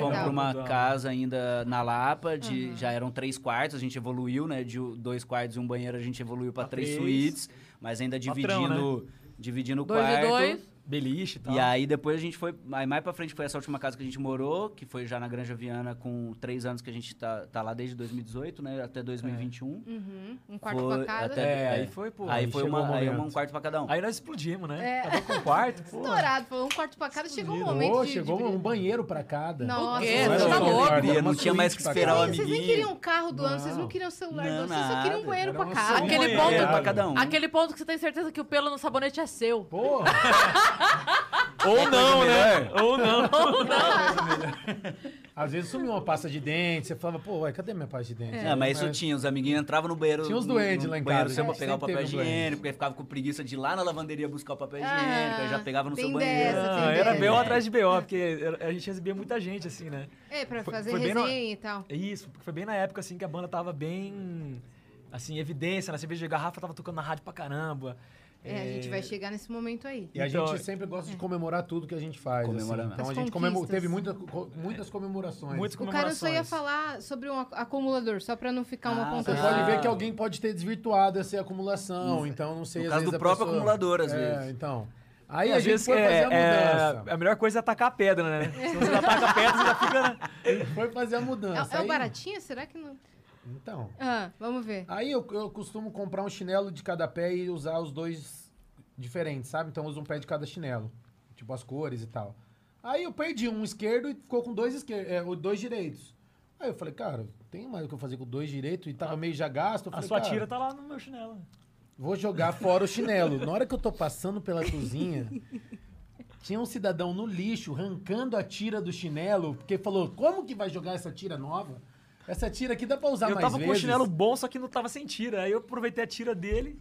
[SPEAKER 1] mudaram
[SPEAKER 7] fomos
[SPEAKER 1] e
[SPEAKER 7] pra
[SPEAKER 1] tal.
[SPEAKER 7] uma casa ainda na Lapa, de, já eram três quartos, a gente evoluiu, né? De o- dois quartos e um banheiro, a gente evoluiu para
[SPEAKER 10] Pra
[SPEAKER 7] três,
[SPEAKER 10] três.
[SPEAKER 7] suítes, mas ainda
[SPEAKER 10] Patrão,
[SPEAKER 7] dividindo, dividindo o
[SPEAKER 2] Dois e
[SPEAKER 7] quarto.
[SPEAKER 2] dois.
[SPEAKER 10] beliche e tal.
[SPEAKER 7] E aí depois a gente foi. Aí mais pra frente foi essa última casa que a gente morou, que foi já na Granja Viana, com três anos que a gente tá, tá lá desde 2018, né? Até 2021.
[SPEAKER 1] Uhum. Um quarto
[SPEAKER 7] Foi
[SPEAKER 1] pra cada.
[SPEAKER 7] até-
[SPEAKER 10] É,
[SPEAKER 7] é.
[SPEAKER 10] aí foi, pô.
[SPEAKER 7] aí
[SPEAKER 10] aí
[SPEAKER 7] foi
[SPEAKER 9] chegou
[SPEAKER 7] uma,
[SPEAKER 9] o
[SPEAKER 7] aí uma- um
[SPEAKER 9] momento.
[SPEAKER 7] quarto pra cada um.
[SPEAKER 10] Aí nós explodimos, né?
[SPEAKER 1] É.
[SPEAKER 10] Acabou com
[SPEAKER 1] <laughs>
[SPEAKER 10] o quarto, pô.
[SPEAKER 1] Estourado, falou um quarto pra cada, chegou um momento
[SPEAKER 9] Ô,
[SPEAKER 1] de-
[SPEAKER 9] chegou
[SPEAKER 1] de
[SPEAKER 9] um
[SPEAKER 1] briga.
[SPEAKER 9] banheiro pra cada.
[SPEAKER 1] Nossa,
[SPEAKER 11] quê?
[SPEAKER 9] Não
[SPEAKER 11] Tá
[SPEAKER 9] era só um
[SPEAKER 11] louco.
[SPEAKER 9] quarto, era uma
[SPEAKER 7] Não tinha mais
[SPEAKER 9] suíte
[SPEAKER 7] que
[SPEAKER 9] pra
[SPEAKER 7] esperar
[SPEAKER 9] cada.
[SPEAKER 7] o
[SPEAKER 1] Vocês nem
[SPEAKER 7] amiguinho.
[SPEAKER 1] queriram um carro do ano, vocês não queriam celular do
[SPEAKER 7] Não,
[SPEAKER 1] ano, vocês só queriam um
[SPEAKER 7] nada.
[SPEAKER 1] banheiro
[SPEAKER 9] Era
[SPEAKER 1] pra
[SPEAKER 9] uma
[SPEAKER 1] cada.
[SPEAKER 9] suíte.
[SPEAKER 2] Aquele
[SPEAKER 10] Banheiro Ah,
[SPEAKER 2] ponto-
[SPEAKER 7] Era pra cada um.
[SPEAKER 2] Aquele ponto que você tem certeza que o pelo no sabonete é seu.
[SPEAKER 9] Porra!
[SPEAKER 10] Ou não,
[SPEAKER 1] É.
[SPEAKER 10] né?
[SPEAKER 1] <laughs>
[SPEAKER 10] Ou não.
[SPEAKER 9] <laughs> Às vezes sumiu uma pasta de dente, você falava, pô, ué, cadê minha pasta de dente?
[SPEAKER 7] É, mas isso tinha, os amiguinhos entravam no banheiro.
[SPEAKER 9] Tinha uns
[SPEAKER 7] no-
[SPEAKER 9] duendes
[SPEAKER 7] no
[SPEAKER 9] lá em
[SPEAKER 7] banheiro
[SPEAKER 9] casa,
[SPEAKER 7] seu
[SPEAKER 9] né?
[SPEAKER 7] pra pegar o
[SPEAKER 9] Sempre
[SPEAKER 7] papel
[SPEAKER 9] teve um duende.
[SPEAKER 7] higiênico, porque ficava com preguiça de ir lá na lavanderia buscar o papel
[SPEAKER 1] Ah,
[SPEAKER 7] higiênico, aí já pegava no seu
[SPEAKER 1] tem
[SPEAKER 7] banheiro.
[SPEAKER 1] dessa,
[SPEAKER 10] Ah,
[SPEAKER 1] tem
[SPEAKER 10] era
[SPEAKER 1] dessa.
[SPEAKER 10] BO atrás de BO, porque era- a gente recebia muita gente, assim, né?
[SPEAKER 1] É, pra
[SPEAKER 10] Foi-
[SPEAKER 1] fazer
[SPEAKER 10] foi bem
[SPEAKER 1] resenha
[SPEAKER 10] na-
[SPEAKER 1] e tal.
[SPEAKER 10] É Isso, porque foi bem na época, assim, que a banda tava bem, assim, em evidência. Na cerveja de garrafa tava tocando na rádio pra caramba.
[SPEAKER 1] É, a gente vai chegar nesse momento aí.
[SPEAKER 9] um- E a
[SPEAKER 10] Então,
[SPEAKER 9] gente sempre gosta de comemorar tudo que a gente faz.
[SPEAKER 7] Comemorar
[SPEAKER 9] assim.
[SPEAKER 7] mesmo.
[SPEAKER 9] Então a
[SPEAKER 1] As
[SPEAKER 9] gente comemo-
[SPEAKER 1] conquistas.
[SPEAKER 9] teve muita co- muitas comemorações.
[SPEAKER 10] Muitas
[SPEAKER 1] O cara só ia
[SPEAKER 10] comemorações.
[SPEAKER 1] falar sobre um ac- acumulador, só pra não ficar uma É,
[SPEAKER 7] Ah,
[SPEAKER 1] ponta
[SPEAKER 9] Você
[SPEAKER 7] tá.
[SPEAKER 1] só.
[SPEAKER 9] pode ver que alguém pode ter desvirtuado essa
[SPEAKER 10] É,
[SPEAKER 9] acumulação, então não sei.
[SPEAKER 7] No
[SPEAKER 9] às
[SPEAKER 7] caso
[SPEAKER 9] vezes
[SPEAKER 7] do
[SPEAKER 9] a
[SPEAKER 7] próprio
[SPEAKER 9] pessoa-
[SPEAKER 7] acumulador, às
[SPEAKER 9] É,
[SPEAKER 7] vezes.
[SPEAKER 9] então. Aí
[SPEAKER 10] E
[SPEAKER 9] a
[SPEAKER 10] às
[SPEAKER 9] gente
[SPEAKER 10] vezes
[SPEAKER 9] foi
[SPEAKER 10] é,
[SPEAKER 9] fazer a
[SPEAKER 10] é, a
[SPEAKER 9] mudança.
[SPEAKER 10] melhor coisa é atacar a pedra,
[SPEAKER 1] <laughs>
[SPEAKER 10] né? Se você ataca a pedra, você já fica. né? na-
[SPEAKER 9] Foi fazer a mudança.
[SPEAKER 1] É, é o
[SPEAKER 9] Aí-
[SPEAKER 1] baratinho? Será que não?
[SPEAKER 9] Então.
[SPEAKER 1] Ah, vamos ver.
[SPEAKER 9] Aí eu, eu costumo comprar um chinelo de cada pé e usar os dois diferentes, sabe? Então eu uso um pé de cada chinelo. Tipo as cores e tal. Aí eu perdi um esquerdo e ficou com dois, esquer... é, o- dois direitos. Aí eu falei, cara, tem mais o que eu fazer com dois direitos e tava meio já gasto. Eu
[SPEAKER 10] A
[SPEAKER 9] falei,
[SPEAKER 10] sua
[SPEAKER 9] cara,
[SPEAKER 10] tira tá lá no meu chinelo.
[SPEAKER 9] Vou jogar fora o chinelo. Na hora que eu tô passando pela cozinha, tinha um cidadão no lixo arrancando a tira do chinelo, porque falou: como que vai jogar essa tira nova? Essa tira aqui dá pra usar
[SPEAKER 10] eu
[SPEAKER 9] mais
[SPEAKER 10] tava
[SPEAKER 9] vezes.
[SPEAKER 10] com o chinelo bom, só que não tava sem tira. Aí eu aproveitei a tira dele.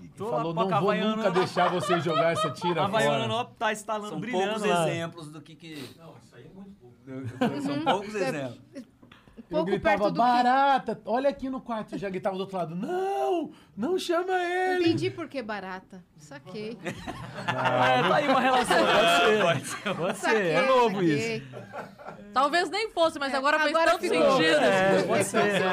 [SPEAKER 10] E
[SPEAKER 9] Ele falou, não vou
[SPEAKER 10] Havaiana
[SPEAKER 9] nunca
[SPEAKER 10] lá-
[SPEAKER 9] deixar você jogar essa
[SPEAKER 10] A
[SPEAKER 9] tira
[SPEAKER 10] Havaiana
[SPEAKER 9] fora.
[SPEAKER 10] não tá estalando,
[SPEAKER 7] São
[SPEAKER 10] brilhando
[SPEAKER 7] poucos
[SPEAKER 10] lá.
[SPEAKER 7] exemplos do que que... Não, isso aí é muito pouco.
[SPEAKER 1] Uhum.
[SPEAKER 7] São poucos exemplos.
[SPEAKER 9] Eu
[SPEAKER 1] Pouco
[SPEAKER 9] gritava,
[SPEAKER 1] perto do que...
[SPEAKER 9] barata, olha aqui no quarto. Eu já gritava do outro lado, não, não chama ele.
[SPEAKER 1] Entendi por que barata. Saquei.
[SPEAKER 10] É, tá aí uma relação. Pode ser, pode ser.
[SPEAKER 1] Saquei,
[SPEAKER 10] é novo
[SPEAKER 1] saquei.
[SPEAKER 10] isso.
[SPEAKER 2] Talvez nem fosse, mas
[SPEAKER 1] É,
[SPEAKER 2] agora,
[SPEAKER 1] agora
[SPEAKER 2] fez tanto
[SPEAKER 1] ficou.
[SPEAKER 2] sentido.
[SPEAKER 10] É,
[SPEAKER 1] <laughs>
[SPEAKER 10] pode ser.
[SPEAKER 9] Esse
[SPEAKER 10] é.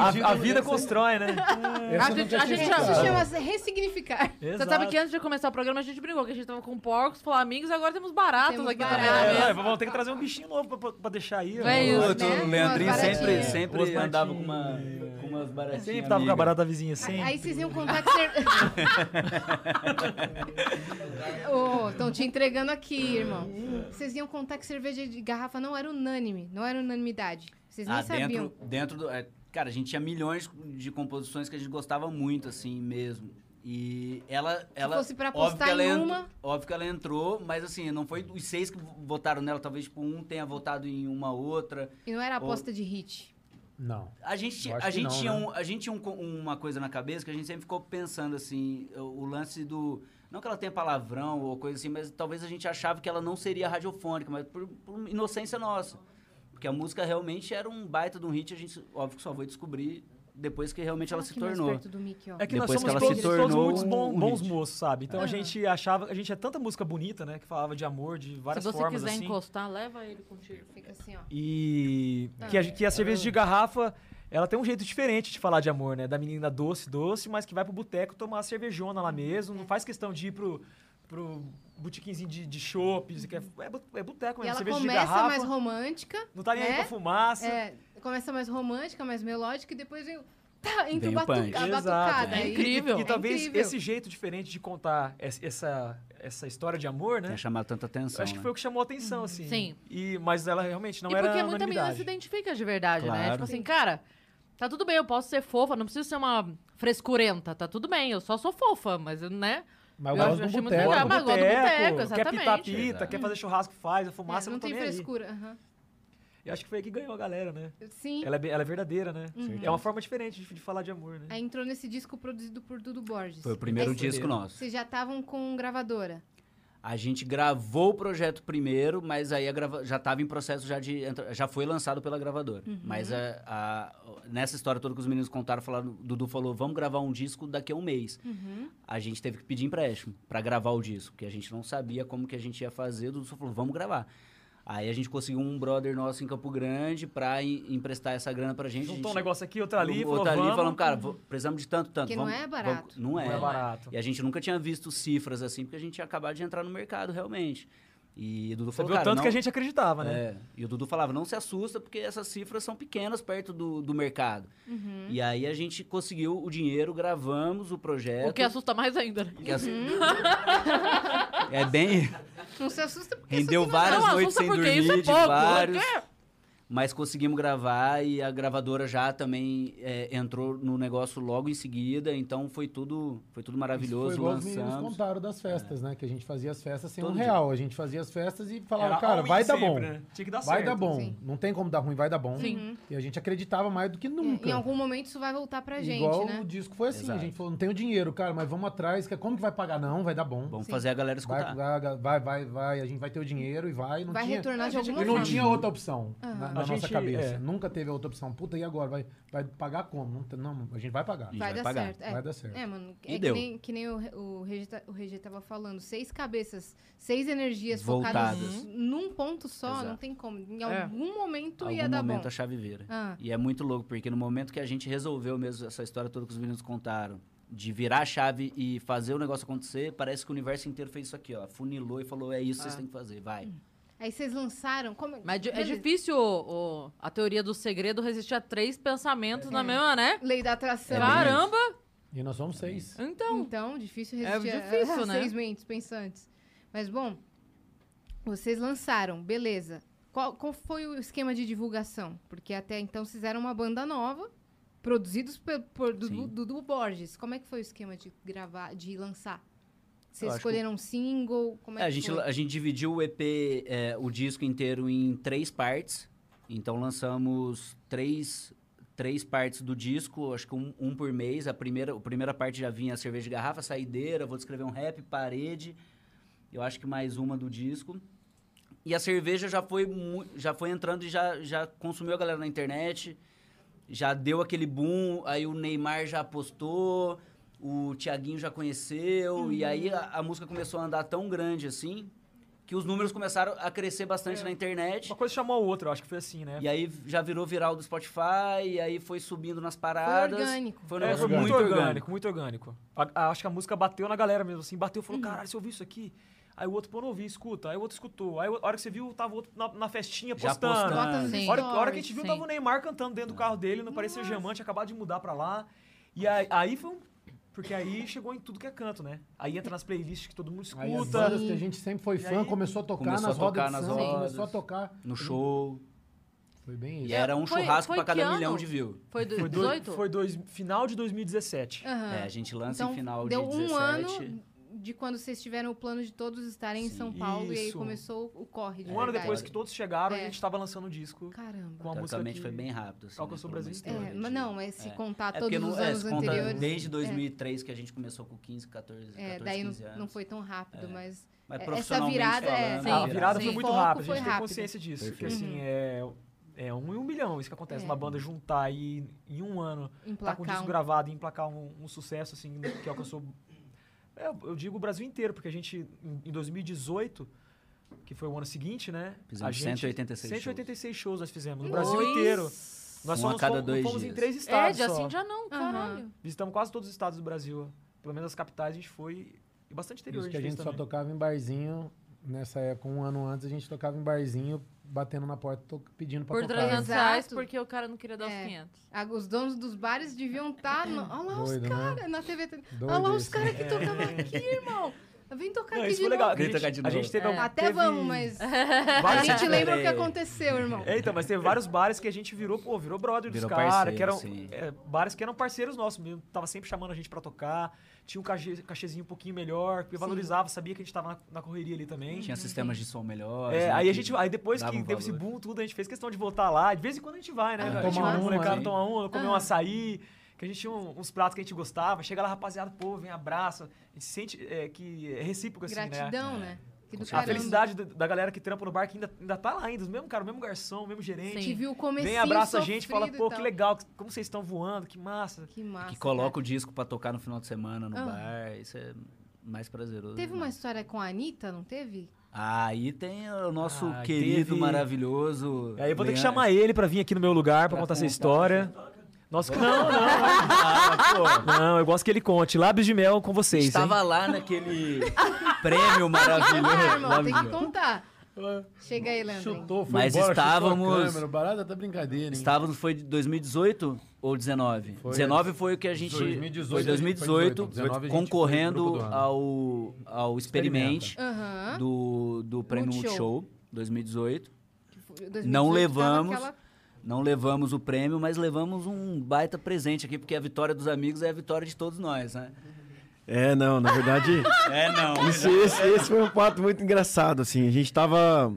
[SPEAKER 10] A, a
[SPEAKER 9] sentido-
[SPEAKER 10] vida constrói, né?
[SPEAKER 9] Essa
[SPEAKER 2] A
[SPEAKER 9] eu
[SPEAKER 2] gente-
[SPEAKER 9] nunca
[SPEAKER 2] a
[SPEAKER 9] tinha
[SPEAKER 2] gente
[SPEAKER 1] Gente,
[SPEAKER 2] já-
[SPEAKER 9] escutado.
[SPEAKER 1] isso chama-se ressignificar.
[SPEAKER 2] Você sabe que antes de começar o programa a gente brigou, que a gente tava com porcos, flamingos, e agora temos baratos
[SPEAKER 1] Temos
[SPEAKER 2] aqui
[SPEAKER 1] baratos.
[SPEAKER 2] também. na
[SPEAKER 10] É,
[SPEAKER 2] mesa.
[SPEAKER 10] é, vamos ter que trazer um bichinho novo pra- pra, pra deixar aí. ó.
[SPEAKER 2] É isso.
[SPEAKER 7] Outro,
[SPEAKER 1] né?
[SPEAKER 7] O Leandrinho
[SPEAKER 1] Umas
[SPEAKER 7] sempre,
[SPEAKER 1] baratinhas.
[SPEAKER 10] Umas
[SPEAKER 7] sempre
[SPEAKER 10] baratinhas.
[SPEAKER 7] andava com, uma, com umas baratinhas.
[SPEAKER 10] É. Sempre tava com a
[SPEAKER 7] amigas.
[SPEAKER 10] barata vizinha, assim. sempre.
[SPEAKER 1] Aí vocês iam contar que
[SPEAKER 10] <laughs>
[SPEAKER 1] você... Estão te entregando aqui, irmão. Vocês iam contar que cerveja de garrafa não era unânime, não era unanimidade. Vocês nem
[SPEAKER 7] Ah,
[SPEAKER 1] sabiam.
[SPEAKER 7] dentro, dentro do. é, cara, a gente tinha milhões de composições que a gente gostava muito, assim mesmo. E ela. ela
[SPEAKER 1] fosse pra
[SPEAKER 7] óbvio que
[SPEAKER 1] apostar
[SPEAKER 7] ela
[SPEAKER 1] em
[SPEAKER 7] entr-
[SPEAKER 1] uma-
[SPEAKER 7] Óbvio que ela entrou, mas assim, não foi os seis que votaram nela, talvez tipo, um tenha votado em uma outra.
[SPEAKER 1] E não era aposta de hit.
[SPEAKER 9] Não.
[SPEAKER 7] A gente, ti-
[SPEAKER 9] Eu acho
[SPEAKER 7] a
[SPEAKER 9] que
[SPEAKER 7] gente
[SPEAKER 9] não,
[SPEAKER 7] tinha,
[SPEAKER 9] né?
[SPEAKER 7] um, a gente tinha um co- uma coisa na cabeça que a gente sempre ficou pensando assim, o, o lance do. Não que ela tenha palavrão ou coisa assim, mas talvez a gente achava que ela não seria radiofônica, mas por, por inocência nossa. Porque a música realmente era um baita de um hit, a gente, óbvio que só foi descobrir depois que realmente ela
[SPEAKER 1] Aqui
[SPEAKER 7] se
[SPEAKER 1] mais
[SPEAKER 7] tornou.
[SPEAKER 1] perto do Mickey, ó.
[SPEAKER 10] É que nós
[SPEAKER 7] Depois que
[SPEAKER 10] somos
[SPEAKER 7] ela
[SPEAKER 10] todos,
[SPEAKER 7] se tornou
[SPEAKER 10] todos muitos bons,
[SPEAKER 7] um
[SPEAKER 10] bons
[SPEAKER 7] hit.
[SPEAKER 10] moços, sabe? Então
[SPEAKER 1] Aham.
[SPEAKER 10] a gente achava, a gente tinha tanta música bonita, né? Que falava de amor, de
[SPEAKER 2] Se
[SPEAKER 10] várias
[SPEAKER 2] você
[SPEAKER 10] formas,
[SPEAKER 2] quiser
[SPEAKER 10] assim.
[SPEAKER 2] encostar, leva ele contigo.
[SPEAKER 1] Fica assim, ó.
[SPEAKER 10] E
[SPEAKER 1] Tá.
[SPEAKER 10] que a, que a cerveja de garrafa, ela tem um jeito diferente de falar de amor, né? Da menina doce, doce, mas que vai pro boteco tomar a cervejona lá mesmo. Não faz questão de ir pro, pro botiquinzinho de, de chopps. que É, é bu- é boteco
[SPEAKER 1] E
[SPEAKER 10] mesmo,
[SPEAKER 1] ela
[SPEAKER 10] cerveja de
[SPEAKER 1] começa
[SPEAKER 10] garrafa.
[SPEAKER 1] mais romântica.
[SPEAKER 10] Não tá nem aí
[SPEAKER 1] né?
[SPEAKER 10] pra fumaça.
[SPEAKER 1] É, começa mais romântica, mais melódica e depois vem o. Tá, entra
[SPEAKER 7] Vem
[SPEAKER 1] o
[SPEAKER 7] o
[SPEAKER 1] batuca,
[SPEAKER 7] punk.
[SPEAKER 1] a
[SPEAKER 10] Exato.
[SPEAKER 1] batucada.
[SPEAKER 10] É
[SPEAKER 1] aí.
[SPEAKER 2] incrível.
[SPEAKER 10] E,
[SPEAKER 1] É
[SPEAKER 10] talvez
[SPEAKER 1] incrível.
[SPEAKER 10] esse jeito diferente de contar es- essa, essa história de amor, né?
[SPEAKER 7] Tinha chamado tanta atenção.
[SPEAKER 10] Acho que
[SPEAKER 7] né?
[SPEAKER 10] foi o que chamou a atenção, assim.
[SPEAKER 2] Uhum. Sim.
[SPEAKER 10] E, mas ela realmente não
[SPEAKER 2] e
[SPEAKER 10] era
[SPEAKER 2] porque muita menina
[SPEAKER 10] unanimidade.
[SPEAKER 2] se identifica de verdade, né?
[SPEAKER 7] Claro.
[SPEAKER 2] Tipo assim, cara, tá tudo bem, eu posso ser fofa, não preciso ser uma frescurenta, tá tudo bem, eu só sou fofa, mas né?
[SPEAKER 9] Mas
[SPEAKER 2] Eu
[SPEAKER 9] eu
[SPEAKER 2] acho-
[SPEAKER 9] gosto do
[SPEAKER 2] achei muito
[SPEAKER 9] boteco.
[SPEAKER 2] legal, mas- gosta do boteco,
[SPEAKER 10] quer pitar
[SPEAKER 2] exatamente.
[SPEAKER 10] pita, quer fazer churrasco, faz. A fumaça
[SPEAKER 1] Hum. É,
[SPEAKER 10] não,
[SPEAKER 1] não
[SPEAKER 10] tá
[SPEAKER 1] tem
[SPEAKER 10] nem aí.
[SPEAKER 1] frescura. aham.
[SPEAKER 10] Eu acho que foi aí que ganhou a galera, né?
[SPEAKER 1] Sim.
[SPEAKER 10] Ela é, bem- ela é verdadeira, né?
[SPEAKER 1] Uhum.
[SPEAKER 10] É uma forma diferente de, de falar de amor, né?
[SPEAKER 1] Aí entrou nesse disco produzido por Dudu Borges.
[SPEAKER 7] Foi o primeiro
[SPEAKER 1] Aí
[SPEAKER 7] disco nosso.
[SPEAKER 1] Vocês já estavam com gravadora.
[SPEAKER 7] A gente gravou o projeto primeiro, mas aí a grava- já estava em processo já de entra- já foi lançado pela gravadora. Mas a- a- nessa história toda que os meninos contaram, falaram, Dudu falou, vamos gravar um disco daqui a um mês. A gente teve que pedir empréstimo para gravar o disco, porque a gente não sabia como que a gente ia fazer. O Dudu só falou, vamos gravar. Aí a gente conseguiu um brother nosso em Campo Grande pra em- emprestar essa grana pra gente.
[SPEAKER 10] Juntou
[SPEAKER 7] a
[SPEAKER 10] um
[SPEAKER 7] gente-
[SPEAKER 10] negócio aqui, outro ali, falou,
[SPEAKER 7] outra ali,
[SPEAKER 10] vamos.
[SPEAKER 7] falamos, cara, vo- precisamos de tanto, tanto.
[SPEAKER 1] Que não
[SPEAKER 7] vamos,
[SPEAKER 1] é
[SPEAKER 7] vamos-
[SPEAKER 1] barato.
[SPEAKER 7] não é.
[SPEAKER 10] Não é barato.
[SPEAKER 7] E a gente nunca tinha visto cifras assim, porque a gente tinha acabado de entrar no mercado, realmente. E o Dudu
[SPEAKER 10] Você
[SPEAKER 7] falou,
[SPEAKER 10] viu
[SPEAKER 7] cara,
[SPEAKER 10] tanto
[SPEAKER 7] não-
[SPEAKER 10] que a gente acreditava, né?
[SPEAKER 7] é, e o Dudu falava, não se assusta, porque essas cifras são pequenas perto do, do mercado.
[SPEAKER 1] Uhum.
[SPEAKER 7] E aí a gente conseguiu o dinheiro, gravamos o
[SPEAKER 10] é
[SPEAKER 7] projeto.
[SPEAKER 2] O que assusta mais ainda, né?
[SPEAKER 7] Que ass-
[SPEAKER 10] <laughs>
[SPEAKER 7] É bem...
[SPEAKER 1] Uhum.
[SPEAKER 7] <laughs>
[SPEAKER 1] Não se assusta porque isso
[SPEAKER 7] Rendeu
[SPEAKER 1] aqui não
[SPEAKER 7] várias
[SPEAKER 2] Não,
[SPEAKER 7] noites
[SPEAKER 2] assusta
[SPEAKER 7] sem
[SPEAKER 2] porque
[SPEAKER 7] dormir,
[SPEAKER 2] isso é
[SPEAKER 7] de
[SPEAKER 2] pouco,
[SPEAKER 7] vários.
[SPEAKER 2] né?
[SPEAKER 7] Mas conseguimos gravar e a gravadora já também é, entrou no negócio logo em seguida. Então foi tudo, foi tudo maravilhoso,
[SPEAKER 9] Foi igual os meninos
[SPEAKER 7] lançamos.
[SPEAKER 9] contaram
[SPEAKER 10] É.
[SPEAKER 9] das festas, né? Que a gente fazia as festas sem
[SPEAKER 7] Todo
[SPEAKER 9] um
[SPEAKER 7] dia.
[SPEAKER 9] real. A gente fazia as festas e falava,
[SPEAKER 10] Era
[SPEAKER 9] cara,
[SPEAKER 10] all-in
[SPEAKER 9] vai dar
[SPEAKER 10] sempre,
[SPEAKER 9] bom.
[SPEAKER 10] né? Tinha que dar
[SPEAKER 9] Vai
[SPEAKER 10] certo.
[SPEAKER 9] dar bom.
[SPEAKER 1] Sim. É,
[SPEAKER 9] Não tem como dar ruim, vai dar bom.
[SPEAKER 2] Sim.
[SPEAKER 9] E a gente acreditava mais do que nunca.
[SPEAKER 7] <laughs>
[SPEAKER 1] Em algum momento isso vai voltar pra gente,
[SPEAKER 9] Igual o
[SPEAKER 1] né?
[SPEAKER 9] disco foi assim,
[SPEAKER 7] Exato.
[SPEAKER 9] a gente falou, não tem o dinheiro, cara, mas vamos atrás, que- é como que vai pagar? Não, vai dar bom.
[SPEAKER 7] Vamos
[SPEAKER 1] Sim.
[SPEAKER 7] fazer a galera escutar.
[SPEAKER 9] vai, vai, vai, vai, vai, a gente vai ter o dinheiro e vai. Não
[SPEAKER 1] Vai
[SPEAKER 9] tinha, É,
[SPEAKER 1] retornar de
[SPEAKER 10] A gente
[SPEAKER 1] alguma
[SPEAKER 9] E
[SPEAKER 1] forma.
[SPEAKER 9] não tinha outra opção na, na
[SPEAKER 10] A
[SPEAKER 9] nossa
[SPEAKER 10] gente-
[SPEAKER 9] cabeça.
[SPEAKER 10] é.
[SPEAKER 9] Nunca teve outra opção. Puta, e agora? Vai, vai pagar como? Não tem- Não, a gente vai pagar.
[SPEAKER 7] E
[SPEAKER 1] Vai, dar
[SPEAKER 7] vai pagar.
[SPEAKER 1] certo. É.
[SPEAKER 9] Vai dar certo.
[SPEAKER 1] É, mano,
[SPEAKER 7] E
[SPEAKER 1] é que
[SPEAKER 7] deu.
[SPEAKER 1] nem, que nem o, Re- o Regi tá- o Regi tava falando. Seis cabeças, seis energias
[SPEAKER 7] Voltadas.
[SPEAKER 1] focadas num ponto só, não
[SPEAKER 7] Exato.
[SPEAKER 1] tem como. Em
[SPEAKER 2] É.
[SPEAKER 1] algum momento
[SPEAKER 7] Algum
[SPEAKER 1] ia dar
[SPEAKER 7] momento
[SPEAKER 1] bom.
[SPEAKER 7] a chave vira.
[SPEAKER 1] Ah,
[SPEAKER 7] E é muito louco, porque no momento que a gente resolveu mesmo essa história toda que os meninos contaram, de virar a chave e fazer o negócio acontecer, parece que o universo inteiro fez isso aqui, ó. Funilou e falou, é isso que vocês
[SPEAKER 1] Ah.
[SPEAKER 7] têm que fazer, vai.
[SPEAKER 1] aí vocês lançaram. Como...
[SPEAKER 2] Mas é
[SPEAKER 1] Beleza.
[SPEAKER 2] difícil o- o- a teoria do segredo resistir a três pensamentos na mesma, né?
[SPEAKER 1] É. Lei da
[SPEAKER 10] É
[SPEAKER 1] atração.
[SPEAKER 2] Caramba!
[SPEAKER 9] E nós somos seis.
[SPEAKER 2] Então,
[SPEAKER 1] Então, difícil
[SPEAKER 2] É
[SPEAKER 1] resistir
[SPEAKER 2] difícil,
[SPEAKER 1] <laughs> a, a
[SPEAKER 2] né?
[SPEAKER 1] seis mentes pensantes. Mas, bom, vocês lançaram, beleza. Qual, qual foi o esquema de divulgação? Porque até então vocês eram uma banda nova, produzidos pe- por Dudu,
[SPEAKER 7] Sim.
[SPEAKER 1] Dudu Borges. Como é que foi o esquema de gravar, de lançar?
[SPEAKER 7] Eu
[SPEAKER 1] Vocês
[SPEAKER 7] acho que
[SPEAKER 1] escolheram um single? Como é,
[SPEAKER 7] É, a,
[SPEAKER 1] que
[SPEAKER 7] gente,
[SPEAKER 1] foi?
[SPEAKER 7] a gente dividiu o EP, é, o disco inteiro, em três partes. Então lançamos três, três partes do disco, acho que um, um por mês. A primeira, a primeira parte já vinha cerveja de garrafa, saideira, vou descrever um rap, parede. Eu acho que mais uma do disco. E a cerveja já foi, mu- já foi entrando e já, já consumiu a galera na internet. Já deu aquele boom, aí o Neymar já postou, o Tiaguinho já conheceu. E
[SPEAKER 10] Uhum.
[SPEAKER 7] aí a, a música começou a andar tão grande assim, que os números começaram a crescer bastante na internet.
[SPEAKER 10] É. Uma coisa chamou a outra, eu acho que foi assim, né?
[SPEAKER 7] E aí já virou viral do Spotify, e aí foi subindo nas
[SPEAKER 9] Ah,
[SPEAKER 7] paradas.
[SPEAKER 1] orgânico.
[SPEAKER 7] Foi um
[SPEAKER 10] É,
[SPEAKER 7] negócio
[SPEAKER 10] foi
[SPEAKER 7] muito orgânico.
[SPEAKER 10] muito orgânico. A- a- acho que a música bateu na galera mesmo, assim, bateu, falou,
[SPEAKER 1] Uhum.
[SPEAKER 10] caralho, você ouviu isso aqui? Aí o outro, pô, não ouvi, escuta. Aí o outro escutou. Aí o- a hora que você viu, tava o outro na, na festinha
[SPEAKER 7] Já
[SPEAKER 10] postando.
[SPEAKER 7] postando.
[SPEAKER 1] Bota assim. nos
[SPEAKER 2] Sim.
[SPEAKER 10] A hora, a hora que a gente viu,
[SPEAKER 2] Stories,
[SPEAKER 10] tava
[SPEAKER 2] sim.
[SPEAKER 10] o Neymar cantando dentro
[SPEAKER 9] É.
[SPEAKER 10] do carro dele, no Paris Saint-Germain, tinha acabado de mudar pra lá. E aí, aí foi um... Porque aí chegou em tudo que é canto, né? Aí entra nas playlists que todo mundo
[SPEAKER 9] Aí as
[SPEAKER 10] escuta.
[SPEAKER 9] bandas que a gente sempre foi
[SPEAKER 10] E
[SPEAKER 9] fã
[SPEAKER 10] aí-
[SPEAKER 9] começou a tocar
[SPEAKER 7] Começou
[SPEAKER 9] nas
[SPEAKER 7] a
[SPEAKER 9] rodas
[SPEAKER 7] tocar
[SPEAKER 9] de
[SPEAKER 7] nas
[SPEAKER 9] samba,
[SPEAKER 7] rodas.
[SPEAKER 9] começou a tocar.
[SPEAKER 7] No show.
[SPEAKER 9] Foi bem
[SPEAKER 7] E
[SPEAKER 9] isso.
[SPEAKER 7] era um
[SPEAKER 2] Foi-
[SPEAKER 7] churrasco
[SPEAKER 2] foi
[SPEAKER 7] pra cada
[SPEAKER 2] que ano?
[SPEAKER 7] milhão de view.
[SPEAKER 2] foi do
[SPEAKER 10] Foi, dois,
[SPEAKER 2] 18?
[SPEAKER 10] foi dois, final de 2017.
[SPEAKER 1] Aham.
[SPEAKER 7] É, a gente lança
[SPEAKER 1] Então,
[SPEAKER 7] em final
[SPEAKER 1] deu
[SPEAKER 7] de 17.
[SPEAKER 1] um ano de quando vocês tiveram o plano de todos estarem em
[SPEAKER 7] Sim. É.
[SPEAKER 1] São Paulo e aí
[SPEAKER 10] Isso.
[SPEAKER 1] começou o corre. de
[SPEAKER 10] Um ano
[SPEAKER 1] verdade.
[SPEAKER 10] depois que todos chegaram,
[SPEAKER 1] É.
[SPEAKER 10] a gente tava lançando um disco com
[SPEAKER 1] Caramba.
[SPEAKER 10] a música
[SPEAKER 7] Teoricamente
[SPEAKER 10] que...
[SPEAKER 7] foi bem rápido. Assim,
[SPEAKER 10] Calca Sul
[SPEAKER 7] Por uma
[SPEAKER 10] Brasil
[SPEAKER 7] história
[SPEAKER 1] É,
[SPEAKER 7] de-
[SPEAKER 1] mas não, mas se
[SPEAKER 7] é.
[SPEAKER 1] contar
[SPEAKER 7] É
[SPEAKER 1] tá todos
[SPEAKER 7] porque não-
[SPEAKER 1] os
[SPEAKER 7] é,
[SPEAKER 1] anos
[SPEAKER 7] se conta
[SPEAKER 1] anteriores.
[SPEAKER 7] Desde 2003 que a gente começou com 15, 14, 14
[SPEAKER 1] É, daí não,
[SPEAKER 7] 15 anos. É.
[SPEAKER 1] não foi tão rápido, mas.
[SPEAKER 7] Mas
[SPEAKER 1] essa
[SPEAKER 7] profissionalmente
[SPEAKER 1] virada é-
[SPEAKER 7] falando, né?
[SPEAKER 1] Sim.
[SPEAKER 10] a virada
[SPEAKER 1] Sim.
[SPEAKER 10] foi muito
[SPEAKER 1] Foco
[SPEAKER 10] rápida, a
[SPEAKER 1] foi
[SPEAKER 10] gente tem
[SPEAKER 1] rápido. Uhum.
[SPEAKER 10] consciência disso.
[SPEAKER 7] Perfeito.
[SPEAKER 10] Que assim, é, é um em um milhão isso que acontece.
[SPEAKER 1] É.
[SPEAKER 10] Uma banda juntar e em um ano tá com o
[SPEAKER 1] Emplacar
[SPEAKER 10] disco
[SPEAKER 1] um-
[SPEAKER 10] gravado e emplacar um, um sucesso, assim, que alcançou. É, eu digo o Brasil inteiro, porque a gente, em- em 2018, que foi o ano seguinte, né?
[SPEAKER 7] Fizemos
[SPEAKER 10] a gente,
[SPEAKER 7] 186 shows.
[SPEAKER 10] 186 shows. nós fizemos, no
[SPEAKER 1] Nossa.
[SPEAKER 10] Brasil inteiro. Nós
[SPEAKER 7] Um
[SPEAKER 10] fomos,
[SPEAKER 7] a cada
[SPEAKER 10] fomos-
[SPEAKER 7] dois
[SPEAKER 10] fomos em
[SPEAKER 7] dias.
[SPEAKER 10] três
[SPEAKER 2] É,
[SPEAKER 10] estados.
[SPEAKER 2] de
[SPEAKER 10] só.
[SPEAKER 2] assim já não, caralho.
[SPEAKER 10] Visitamos quase todos os estados do Brasil. Pelo menos as capitais a gente foi. E bastante interior
[SPEAKER 9] Isso que a
[SPEAKER 10] fez
[SPEAKER 9] gente só
[SPEAKER 10] também.
[SPEAKER 9] tocava em barzinho. Nessa época, um ano antes, a gente tocava em barzinho, batendo na porta, to- pedindo pra
[SPEAKER 2] Por
[SPEAKER 9] tocar.
[SPEAKER 2] 300 reais,
[SPEAKER 1] Exato.
[SPEAKER 2] porque o cara não queria dar os
[SPEAKER 1] É.
[SPEAKER 2] 500.
[SPEAKER 1] Ah, Os donos dos bares deviam estar.
[SPEAKER 2] <coughs>
[SPEAKER 1] No... Olha lá os
[SPEAKER 9] Doido, né?
[SPEAKER 1] caras na TV.
[SPEAKER 9] Doido
[SPEAKER 1] Olha lá os
[SPEAKER 9] isso,
[SPEAKER 1] caras que tocavam aqui, irmão. Vem tocar
[SPEAKER 10] É. Não,
[SPEAKER 1] aqui
[SPEAKER 10] isso
[SPEAKER 1] de
[SPEAKER 10] foi
[SPEAKER 1] novo.
[SPEAKER 10] legal. que
[SPEAKER 7] Grita
[SPEAKER 10] a gente,
[SPEAKER 7] cá de
[SPEAKER 10] a gente
[SPEAKER 7] novo.
[SPEAKER 10] teve,
[SPEAKER 1] É, Até
[SPEAKER 10] teve
[SPEAKER 2] <laughs>
[SPEAKER 1] vamos,
[SPEAKER 10] <laughs>
[SPEAKER 1] mas. A
[SPEAKER 10] vários-
[SPEAKER 1] gente lembra o que
[SPEAKER 7] Peraí.
[SPEAKER 1] aconteceu, irmão.
[SPEAKER 10] É, então, mas teve vários bares que a gente virou, pô, virou brother
[SPEAKER 7] Virou
[SPEAKER 10] dos caras,
[SPEAKER 7] parceiro,
[SPEAKER 10] que eram
[SPEAKER 7] sim.
[SPEAKER 10] é, bares que eram parceiros nossos mesmo, tava sempre chamando a gente pra tocar, tinha um cachê, cachezinho um pouquinho melhor, que valorizava, sabia que a gente tava na, na correria ali também.
[SPEAKER 7] Tinha sistemas de som melhores.
[SPEAKER 10] É,
[SPEAKER 7] né,
[SPEAKER 10] aí a
[SPEAKER 7] que
[SPEAKER 10] gente, aí depois que
[SPEAKER 7] davam
[SPEAKER 10] teve esse
[SPEAKER 7] valor.
[SPEAKER 10] boom tudo, a gente fez questão de voltar lá, de vez em quando a gente vai, né? cara?
[SPEAKER 7] Ah, tomar
[SPEAKER 10] a gente vai,
[SPEAKER 9] uma,
[SPEAKER 10] molecada,
[SPEAKER 7] né?
[SPEAKER 10] tomar uma, comer um açaí, que a gente tinha um- uns pratos que a gente gostava, chega lá, rapaziada, pô, vem, abraça, a gente sente é, que é recíproco assim, né?
[SPEAKER 1] Gratidão, né? Que do
[SPEAKER 10] A
[SPEAKER 1] caramba.
[SPEAKER 10] felicidade do- da galera que trampa no bar que ainda, ainda tá lá ainda, o mesmo cara, o mesmo garçom, o mesmo gerente.
[SPEAKER 1] Que viu o comecinho
[SPEAKER 10] Vem, abraça a gente, fala,
[SPEAKER 1] sofrido e
[SPEAKER 10] pô, que
[SPEAKER 1] tal.
[SPEAKER 10] legal, como vocês estão voando, que massa.
[SPEAKER 1] Que massa.
[SPEAKER 7] Que coloca
[SPEAKER 1] cara.
[SPEAKER 7] o disco pra tocar no final de semana no
[SPEAKER 1] Ah.
[SPEAKER 7] bar. Isso é mais prazeroso.
[SPEAKER 1] Teve uma
[SPEAKER 7] demais.
[SPEAKER 1] história com a Anitta, não
[SPEAKER 7] <laughs>
[SPEAKER 1] teve?
[SPEAKER 7] Aí tem o nosso
[SPEAKER 10] Ah,
[SPEAKER 7] querido,
[SPEAKER 10] teve-
[SPEAKER 7] maravilhoso.
[SPEAKER 10] Aí eu vou ter que
[SPEAKER 7] Leandro.
[SPEAKER 10] chamar ele pra vir aqui no meu lugar pra, contar essa história. Nossa, que- não, não. Ah, pô. Não, eu gosto que ele conte. Lábios de mel com vocês. hein?
[SPEAKER 7] Estava lá né? naquele
[SPEAKER 1] <laughs>
[SPEAKER 7] prêmio
[SPEAKER 1] Ah,
[SPEAKER 7] maravilhoso.
[SPEAKER 1] irmão, tem que
[SPEAKER 7] Maravilhoso.
[SPEAKER 1] contar. Chega aí, Leandro.
[SPEAKER 9] Chutou, foi
[SPEAKER 7] Mas
[SPEAKER 9] embora, chutou a
[SPEAKER 7] estávamos-
[SPEAKER 9] câmera, o barato tá brincadeira, hein?
[SPEAKER 7] Estávamos, foi de 2018 ou 19? 19 foi o que a gente.
[SPEAKER 9] 2018,
[SPEAKER 7] foi 2018,
[SPEAKER 9] 19 então a gente foi
[SPEAKER 7] concorrendo
[SPEAKER 9] pro grupo do
[SPEAKER 7] ao, ao Experimente
[SPEAKER 1] Aham.
[SPEAKER 7] do, do Prêmio
[SPEAKER 1] Multishow.
[SPEAKER 7] Multishow, 2018.
[SPEAKER 1] Que foi- 2018
[SPEAKER 7] Não
[SPEAKER 1] tava
[SPEAKER 7] levamos.
[SPEAKER 1] aquela-
[SPEAKER 7] Não levamos o prêmio, mas levamos um baita presente aqui, porque a vitória dos amigos é a vitória de todos nós, né?
[SPEAKER 4] É, não, na verdade.
[SPEAKER 7] <laughs> É, não.
[SPEAKER 4] Esse, esse- esse foi um fato muito engraçado, assim. A gente tava.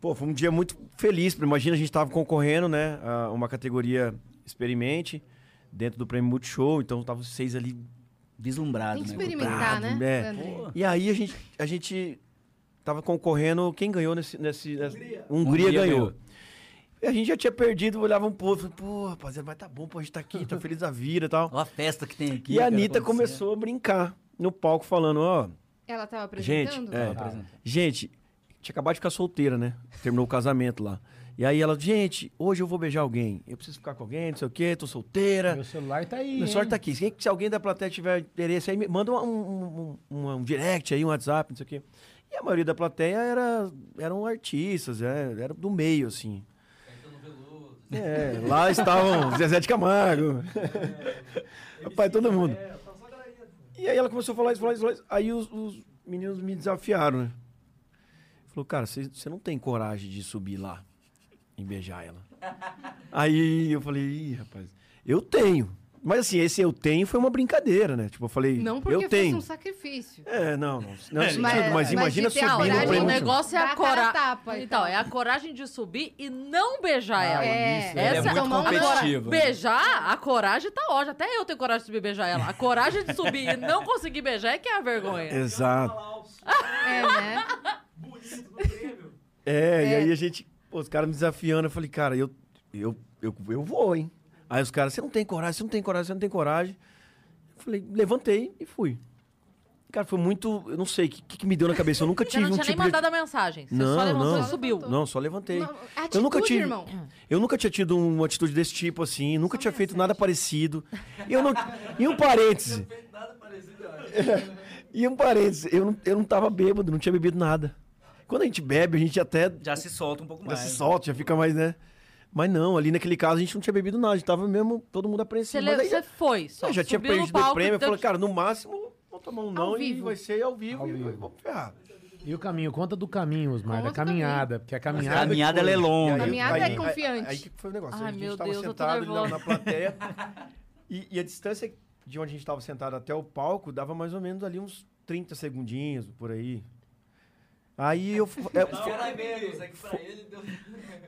[SPEAKER 4] Pô, foi um dia muito feliz. Imagina, a gente tava concorrendo, né? A uma categoria experimente, dentro do prêmio Multishow. Então, tava os seis ali.
[SPEAKER 7] Vislumbrado,
[SPEAKER 1] Tem que
[SPEAKER 7] né?
[SPEAKER 1] experimentar, né,
[SPEAKER 4] Brabo, é.
[SPEAKER 1] Leandro?
[SPEAKER 4] E aí, a gente, a gente tava concorrendo. Quem ganhou nesse. nesse nessa- Hungria.
[SPEAKER 7] Hungria
[SPEAKER 4] ganhou.
[SPEAKER 7] Um ganhou.
[SPEAKER 4] E a gente já tinha perdido, olhava um pouco. falei, Pô, rapaziada, mas tá bom, pô, a gente tá aqui, tá feliz da vida e tal.
[SPEAKER 7] Olha a festa que tem aqui.
[SPEAKER 4] E a
[SPEAKER 7] cara,
[SPEAKER 4] Anitta
[SPEAKER 7] acontecendo.
[SPEAKER 4] começou a brincar no palco, falando: ó.
[SPEAKER 1] Ela tava apresentando?
[SPEAKER 4] Gente, é, gente, tinha acabado de ficar solteira, né? Terminou o casamento lá. E aí ela, gente, hoje eu vou beijar alguém. Eu preciso ficar com alguém, não sei o quê, tô solteira.
[SPEAKER 9] Meu celular tá aí.
[SPEAKER 4] Minha sorte
[SPEAKER 9] hein?
[SPEAKER 4] tá aqui. Se- Se alguém da plateia tiver interesse aí, me manda um, um- um- um direct aí, um WhatsApp, não sei o quê. E a maioria da plateia era, eram artistas, é, era do meio, assim. É,
[SPEAKER 9] <laughs>
[SPEAKER 4] lá estavam Zezé de Camargo.
[SPEAKER 9] É.
[SPEAKER 4] Pai, todo mundo. E aí ela começou a falar isso, falar isso, falar isso. Aí os, os meninos me desafiaram, né? Falou, cara, você você não tem coragem de subir lá e beijar ela. Aí eu falei, Ih, rapaz, eu tenho. Mas assim, esse eu tenho foi uma brincadeira, né? Tipo, eu falei,
[SPEAKER 1] Não
[SPEAKER 4] eu
[SPEAKER 1] porque fosse
[SPEAKER 4] tenho.
[SPEAKER 1] um sacrifício.
[SPEAKER 4] É, não, não, não
[SPEAKER 1] mas-
[SPEAKER 4] mas, mas,
[SPEAKER 1] mas
[SPEAKER 4] imagina
[SPEAKER 1] de ter a
[SPEAKER 4] subir no
[SPEAKER 1] coragem,
[SPEAKER 2] Não,
[SPEAKER 4] prêmio.
[SPEAKER 2] o
[SPEAKER 1] né?
[SPEAKER 2] negócio é
[SPEAKER 1] Dá
[SPEAKER 2] a
[SPEAKER 1] a cara
[SPEAKER 2] coragem.
[SPEAKER 1] a tapa, então.
[SPEAKER 2] Então, é a coragem de subir e não beijar
[SPEAKER 4] Ah,
[SPEAKER 2] ela.
[SPEAKER 1] É,
[SPEAKER 7] Ela é
[SPEAKER 2] Essa-
[SPEAKER 7] muito
[SPEAKER 1] tomar uma-
[SPEAKER 2] né?
[SPEAKER 7] competitiva.
[SPEAKER 4] né?
[SPEAKER 2] Beijar, a coragem tá ótima. Até eu tenho coragem de subir e beijar ela. A coragem de subir e não conseguir beijar é que é a vergonha.
[SPEAKER 4] <laughs> Exato.
[SPEAKER 1] É, né?
[SPEAKER 2] né?
[SPEAKER 3] <laughs>
[SPEAKER 4] É, e aí a gente, pô, os caras me desafiando, eu falei, cara, eu, eu, eu, eu vou, hein? Aí os caras, você não tem coragem, você não tem coragem, você não tem coragem. Eu falei, levantei e fui. Cara, foi muito, eu não sei, o que, que que me deu na cabeça? Eu nunca
[SPEAKER 2] Você
[SPEAKER 4] tive
[SPEAKER 2] não
[SPEAKER 4] um
[SPEAKER 2] tinha nem
[SPEAKER 4] tipo de...
[SPEAKER 2] mandado a mensagem. Você só
[SPEAKER 4] Não,
[SPEAKER 2] levantou
[SPEAKER 4] não.
[SPEAKER 2] e subiu.
[SPEAKER 4] Não, só levantei.
[SPEAKER 1] Não, é atitude,
[SPEAKER 4] eu nunca tive, Hum.
[SPEAKER 1] irmão.
[SPEAKER 4] eu nunca tinha tido uma atitude desse tipo assim, nunca tinha feito nada parecido. E eu não, e um parêntese. <laughs> E um parêntese, eu não, eu não tava bêbado, não tinha bebido nada. Quando a gente bebe, a gente até
[SPEAKER 7] Já se solta um pouco
[SPEAKER 4] já
[SPEAKER 7] mais.
[SPEAKER 4] se solta, já fica mais, né? Mas não, ali naquele caso a gente não tinha bebido nada, a gente tava mesmo todo mundo
[SPEAKER 2] Você,
[SPEAKER 4] apreensivo.
[SPEAKER 2] le-
[SPEAKER 4] Mas aí
[SPEAKER 2] você foi. Só.
[SPEAKER 4] eu já tinha
[SPEAKER 2] Subiu no
[SPEAKER 4] perdido o
[SPEAKER 2] palco,
[SPEAKER 4] prêmio, eu
[SPEAKER 2] deu-
[SPEAKER 4] falei, cara, no máximo vou tomar um não e
[SPEAKER 1] vivo.
[SPEAKER 4] vai ser ao vivo
[SPEAKER 9] Ao
[SPEAKER 4] e
[SPEAKER 9] vivo.
[SPEAKER 4] vamos ferrar.
[SPEAKER 9] E o caminho? Conta do caminho, Osmar, da
[SPEAKER 1] Conta o
[SPEAKER 9] caminhada. Porque a
[SPEAKER 7] A
[SPEAKER 9] caminhada.
[SPEAKER 7] caminhada ela é
[SPEAKER 4] E
[SPEAKER 7] longa.
[SPEAKER 4] aí-
[SPEAKER 1] Caminhada
[SPEAKER 4] aí-
[SPEAKER 1] é
[SPEAKER 4] aí-
[SPEAKER 1] confiante.
[SPEAKER 4] Aí, que foi o negócio.
[SPEAKER 2] Ai,
[SPEAKER 4] a gente
[SPEAKER 2] meu
[SPEAKER 4] tava
[SPEAKER 2] Deus, eu tô
[SPEAKER 4] sentado ali na,
[SPEAKER 2] nervosa.
[SPEAKER 4] na
[SPEAKER 2] <laughs>
[SPEAKER 4] plateia. e, e a distância de onde a gente tava sentado até o palco dava mais ou menos ali uns 30 segundinhos por aí. Aí eu. fu- é,
[SPEAKER 5] Não, era menos, é que pra ele deu.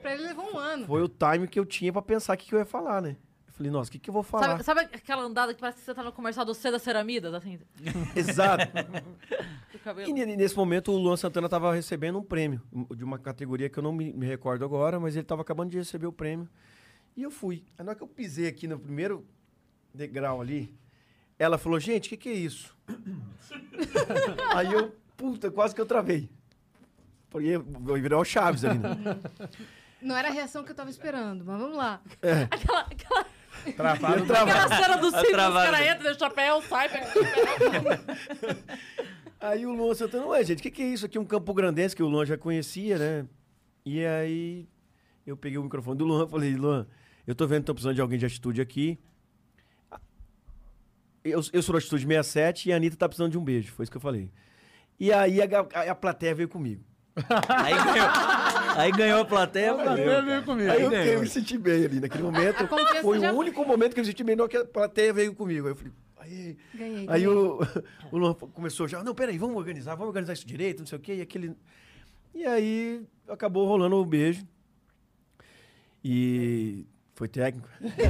[SPEAKER 1] Pra ele levou um ano.
[SPEAKER 4] foi o time que eu tinha pra pensar o que, que eu ia falar, né? Eu falei, nossa, o que, que eu vou
[SPEAKER 2] Sabe,
[SPEAKER 4] falar?
[SPEAKER 2] sabe aquela andada que parece que você tá no comercial do C das Ceramidas, assim,
[SPEAKER 4] Exato.
[SPEAKER 2] <laughs> do
[SPEAKER 4] E
[SPEAKER 2] cabelo?
[SPEAKER 4] ne- nesse momento o Luan Santana estava recebendo um prêmio um- de uma categoria que eu não me, me recordo agora, mas ele estava acabando de receber o prêmio. E eu fui. Aí na hora que eu pisei aqui no primeiro degrau ali, ela falou, gente, o que, que é isso? <laughs> Aí eu, puta, quase que eu travei. Porque eu ia virar o Chaves né? ainda.
[SPEAKER 1] Não era a reação que eu tava esperando, mas vamos lá.
[SPEAKER 2] Aquela, aquela,
[SPEAKER 4] Eu travado.
[SPEAKER 2] aquela cena do cinto, os
[SPEAKER 7] travada.
[SPEAKER 2] caras entram, deixa o chapéu, sai, pega
[SPEAKER 4] Aí o Luan Santana, ué, gente, o que, que é isso aqui? Um campo grandense que o Luan já conhecia, né? E aí eu peguei o microfone do Luan e falei, Luan, eu tô vendo que tô precisando de alguém de atitude aqui. Eu, eu sou da atitude 67 e a Anitta tá precisando de um beijo, foi isso que eu falei. E aí a, ga- a- a plateia veio comigo.
[SPEAKER 7] <laughs> Aí ganhou, aí ganhou a plateia. valeu.
[SPEAKER 4] Aí eu, fiquei- eu me senti bem ali naquele momento.
[SPEAKER 1] confiança
[SPEAKER 4] Foi
[SPEAKER 1] já-
[SPEAKER 4] o único momento que eu me senti bem, não, que a plateia veio comigo. Aí eu falei, aí,
[SPEAKER 1] Ganhei.
[SPEAKER 4] Aí o, o <laughs> Luan começou já, não, peraí, vamos organizar, vamos organizar isso direito, não sei o quê, e aquele... E aí acabou rolando o beijo. E foi técnico. <laughs>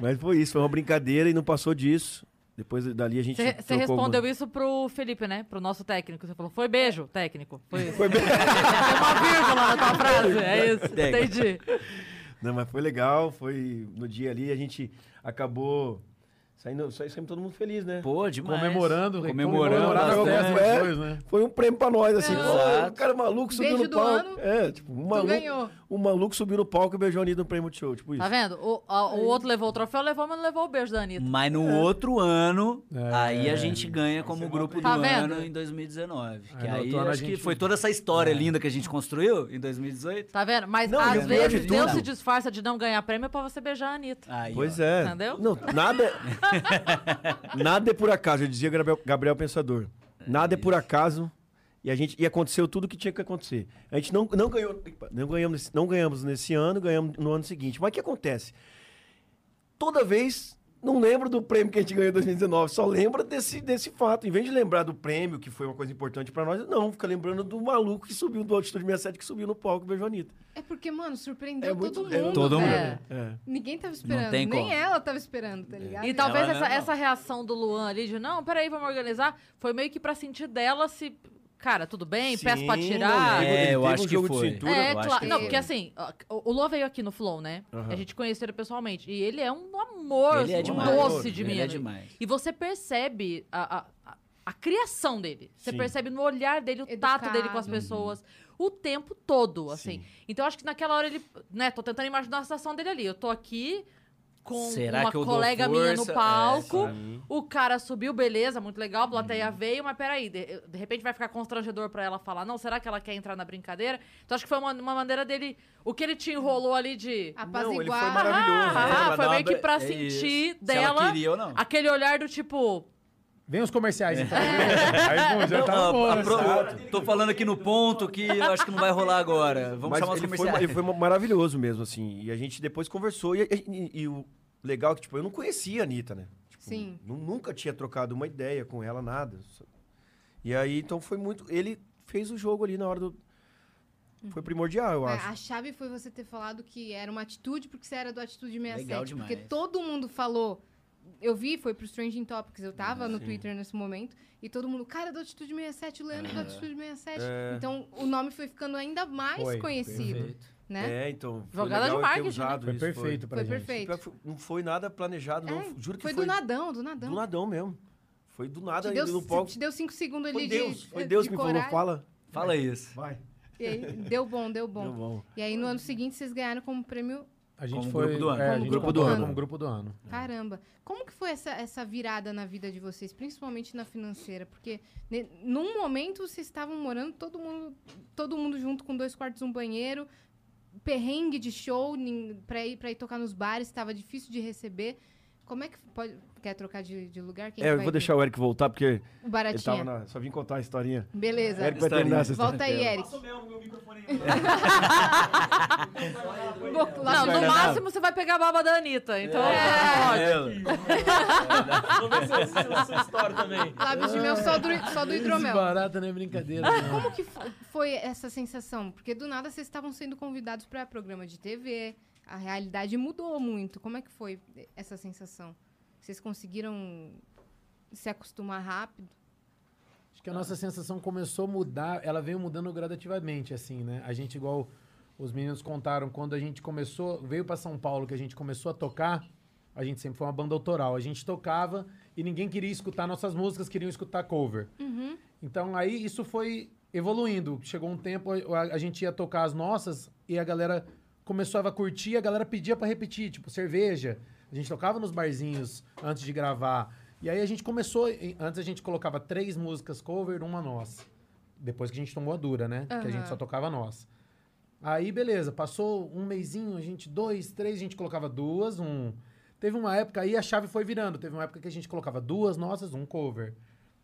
[SPEAKER 4] Mas foi isso, foi uma brincadeira e não passou disso. Depois dali a gente
[SPEAKER 2] Você você
[SPEAKER 4] trocou
[SPEAKER 2] respondeu
[SPEAKER 4] uma-
[SPEAKER 2] isso pro Felipe, né? Pro nosso técnico. Você falou, foi beijo, técnico. <laughs> Foi isso.
[SPEAKER 4] Foi bem...
[SPEAKER 2] Tem uma vírgula na tua frase. É isso.
[SPEAKER 7] Técnico.
[SPEAKER 2] Entendi.
[SPEAKER 4] Não, mas foi legal, foi no dia ali, a gente acabou Saindo, sai- saímos todo mundo feliz, né?
[SPEAKER 7] Pô, demais.
[SPEAKER 9] Comemorando,
[SPEAKER 7] Comemorando.
[SPEAKER 9] comemorar
[SPEAKER 4] bastante.
[SPEAKER 9] as coisas, né?
[SPEAKER 4] Foi um prêmio pra nós, assim.
[SPEAKER 7] Exato.
[SPEAKER 4] pô, o cara maluco subiu
[SPEAKER 1] Beijo
[SPEAKER 4] no
[SPEAKER 1] do
[SPEAKER 4] palco.
[SPEAKER 1] ano.
[SPEAKER 4] É, tipo, um
[SPEAKER 1] Tu
[SPEAKER 4] maluco,
[SPEAKER 1] ganhou.
[SPEAKER 4] um maluco subiu no palco e beijou a Anitta no prêmio de show. Tipo isso.
[SPEAKER 2] Tá vendo? O, a- o outro levou o troféu, levou, mas não levou o beijo da Anitta.
[SPEAKER 7] Mas no outro ano,
[SPEAKER 9] É.
[SPEAKER 7] É. aí a gente ganha como grupo do
[SPEAKER 2] Tá vendo?
[SPEAKER 7] ano em 2019.
[SPEAKER 9] Aí
[SPEAKER 7] que
[SPEAKER 9] no
[SPEAKER 7] aí
[SPEAKER 9] outro ano a
[SPEAKER 7] acho que
[SPEAKER 9] gente-
[SPEAKER 7] foi toda essa história linda que a gente construiu em 2018.
[SPEAKER 2] Tá vendo? Mas
[SPEAKER 4] Não, e
[SPEAKER 2] às
[SPEAKER 4] o pior
[SPEAKER 2] vezes
[SPEAKER 4] de
[SPEAKER 2] Deus
[SPEAKER 4] tudo-
[SPEAKER 2] se disfarça de não ganhar prêmio pra você beijar a Anitta.
[SPEAKER 7] Aí,
[SPEAKER 4] Pois
[SPEAKER 7] ó.
[SPEAKER 4] é.
[SPEAKER 2] Entendeu?
[SPEAKER 4] Não, nada, é- nada é por acaso, eu dizia Gabriel, Gabriel Pensador. Nada é por acaso e a gente e aconteceu tudo o que tinha que acontecer. A gente não, não ganhou, não ganhamos, nesse- não ganhamos nesse ano, ganhamos no ano seguinte. Mas o que acontece? Toda vez não lembro do prêmio que a gente ganhou em 2019, só lembra desse, desse fato. Em vez de lembrar do prêmio, que foi uma coisa importante pra nós, não, fica lembrando do maluco que subiu do Altitude 67, que subiu no palco e beijou a Anitta.
[SPEAKER 1] É porque, mano, surpreendeu
[SPEAKER 4] É muito-
[SPEAKER 1] todo
[SPEAKER 4] é
[SPEAKER 1] mundo.
[SPEAKER 7] todo
[SPEAKER 1] velho.
[SPEAKER 7] mundo.
[SPEAKER 4] É.
[SPEAKER 1] Ninguém tava esperando.
[SPEAKER 7] tem
[SPEAKER 1] Nem
[SPEAKER 7] como.
[SPEAKER 1] ela tava esperando, tá ligado?
[SPEAKER 2] E talvez
[SPEAKER 7] Ela
[SPEAKER 2] essa,
[SPEAKER 4] é
[SPEAKER 7] não.
[SPEAKER 2] essa reação do Luan ali de não, peraí, vamos organizar, foi meio que pra sentir dela se. Cara, tudo bem, peço pra
[SPEAKER 4] Sim,
[SPEAKER 2] tirar.
[SPEAKER 4] não,
[SPEAKER 7] É,
[SPEAKER 4] ele- ele
[SPEAKER 7] eu
[SPEAKER 4] teve
[SPEAKER 7] acho
[SPEAKER 4] um
[SPEAKER 7] que
[SPEAKER 4] jogo
[SPEAKER 7] foi.
[SPEAKER 4] De cintura,
[SPEAKER 2] É,
[SPEAKER 7] eu acho
[SPEAKER 2] claro.
[SPEAKER 7] que
[SPEAKER 2] Não,
[SPEAKER 7] foi.
[SPEAKER 2] porque assim, ó, o o Luan veio aqui no Flow, né?
[SPEAKER 4] Aham.
[SPEAKER 2] A gente conheceu ele pessoalmente. E ele é um amor,
[SPEAKER 7] Ele é
[SPEAKER 2] assim,
[SPEAKER 7] demais.
[SPEAKER 2] um doce de
[SPEAKER 7] Ele
[SPEAKER 2] menino.
[SPEAKER 7] é demais. <laughs>
[SPEAKER 2] E você percebe a, a, a- a criação dele. Você
[SPEAKER 4] Sim.
[SPEAKER 2] percebe no olhar dele, o tato dele com as
[SPEAKER 1] Educado.
[SPEAKER 2] pessoas. O tempo todo, assim.
[SPEAKER 4] Sim.
[SPEAKER 2] Então, acho que naquela hora ele... Né, tô tentando imaginar a situação dele ali. Eu tô aqui com
[SPEAKER 7] Será
[SPEAKER 2] uma
[SPEAKER 7] que eu dou
[SPEAKER 2] colega minha no
[SPEAKER 7] força? É,
[SPEAKER 2] palco.
[SPEAKER 7] sabe?
[SPEAKER 2] O cara subiu, beleza, muito legal, a
[SPEAKER 7] Uhum.
[SPEAKER 2] plateia veio, mas peraí, de, de repente vai ficar constrangedor pra ela falar, não, será que ela quer entrar na brincadeira? Então acho que foi uma, uma maneira dele, o que ele te enrolou ali de...
[SPEAKER 1] Apaziguar.
[SPEAKER 4] Não, ele foi maravilhoso.
[SPEAKER 7] É,
[SPEAKER 2] Ah,
[SPEAKER 7] pra
[SPEAKER 2] foi
[SPEAKER 7] dar
[SPEAKER 2] meio
[SPEAKER 7] uma
[SPEAKER 2] que
[SPEAKER 7] bre-
[SPEAKER 2] pra
[SPEAKER 7] é isso.
[SPEAKER 2] sentir
[SPEAKER 7] Se ela
[SPEAKER 2] dela
[SPEAKER 7] queria ou não.
[SPEAKER 2] aquele olhar do tipo,
[SPEAKER 9] Vem os comerciais, então.
[SPEAKER 10] É.
[SPEAKER 9] Aí, bom, já
[SPEAKER 7] Não,
[SPEAKER 9] tá
[SPEAKER 7] a-
[SPEAKER 9] bom,
[SPEAKER 7] a
[SPEAKER 9] né?
[SPEAKER 7] pro- tô falando aqui no ponto que eu acho que não vai rolar agora. Vamos
[SPEAKER 4] Mas
[SPEAKER 7] chamar os
[SPEAKER 4] ele foi,
[SPEAKER 7] comerciais.
[SPEAKER 4] ele foi maravilhoso mesmo, assim. E a gente depois conversou. E, e- e o legal é que, tipo, eu não conhecia a Anitta, né? Tipo,
[SPEAKER 1] Sim.
[SPEAKER 4] nu- Nunca tinha trocado uma ideia com ela, nada. E aí, então foi muito. Ele fez o jogo ali na hora do. Foi primordial, eu
[SPEAKER 1] É,
[SPEAKER 4] acho.
[SPEAKER 1] A chave foi você ter falado que era uma atitude, porque você era do Atitude 67.
[SPEAKER 7] Legal demais.
[SPEAKER 1] Porque todo mundo falou. Eu vi, foi pro Stranging Topics, eu tava no Twitter nesse momento, e todo mundo, cara, do Atitude 67, o Leandro do Atitude 67.
[SPEAKER 4] É.
[SPEAKER 1] Então o nome foi ficando ainda mais
[SPEAKER 9] Foi,
[SPEAKER 1] conhecido, né?
[SPEAKER 4] É, então. Foi
[SPEAKER 2] Jogada de
[SPEAKER 4] legal ele ter
[SPEAKER 2] marketing, né?
[SPEAKER 4] usado
[SPEAKER 9] Foi
[SPEAKER 4] isso,
[SPEAKER 9] perfeito pra
[SPEAKER 1] Foi
[SPEAKER 9] gente.
[SPEAKER 1] perfeito.
[SPEAKER 4] Foi- Não foi nada planejado, não.
[SPEAKER 1] É,
[SPEAKER 4] Juro que
[SPEAKER 1] Foi
[SPEAKER 4] foi.
[SPEAKER 1] do nadão, do nadão.
[SPEAKER 4] Do nadão mesmo. Foi do nada
[SPEAKER 1] Te
[SPEAKER 4] ele no
[SPEAKER 1] deu,
[SPEAKER 4] palco.
[SPEAKER 1] te deu cinco segundos
[SPEAKER 4] Foi
[SPEAKER 1] ali
[SPEAKER 4] Deus.
[SPEAKER 1] de.
[SPEAKER 4] Foi Deus
[SPEAKER 1] de
[SPEAKER 4] que me falou.
[SPEAKER 1] coragem.
[SPEAKER 4] Fala.
[SPEAKER 7] Fala isso.
[SPEAKER 4] Vai.
[SPEAKER 1] E aí, deu bom, deu bom.
[SPEAKER 4] Deu bom.
[SPEAKER 1] E aí no ano seguinte vocês ganharam como prêmio
[SPEAKER 9] A gente
[SPEAKER 7] Como
[SPEAKER 9] foi.
[SPEAKER 7] grupo do ano.
[SPEAKER 9] é, a
[SPEAKER 1] Como
[SPEAKER 9] gente
[SPEAKER 1] grupo do
[SPEAKER 9] contou ela
[SPEAKER 1] ano.
[SPEAKER 9] Como grupo do ano.
[SPEAKER 1] Caramba, como que foi essa, essa virada na vida de vocês, principalmente na financeira? Porque ne- num momento vocês estavam morando todo mundo, todo mundo junto com dois quartos e um banheiro, perrengue de show nin- pra ir, pra ir tocar nos bares, estava difícil de receber. Como é que pode. Quer trocar de, de lugar? Quem
[SPEAKER 4] É,
[SPEAKER 1] que
[SPEAKER 4] eu
[SPEAKER 1] vai
[SPEAKER 4] vou
[SPEAKER 1] vir?
[SPEAKER 4] deixar o Eric voltar, porque
[SPEAKER 1] o
[SPEAKER 4] ele tava
[SPEAKER 1] baratinho.
[SPEAKER 4] na. Só vim contar a historinha.
[SPEAKER 1] Beleza.
[SPEAKER 4] Eric vai terminar essa história.
[SPEAKER 1] Volta aí, Eric. <laughs> Bo- lá-
[SPEAKER 2] não, no
[SPEAKER 1] no ma-
[SPEAKER 2] máximo você vai pegar a baba da Anitta, então...
[SPEAKER 10] <laughs> Vamos ver se essa essa história também.
[SPEAKER 1] lábios de mel só do, só do hidromel.
[SPEAKER 9] Barata não é brincadeira.
[SPEAKER 7] né?
[SPEAKER 9] não.
[SPEAKER 1] Como que fo- foi essa sensação? Porque do nada vocês estavam sendo convidados para programa de TV, a realidade mudou muito. Como é que foi essa sensação? Vocês conseguiram se acostumar rápido?
[SPEAKER 9] Acho que a nossa sensação começou a mudar, ela veio mudando gradativamente, assim, né? A gente, igual os meninos contaram, quando a gente começou, veio pra São Paulo, que a gente começou a tocar, a gente sempre foi uma banda autoral. A gente tocava e ninguém queria escutar nossas músicas, queriam escutar cover.
[SPEAKER 3] Uhum,
[SPEAKER 9] Então aí isso foi evoluindo. Chegou um tempo, a, a gente ia tocar as nossas e a galera começava a curtir, a galera pedia pra repetir, tipo, cerveja. A gente tocava nos barzinhos antes de gravar. E aí a gente começou, e- antes a gente colocava três músicas cover, uma nossa. Depois que a gente tomou a dura, né? Que a gente
[SPEAKER 1] Aham.
[SPEAKER 9] só tocava nossa. Aí, beleza, passou um mesinho, a gente, dois, três, a gente colocava duas, um. Teve uma época aí, a chave foi virando. Teve uma época que a gente colocava duas nossas, um cover.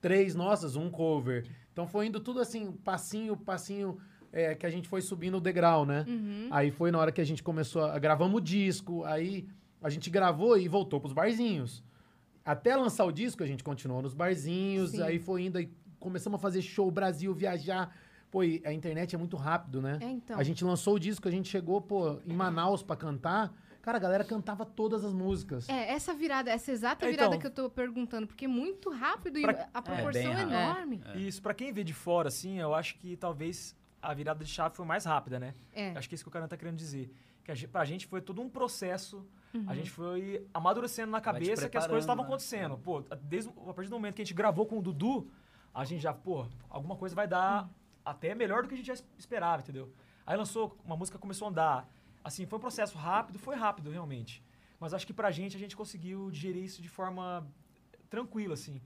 [SPEAKER 9] Três nossas, um cover. Então foi indo tudo assim, passinho, passinho, é, que a gente foi subindo o degrau, né?
[SPEAKER 1] Uhum.
[SPEAKER 9] Aí foi na hora que a gente começou a. Gravamos o disco, aí a gente gravou e voltou pros barzinhos. Até lançar o disco, a gente continuou nos barzinhos,
[SPEAKER 1] Sim.
[SPEAKER 9] aí foi indo, aí começamos a fazer show Brasil, viajar. Pô, e a internet é muito rápido, né?
[SPEAKER 1] É, então.
[SPEAKER 9] A gente lançou o disco, a gente chegou, pô, em Manaus pra cantar. Cara, a galera cantava todas as músicas.
[SPEAKER 1] É, essa virada, essa exata
[SPEAKER 10] É,
[SPEAKER 1] virada
[SPEAKER 10] então.
[SPEAKER 1] que eu tô perguntando, porque é muito rápido
[SPEAKER 10] Pra-
[SPEAKER 1] e a proporção é,
[SPEAKER 7] bem rápido.
[SPEAKER 1] enorme.
[SPEAKER 10] Isso, pra quem vê de fora, assim, eu acho que talvez a virada de chave foi mais rápida, né?
[SPEAKER 1] É.
[SPEAKER 10] Acho que é isso que o cara tá querendo dizer. Que a gente, pra gente foi todo um processo.
[SPEAKER 1] Uhum.
[SPEAKER 10] A gente foi amadurecendo na
[SPEAKER 7] te
[SPEAKER 10] cabeça que as coisas
[SPEAKER 7] preparando,
[SPEAKER 10] estavam
[SPEAKER 7] né?
[SPEAKER 10] acontecendo. Pô, desde, o- a partir do momento que a gente gravou com o Dudu, a gente já, pô, alguma coisa vai
[SPEAKER 7] Hum.
[SPEAKER 10] dar até melhor do que a gente já es- esperava, entendeu? Aí lançou, uma música começou a andar. Assim, foi um processo rápido, foi rápido realmente. Mas acho que pra gente, a gente conseguiu digerir isso de forma tranquila, assim.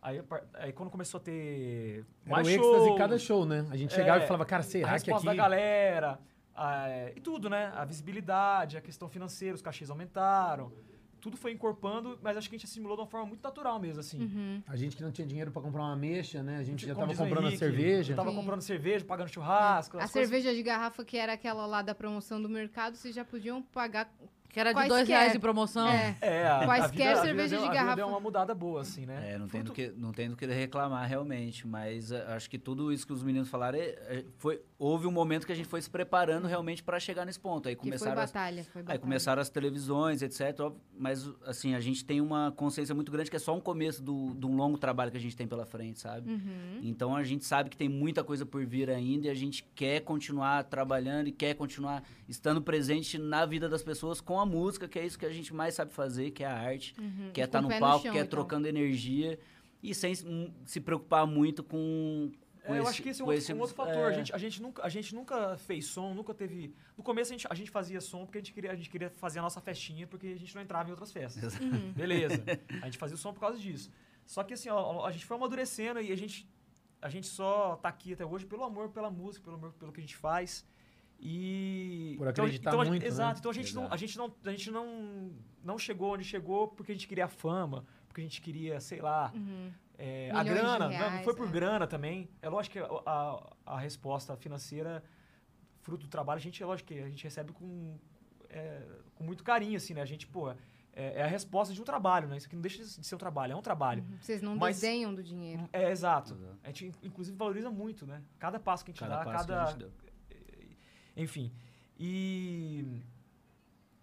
[SPEAKER 10] Aí, a par- aí quando começou a ter
[SPEAKER 9] Era
[SPEAKER 10] mais
[SPEAKER 9] um êxtase em
[SPEAKER 10] show,
[SPEAKER 9] cada show, né? A gente chegava
[SPEAKER 10] É.
[SPEAKER 9] e falava, cara,
[SPEAKER 10] a
[SPEAKER 9] será que
[SPEAKER 10] resposta
[SPEAKER 9] aqui...
[SPEAKER 10] da galera, a- e tudo, né? A visibilidade, a questão financeira, os cachês aumentaram. Tudo foi encorpando, mas acho que a gente assimilou de uma forma muito natural mesmo, assim.
[SPEAKER 1] Uhum.
[SPEAKER 9] A gente que não tinha dinheiro pra comprar uma mexa, né? A gente já
[SPEAKER 10] Como
[SPEAKER 9] tava
[SPEAKER 10] diz o
[SPEAKER 9] comprando a
[SPEAKER 10] Henrique,
[SPEAKER 9] cerveja.
[SPEAKER 10] Eu tava
[SPEAKER 1] Sim. É.
[SPEAKER 10] comprando cerveja, pagando churrasco.
[SPEAKER 1] A
[SPEAKER 10] as coisas-
[SPEAKER 1] cerveja de garrafa que era aquela lá da promoção do mercado, vocês já podiam pagar.
[SPEAKER 2] Que era de
[SPEAKER 1] Quaisquer.
[SPEAKER 2] dois reais de promoção.
[SPEAKER 1] É.
[SPEAKER 10] É, a, a
[SPEAKER 1] Quaisquer
[SPEAKER 10] vida- a vida
[SPEAKER 1] cerveja
[SPEAKER 10] deu-
[SPEAKER 1] de
[SPEAKER 10] a vida
[SPEAKER 1] garrafa.
[SPEAKER 10] deu uma mudada boa, assim, né?
[SPEAKER 7] É, não tem, do
[SPEAKER 10] Fruto-
[SPEAKER 7] que, não tem do que reclamar realmente, mas eh, acho que tudo isso que os meninos falaram, eh, eh, foi, houve um momento que a gente foi se preparando realmente para chegar nesse ponto. Aí
[SPEAKER 1] Que foi
[SPEAKER 7] começaram, as,
[SPEAKER 1] batalha. Foi
[SPEAKER 7] aí
[SPEAKER 1] batalha.
[SPEAKER 7] começaram as televisões, etc. óbvio, Mas, assim, a gente tem uma consciência muito grande que é só um começo do- de um longo trabalho que a gente tem pela frente, sabe?
[SPEAKER 1] Uhum.
[SPEAKER 7] Então a gente sabe que tem muita coisa por vir ainda e a gente quer continuar trabalhando e quer continuar estando presente na vida das pessoas com a música, que é isso que a gente mais sabe fazer, que é a arte, que é
[SPEAKER 1] Uhum. E com
[SPEAKER 7] estar
[SPEAKER 1] o
[SPEAKER 7] no
[SPEAKER 1] pé no
[SPEAKER 7] palco,
[SPEAKER 1] chão,
[SPEAKER 7] que é
[SPEAKER 1] então.
[SPEAKER 7] trocando energia e sem se- hum, se preocupar muito com. com
[SPEAKER 10] É, eu
[SPEAKER 7] esse-
[SPEAKER 10] acho que esse é um,
[SPEAKER 7] com
[SPEAKER 10] outro- um outro fator. A,
[SPEAKER 7] é,
[SPEAKER 10] gente, a, gente nunca, a gente nunca fez som, nunca teve. No começo a gente, a gente fazia som porque a gente, queria, a gente queria fazer a nossa festinha porque a gente não entrava em outras festas.
[SPEAKER 1] Uhum.
[SPEAKER 10] <laughs> Beleza. A gente fazia o som por causa disso. Só que assim, ó, a gente foi amadurecendo e a gente, a gente só tá aqui até hoje pelo amor pela música, pelo amor pelo que a gente faz. E.
[SPEAKER 9] Por
[SPEAKER 10] então, a-
[SPEAKER 9] acreditar
[SPEAKER 10] então, a-
[SPEAKER 9] muito, né?
[SPEAKER 10] Exato. Então a gente, não,
[SPEAKER 7] Exato.
[SPEAKER 10] a gente, não, a gente não, não chegou onde chegou porque a gente queria fama, porque a gente queria, sei lá. É, a
[SPEAKER 1] Uhum. Milhões de
[SPEAKER 10] grana, não, não
[SPEAKER 1] reais,
[SPEAKER 10] foi por
[SPEAKER 1] é.
[SPEAKER 10] grana também. É lógico que a, a, a resposta financeira, fruto do trabalho, a gente, é lógico que a gente recebe com, é, com muito carinho, assim, né? A gente, pô, é, é a resposta de um trabalho, né? Isso aqui não deixa de ser um trabalho, é um trabalho.
[SPEAKER 1] Uhum. Vocês não
[SPEAKER 10] Mas-
[SPEAKER 1] desenham do dinheiro.
[SPEAKER 10] É, exato. A gente, in- inclusive, valoriza muito, né? Cada passo que a gente dá,
[SPEAKER 7] Cada passo que
[SPEAKER 10] cada...
[SPEAKER 7] a gente deu.
[SPEAKER 10] Enfim. E...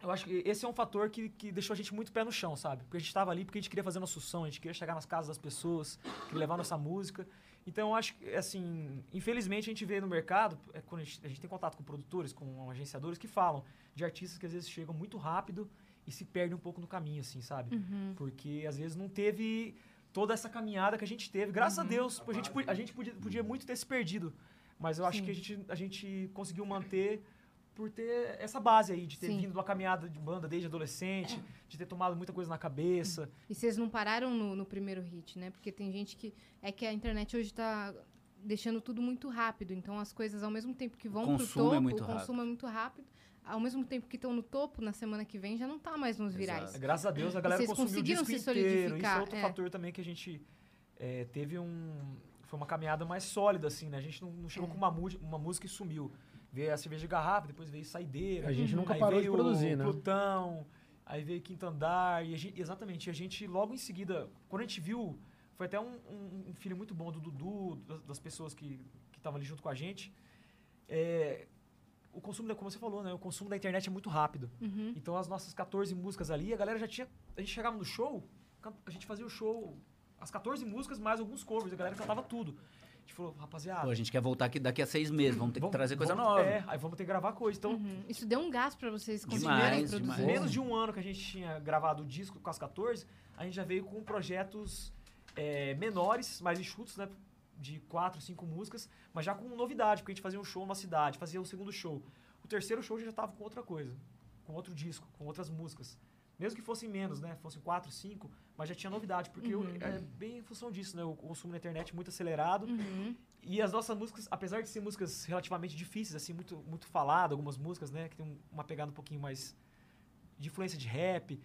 [SPEAKER 10] Eu acho que esse é um fator que, que deixou a gente muito pé no chão, sabe? Porque a gente estava ali porque a gente queria fazer nosso som, a gente queria chegar nas casas das pessoas, queria levar nossa música. Então, eu acho que, assim, infelizmente a gente vê no mercado, é, quando a gente, a gente tem contato com produtores, com agenciadores, que falam de artistas que às vezes chegam muito rápido e se perdem um pouco no caminho, assim, sabe? Porque às vezes não teve toda essa caminhada que a gente teve. Graças a Deus, a gente, pu- a gente podia, podia muito ter se perdido. Mas eu acho
[SPEAKER 1] Sim.
[SPEAKER 10] que a gente, a gente conseguiu manter por ter essa base aí, de ter
[SPEAKER 1] Sim. É.
[SPEAKER 10] vindo de uma caminhada de banda desde adolescente, de ter tomado muita coisa na cabeça.
[SPEAKER 1] E vocês não pararam no, no primeiro hit, né? Porque tem gente que. É que a internet hoje tá deixando tudo muito rápido. Então as coisas, ao mesmo tempo que vão pro
[SPEAKER 7] consumo é
[SPEAKER 1] topo,
[SPEAKER 7] muito
[SPEAKER 1] o consumo é muito rápido. Ao mesmo tempo que estão no topo, na semana que vem já não tá mais nos virais.
[SPEAKER 7] Exato.
[SPEAKER 10] Graças a Deus a galera
[SPEAKER 1] vocês
[SPEAKER 10] consumiu o
[SPEAKER 1] conseguiram
[SPEAKER 10] disco
[SPEAKER 1] se
[SPEAKER 10] inteiro. Isso
[SPEAKER 1] solidificar,
[SPEAKER 10] é outro
[SPEAKER 1] é.
[SPEAKER 10] fator também que a gente eh, teve um... Foi uma caminhada mais sólida, assim, né? A gente não, não
[SPEAKER 1] É.
[SPEAKER 10] chegou com uma, mu- uma música e sumiu. Veio a cerveja de garrafa, depois veio saideira.
[SPEAKER 9] A gente
[SPEAKER 1] Uhum.
[SPEAKER 9] nunca
[SPEAKER 10] Aí
[SPEAKER 9] parou de
[SPEAKER 10] veio
[SPEAKER 9] produzir, né?
[SPEAKER 10] Plutão, aí veio Quinto Andar, e a gente- exatamente, e a gente logo em seguida, quando a gente viu, foi até um, um- um filho muito bom do Dudu, das, das pessoas que que estavam ali junto com a gente, é, o consumo, da- como você falou, né, o consumo da internet é muito rápido.
[SPEAKER 1] Uhum.
[SPEAKER 10] Então as nossas 14 músicas ali, a galera já tinha, a gente chegava no show, can- a gente fazia o show, as 14 músicas mais alguns covers, a galera cantava tudo. A gente falou, rapaziada...
[SPEAKER 7] Pô, a gente quer voltar aqui daqui a seis meses, vamos ter
[SPEAKER 10] vamos-
[SPEAKER 7] que trazer coisa
[SPEAKER 10] vamos-
[SPEAKER 7] nova.
[SPEAKER 10] É, aí vamos ter que gravar coisa. Então,
[SPEAKER 1] Uhum. Isso deu um gás pra vocês
[SPEAKER 10] Uhum.
[SPEAKER 7] Demais,
[SPEAKER 1] continuarem
[SPEAKER 7] demais.
[SPEAKER 1] produzindo.
[SPEAKER 10] menos de um ano que a gente tinha gravado o disco com as 14, a gente já veio com projetos é, menores, mais enxutos, né? De quatro, cinco músicas, mas já com novidade, porque a gente fazia um show numa cidade, fazia o segundo show. O terceiro show já tava com outra coisa, com outro disco, com outras músicas. Mesmo que fossem menos, né? Fossem quatro, cinco, mas já tinha novidade, porque eu- é bem em função disso, né? O consumo na internet muito acelerado.
[SPEAKER 1] Uhum.
[SPEAKER 10] E as nossas músicas, apesar de ser músicas relativamente difíceis, assim, muito, muito falado, algumas músicas, né? Que tem um- uma pegada um pouquinho mais de influência de rap.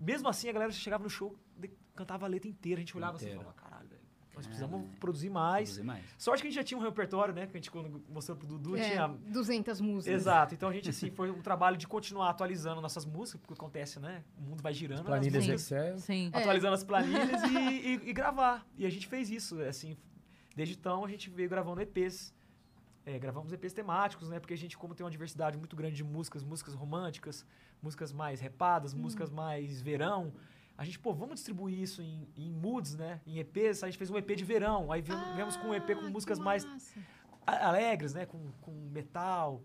[SPEAKER 10] Mesmo assim, a galera chegava no show, de- cantava a letra inteira, a gente olhava
[SPEAKER 7] Inteira.
[SPEAKER 10] assim e falava, caralho, velho, nós precisamos produzir mais.
[SPEAKER 7] Produzir mais.
[SPEAKER 10] Sorte que a gente já tinha um repertório, né? Que a gente, quando mostrou pro Dudu,
[SPEAKER 1] É,
[SPEAKER 10] tinha
[SPEAKER 1] 200 músicas.
[SPEAKER 10] Exato. Então a gente, assim, foi um trabalho de continuar atualizando nossas músicas, porque acontece, né? O mundo vai girando. né? As
[SPEAKER 9] Planilhas
[SPEAKER 10] músicas-
[SPEAKER 9] Excel.
[SPEAKER 2] Sim.
[SPEAKER 10] Atualizando as
[SPEAKER 1] <laughs>
[SPEAKER 10] planilhas e, e- e gravar. E a gente fez isso, assim. Desde então a gente veio gravando EPs. É, gravamos EPs temáticos, né? Porque a gente, como tem uma diversidade muito grande de músicas, músicas românticas, músicas mais repadas,
[SPEAKER 1] Uhum.
[SPEAKER 10] músicas mais verão. A gente, pô, vamos distribuir isso em, em moods, né? Em EPs. A gente fez um EP de verão. Aí viemos, viemos com um EP com
[SPEAKER 1] Ah, que
[SPEAKER 10] músicas mais
[SPEAKER 1] massa.
[SPEAKER 10] a- alegres, né? Com, com metal.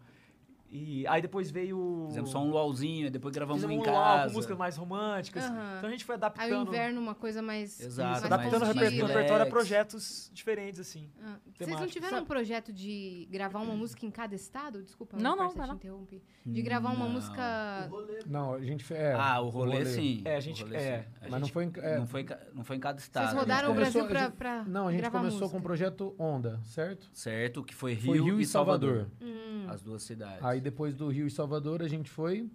[SPEAKER 10] E aí depois veio.
[SPEAKER 7] Fizemos só um luauzinho, depois gravamos
[SPEAKER 10] fizemos
[SPEAKER 7] em
[SPEAKER 10] um luau
[SPEAKER 7] casa.
[SPEAKER 10] com músicas mais românticas.
[SPEAKER 1] Aham.
[SPEAKER 10] Então a gente foi
[SPEAKER 1] Aí o
[SPEAKER 10] adaptando.
[SPEAKER 1] inverno, uma coisa mais.
[SPEAKER 7] Exato,
[SPEAKER 1] mais
[SPEAKER 7] mas é
[SPEAKER 10] adaptando o
[SPEAKER 7] mais
[SPEAKER 10] repertório, o
[SPEAKER 1] contida.
[SPEAKER 7] relax.
[SPEAKER 10] repertório a projetos diferentes, assim.
[SPEAKER 1] Ah, Vocês não
[SPEAKER 10] temático,
[SPEAKER 1] tiveram
[SPEAKER 10] sabe?
[SPEAKER 1] um projeto de gravar uma música em cada estado? Desculpa,
[SPEAKER 2] Não,
[SPEAKER 1] Marcos,
[SPEAKER 2] não, vai
[SPEAKER 1] te
[SPEAKER 2] lá.
[SPEAKER 1] interrompi. De gravar uma
[SPEAKER 7] Não.
[SPEAKER 1] música.
[SPEAKER 9] Não, a gente fez. é,
[SPEAKER 7] Ah, o rolê, sim.
[SPEAKER 10] É, a
[SPEAKER 7] o
[SPEAKER 10] gente-
[SPEAKER 7] rolê,
[SPEAKER 10] é,
[SPEAKER 7] sim. A
[SPEAKER 9] Mas
[SPEAKER 7] gente-
[SPEAKER 9] não foi em. é,
[SPEAKER 7] não, foi né? em, ca- não foi em cada estado.
[SPEAKER 1] Vocês
[SPEAKER 7] a gente
[SPEAKER 1] rodaram o
[SPEAKER 7] começou-
[SPEAKER 1] Brasil
[SPEAKER 9] começou-
[SPEAKER 1] pra,
[SPEAKER 9] a gente-
[SPEAKER 1] pra
[SPEAKER 9] Não, a gente
[SPEAKER 1] gravar
[SPEAKER 9] começou com
[SPEAKER 1] música.
[SPEAKER 9] o projeto Onda, certo?
[SPEAKER 7] Certo, que foi Rio,
[SPEAKER 9] Foi Rio
[SPEAKER 7] e
[SPEAKER 9] e
[SPEAKER 7] Salvador.
[SPEAKER 9] Salvador.
[SPEAKER 7] As duas cidades.
[SPEAKER 9] Aí depois do Rio e Salvador a gente foi.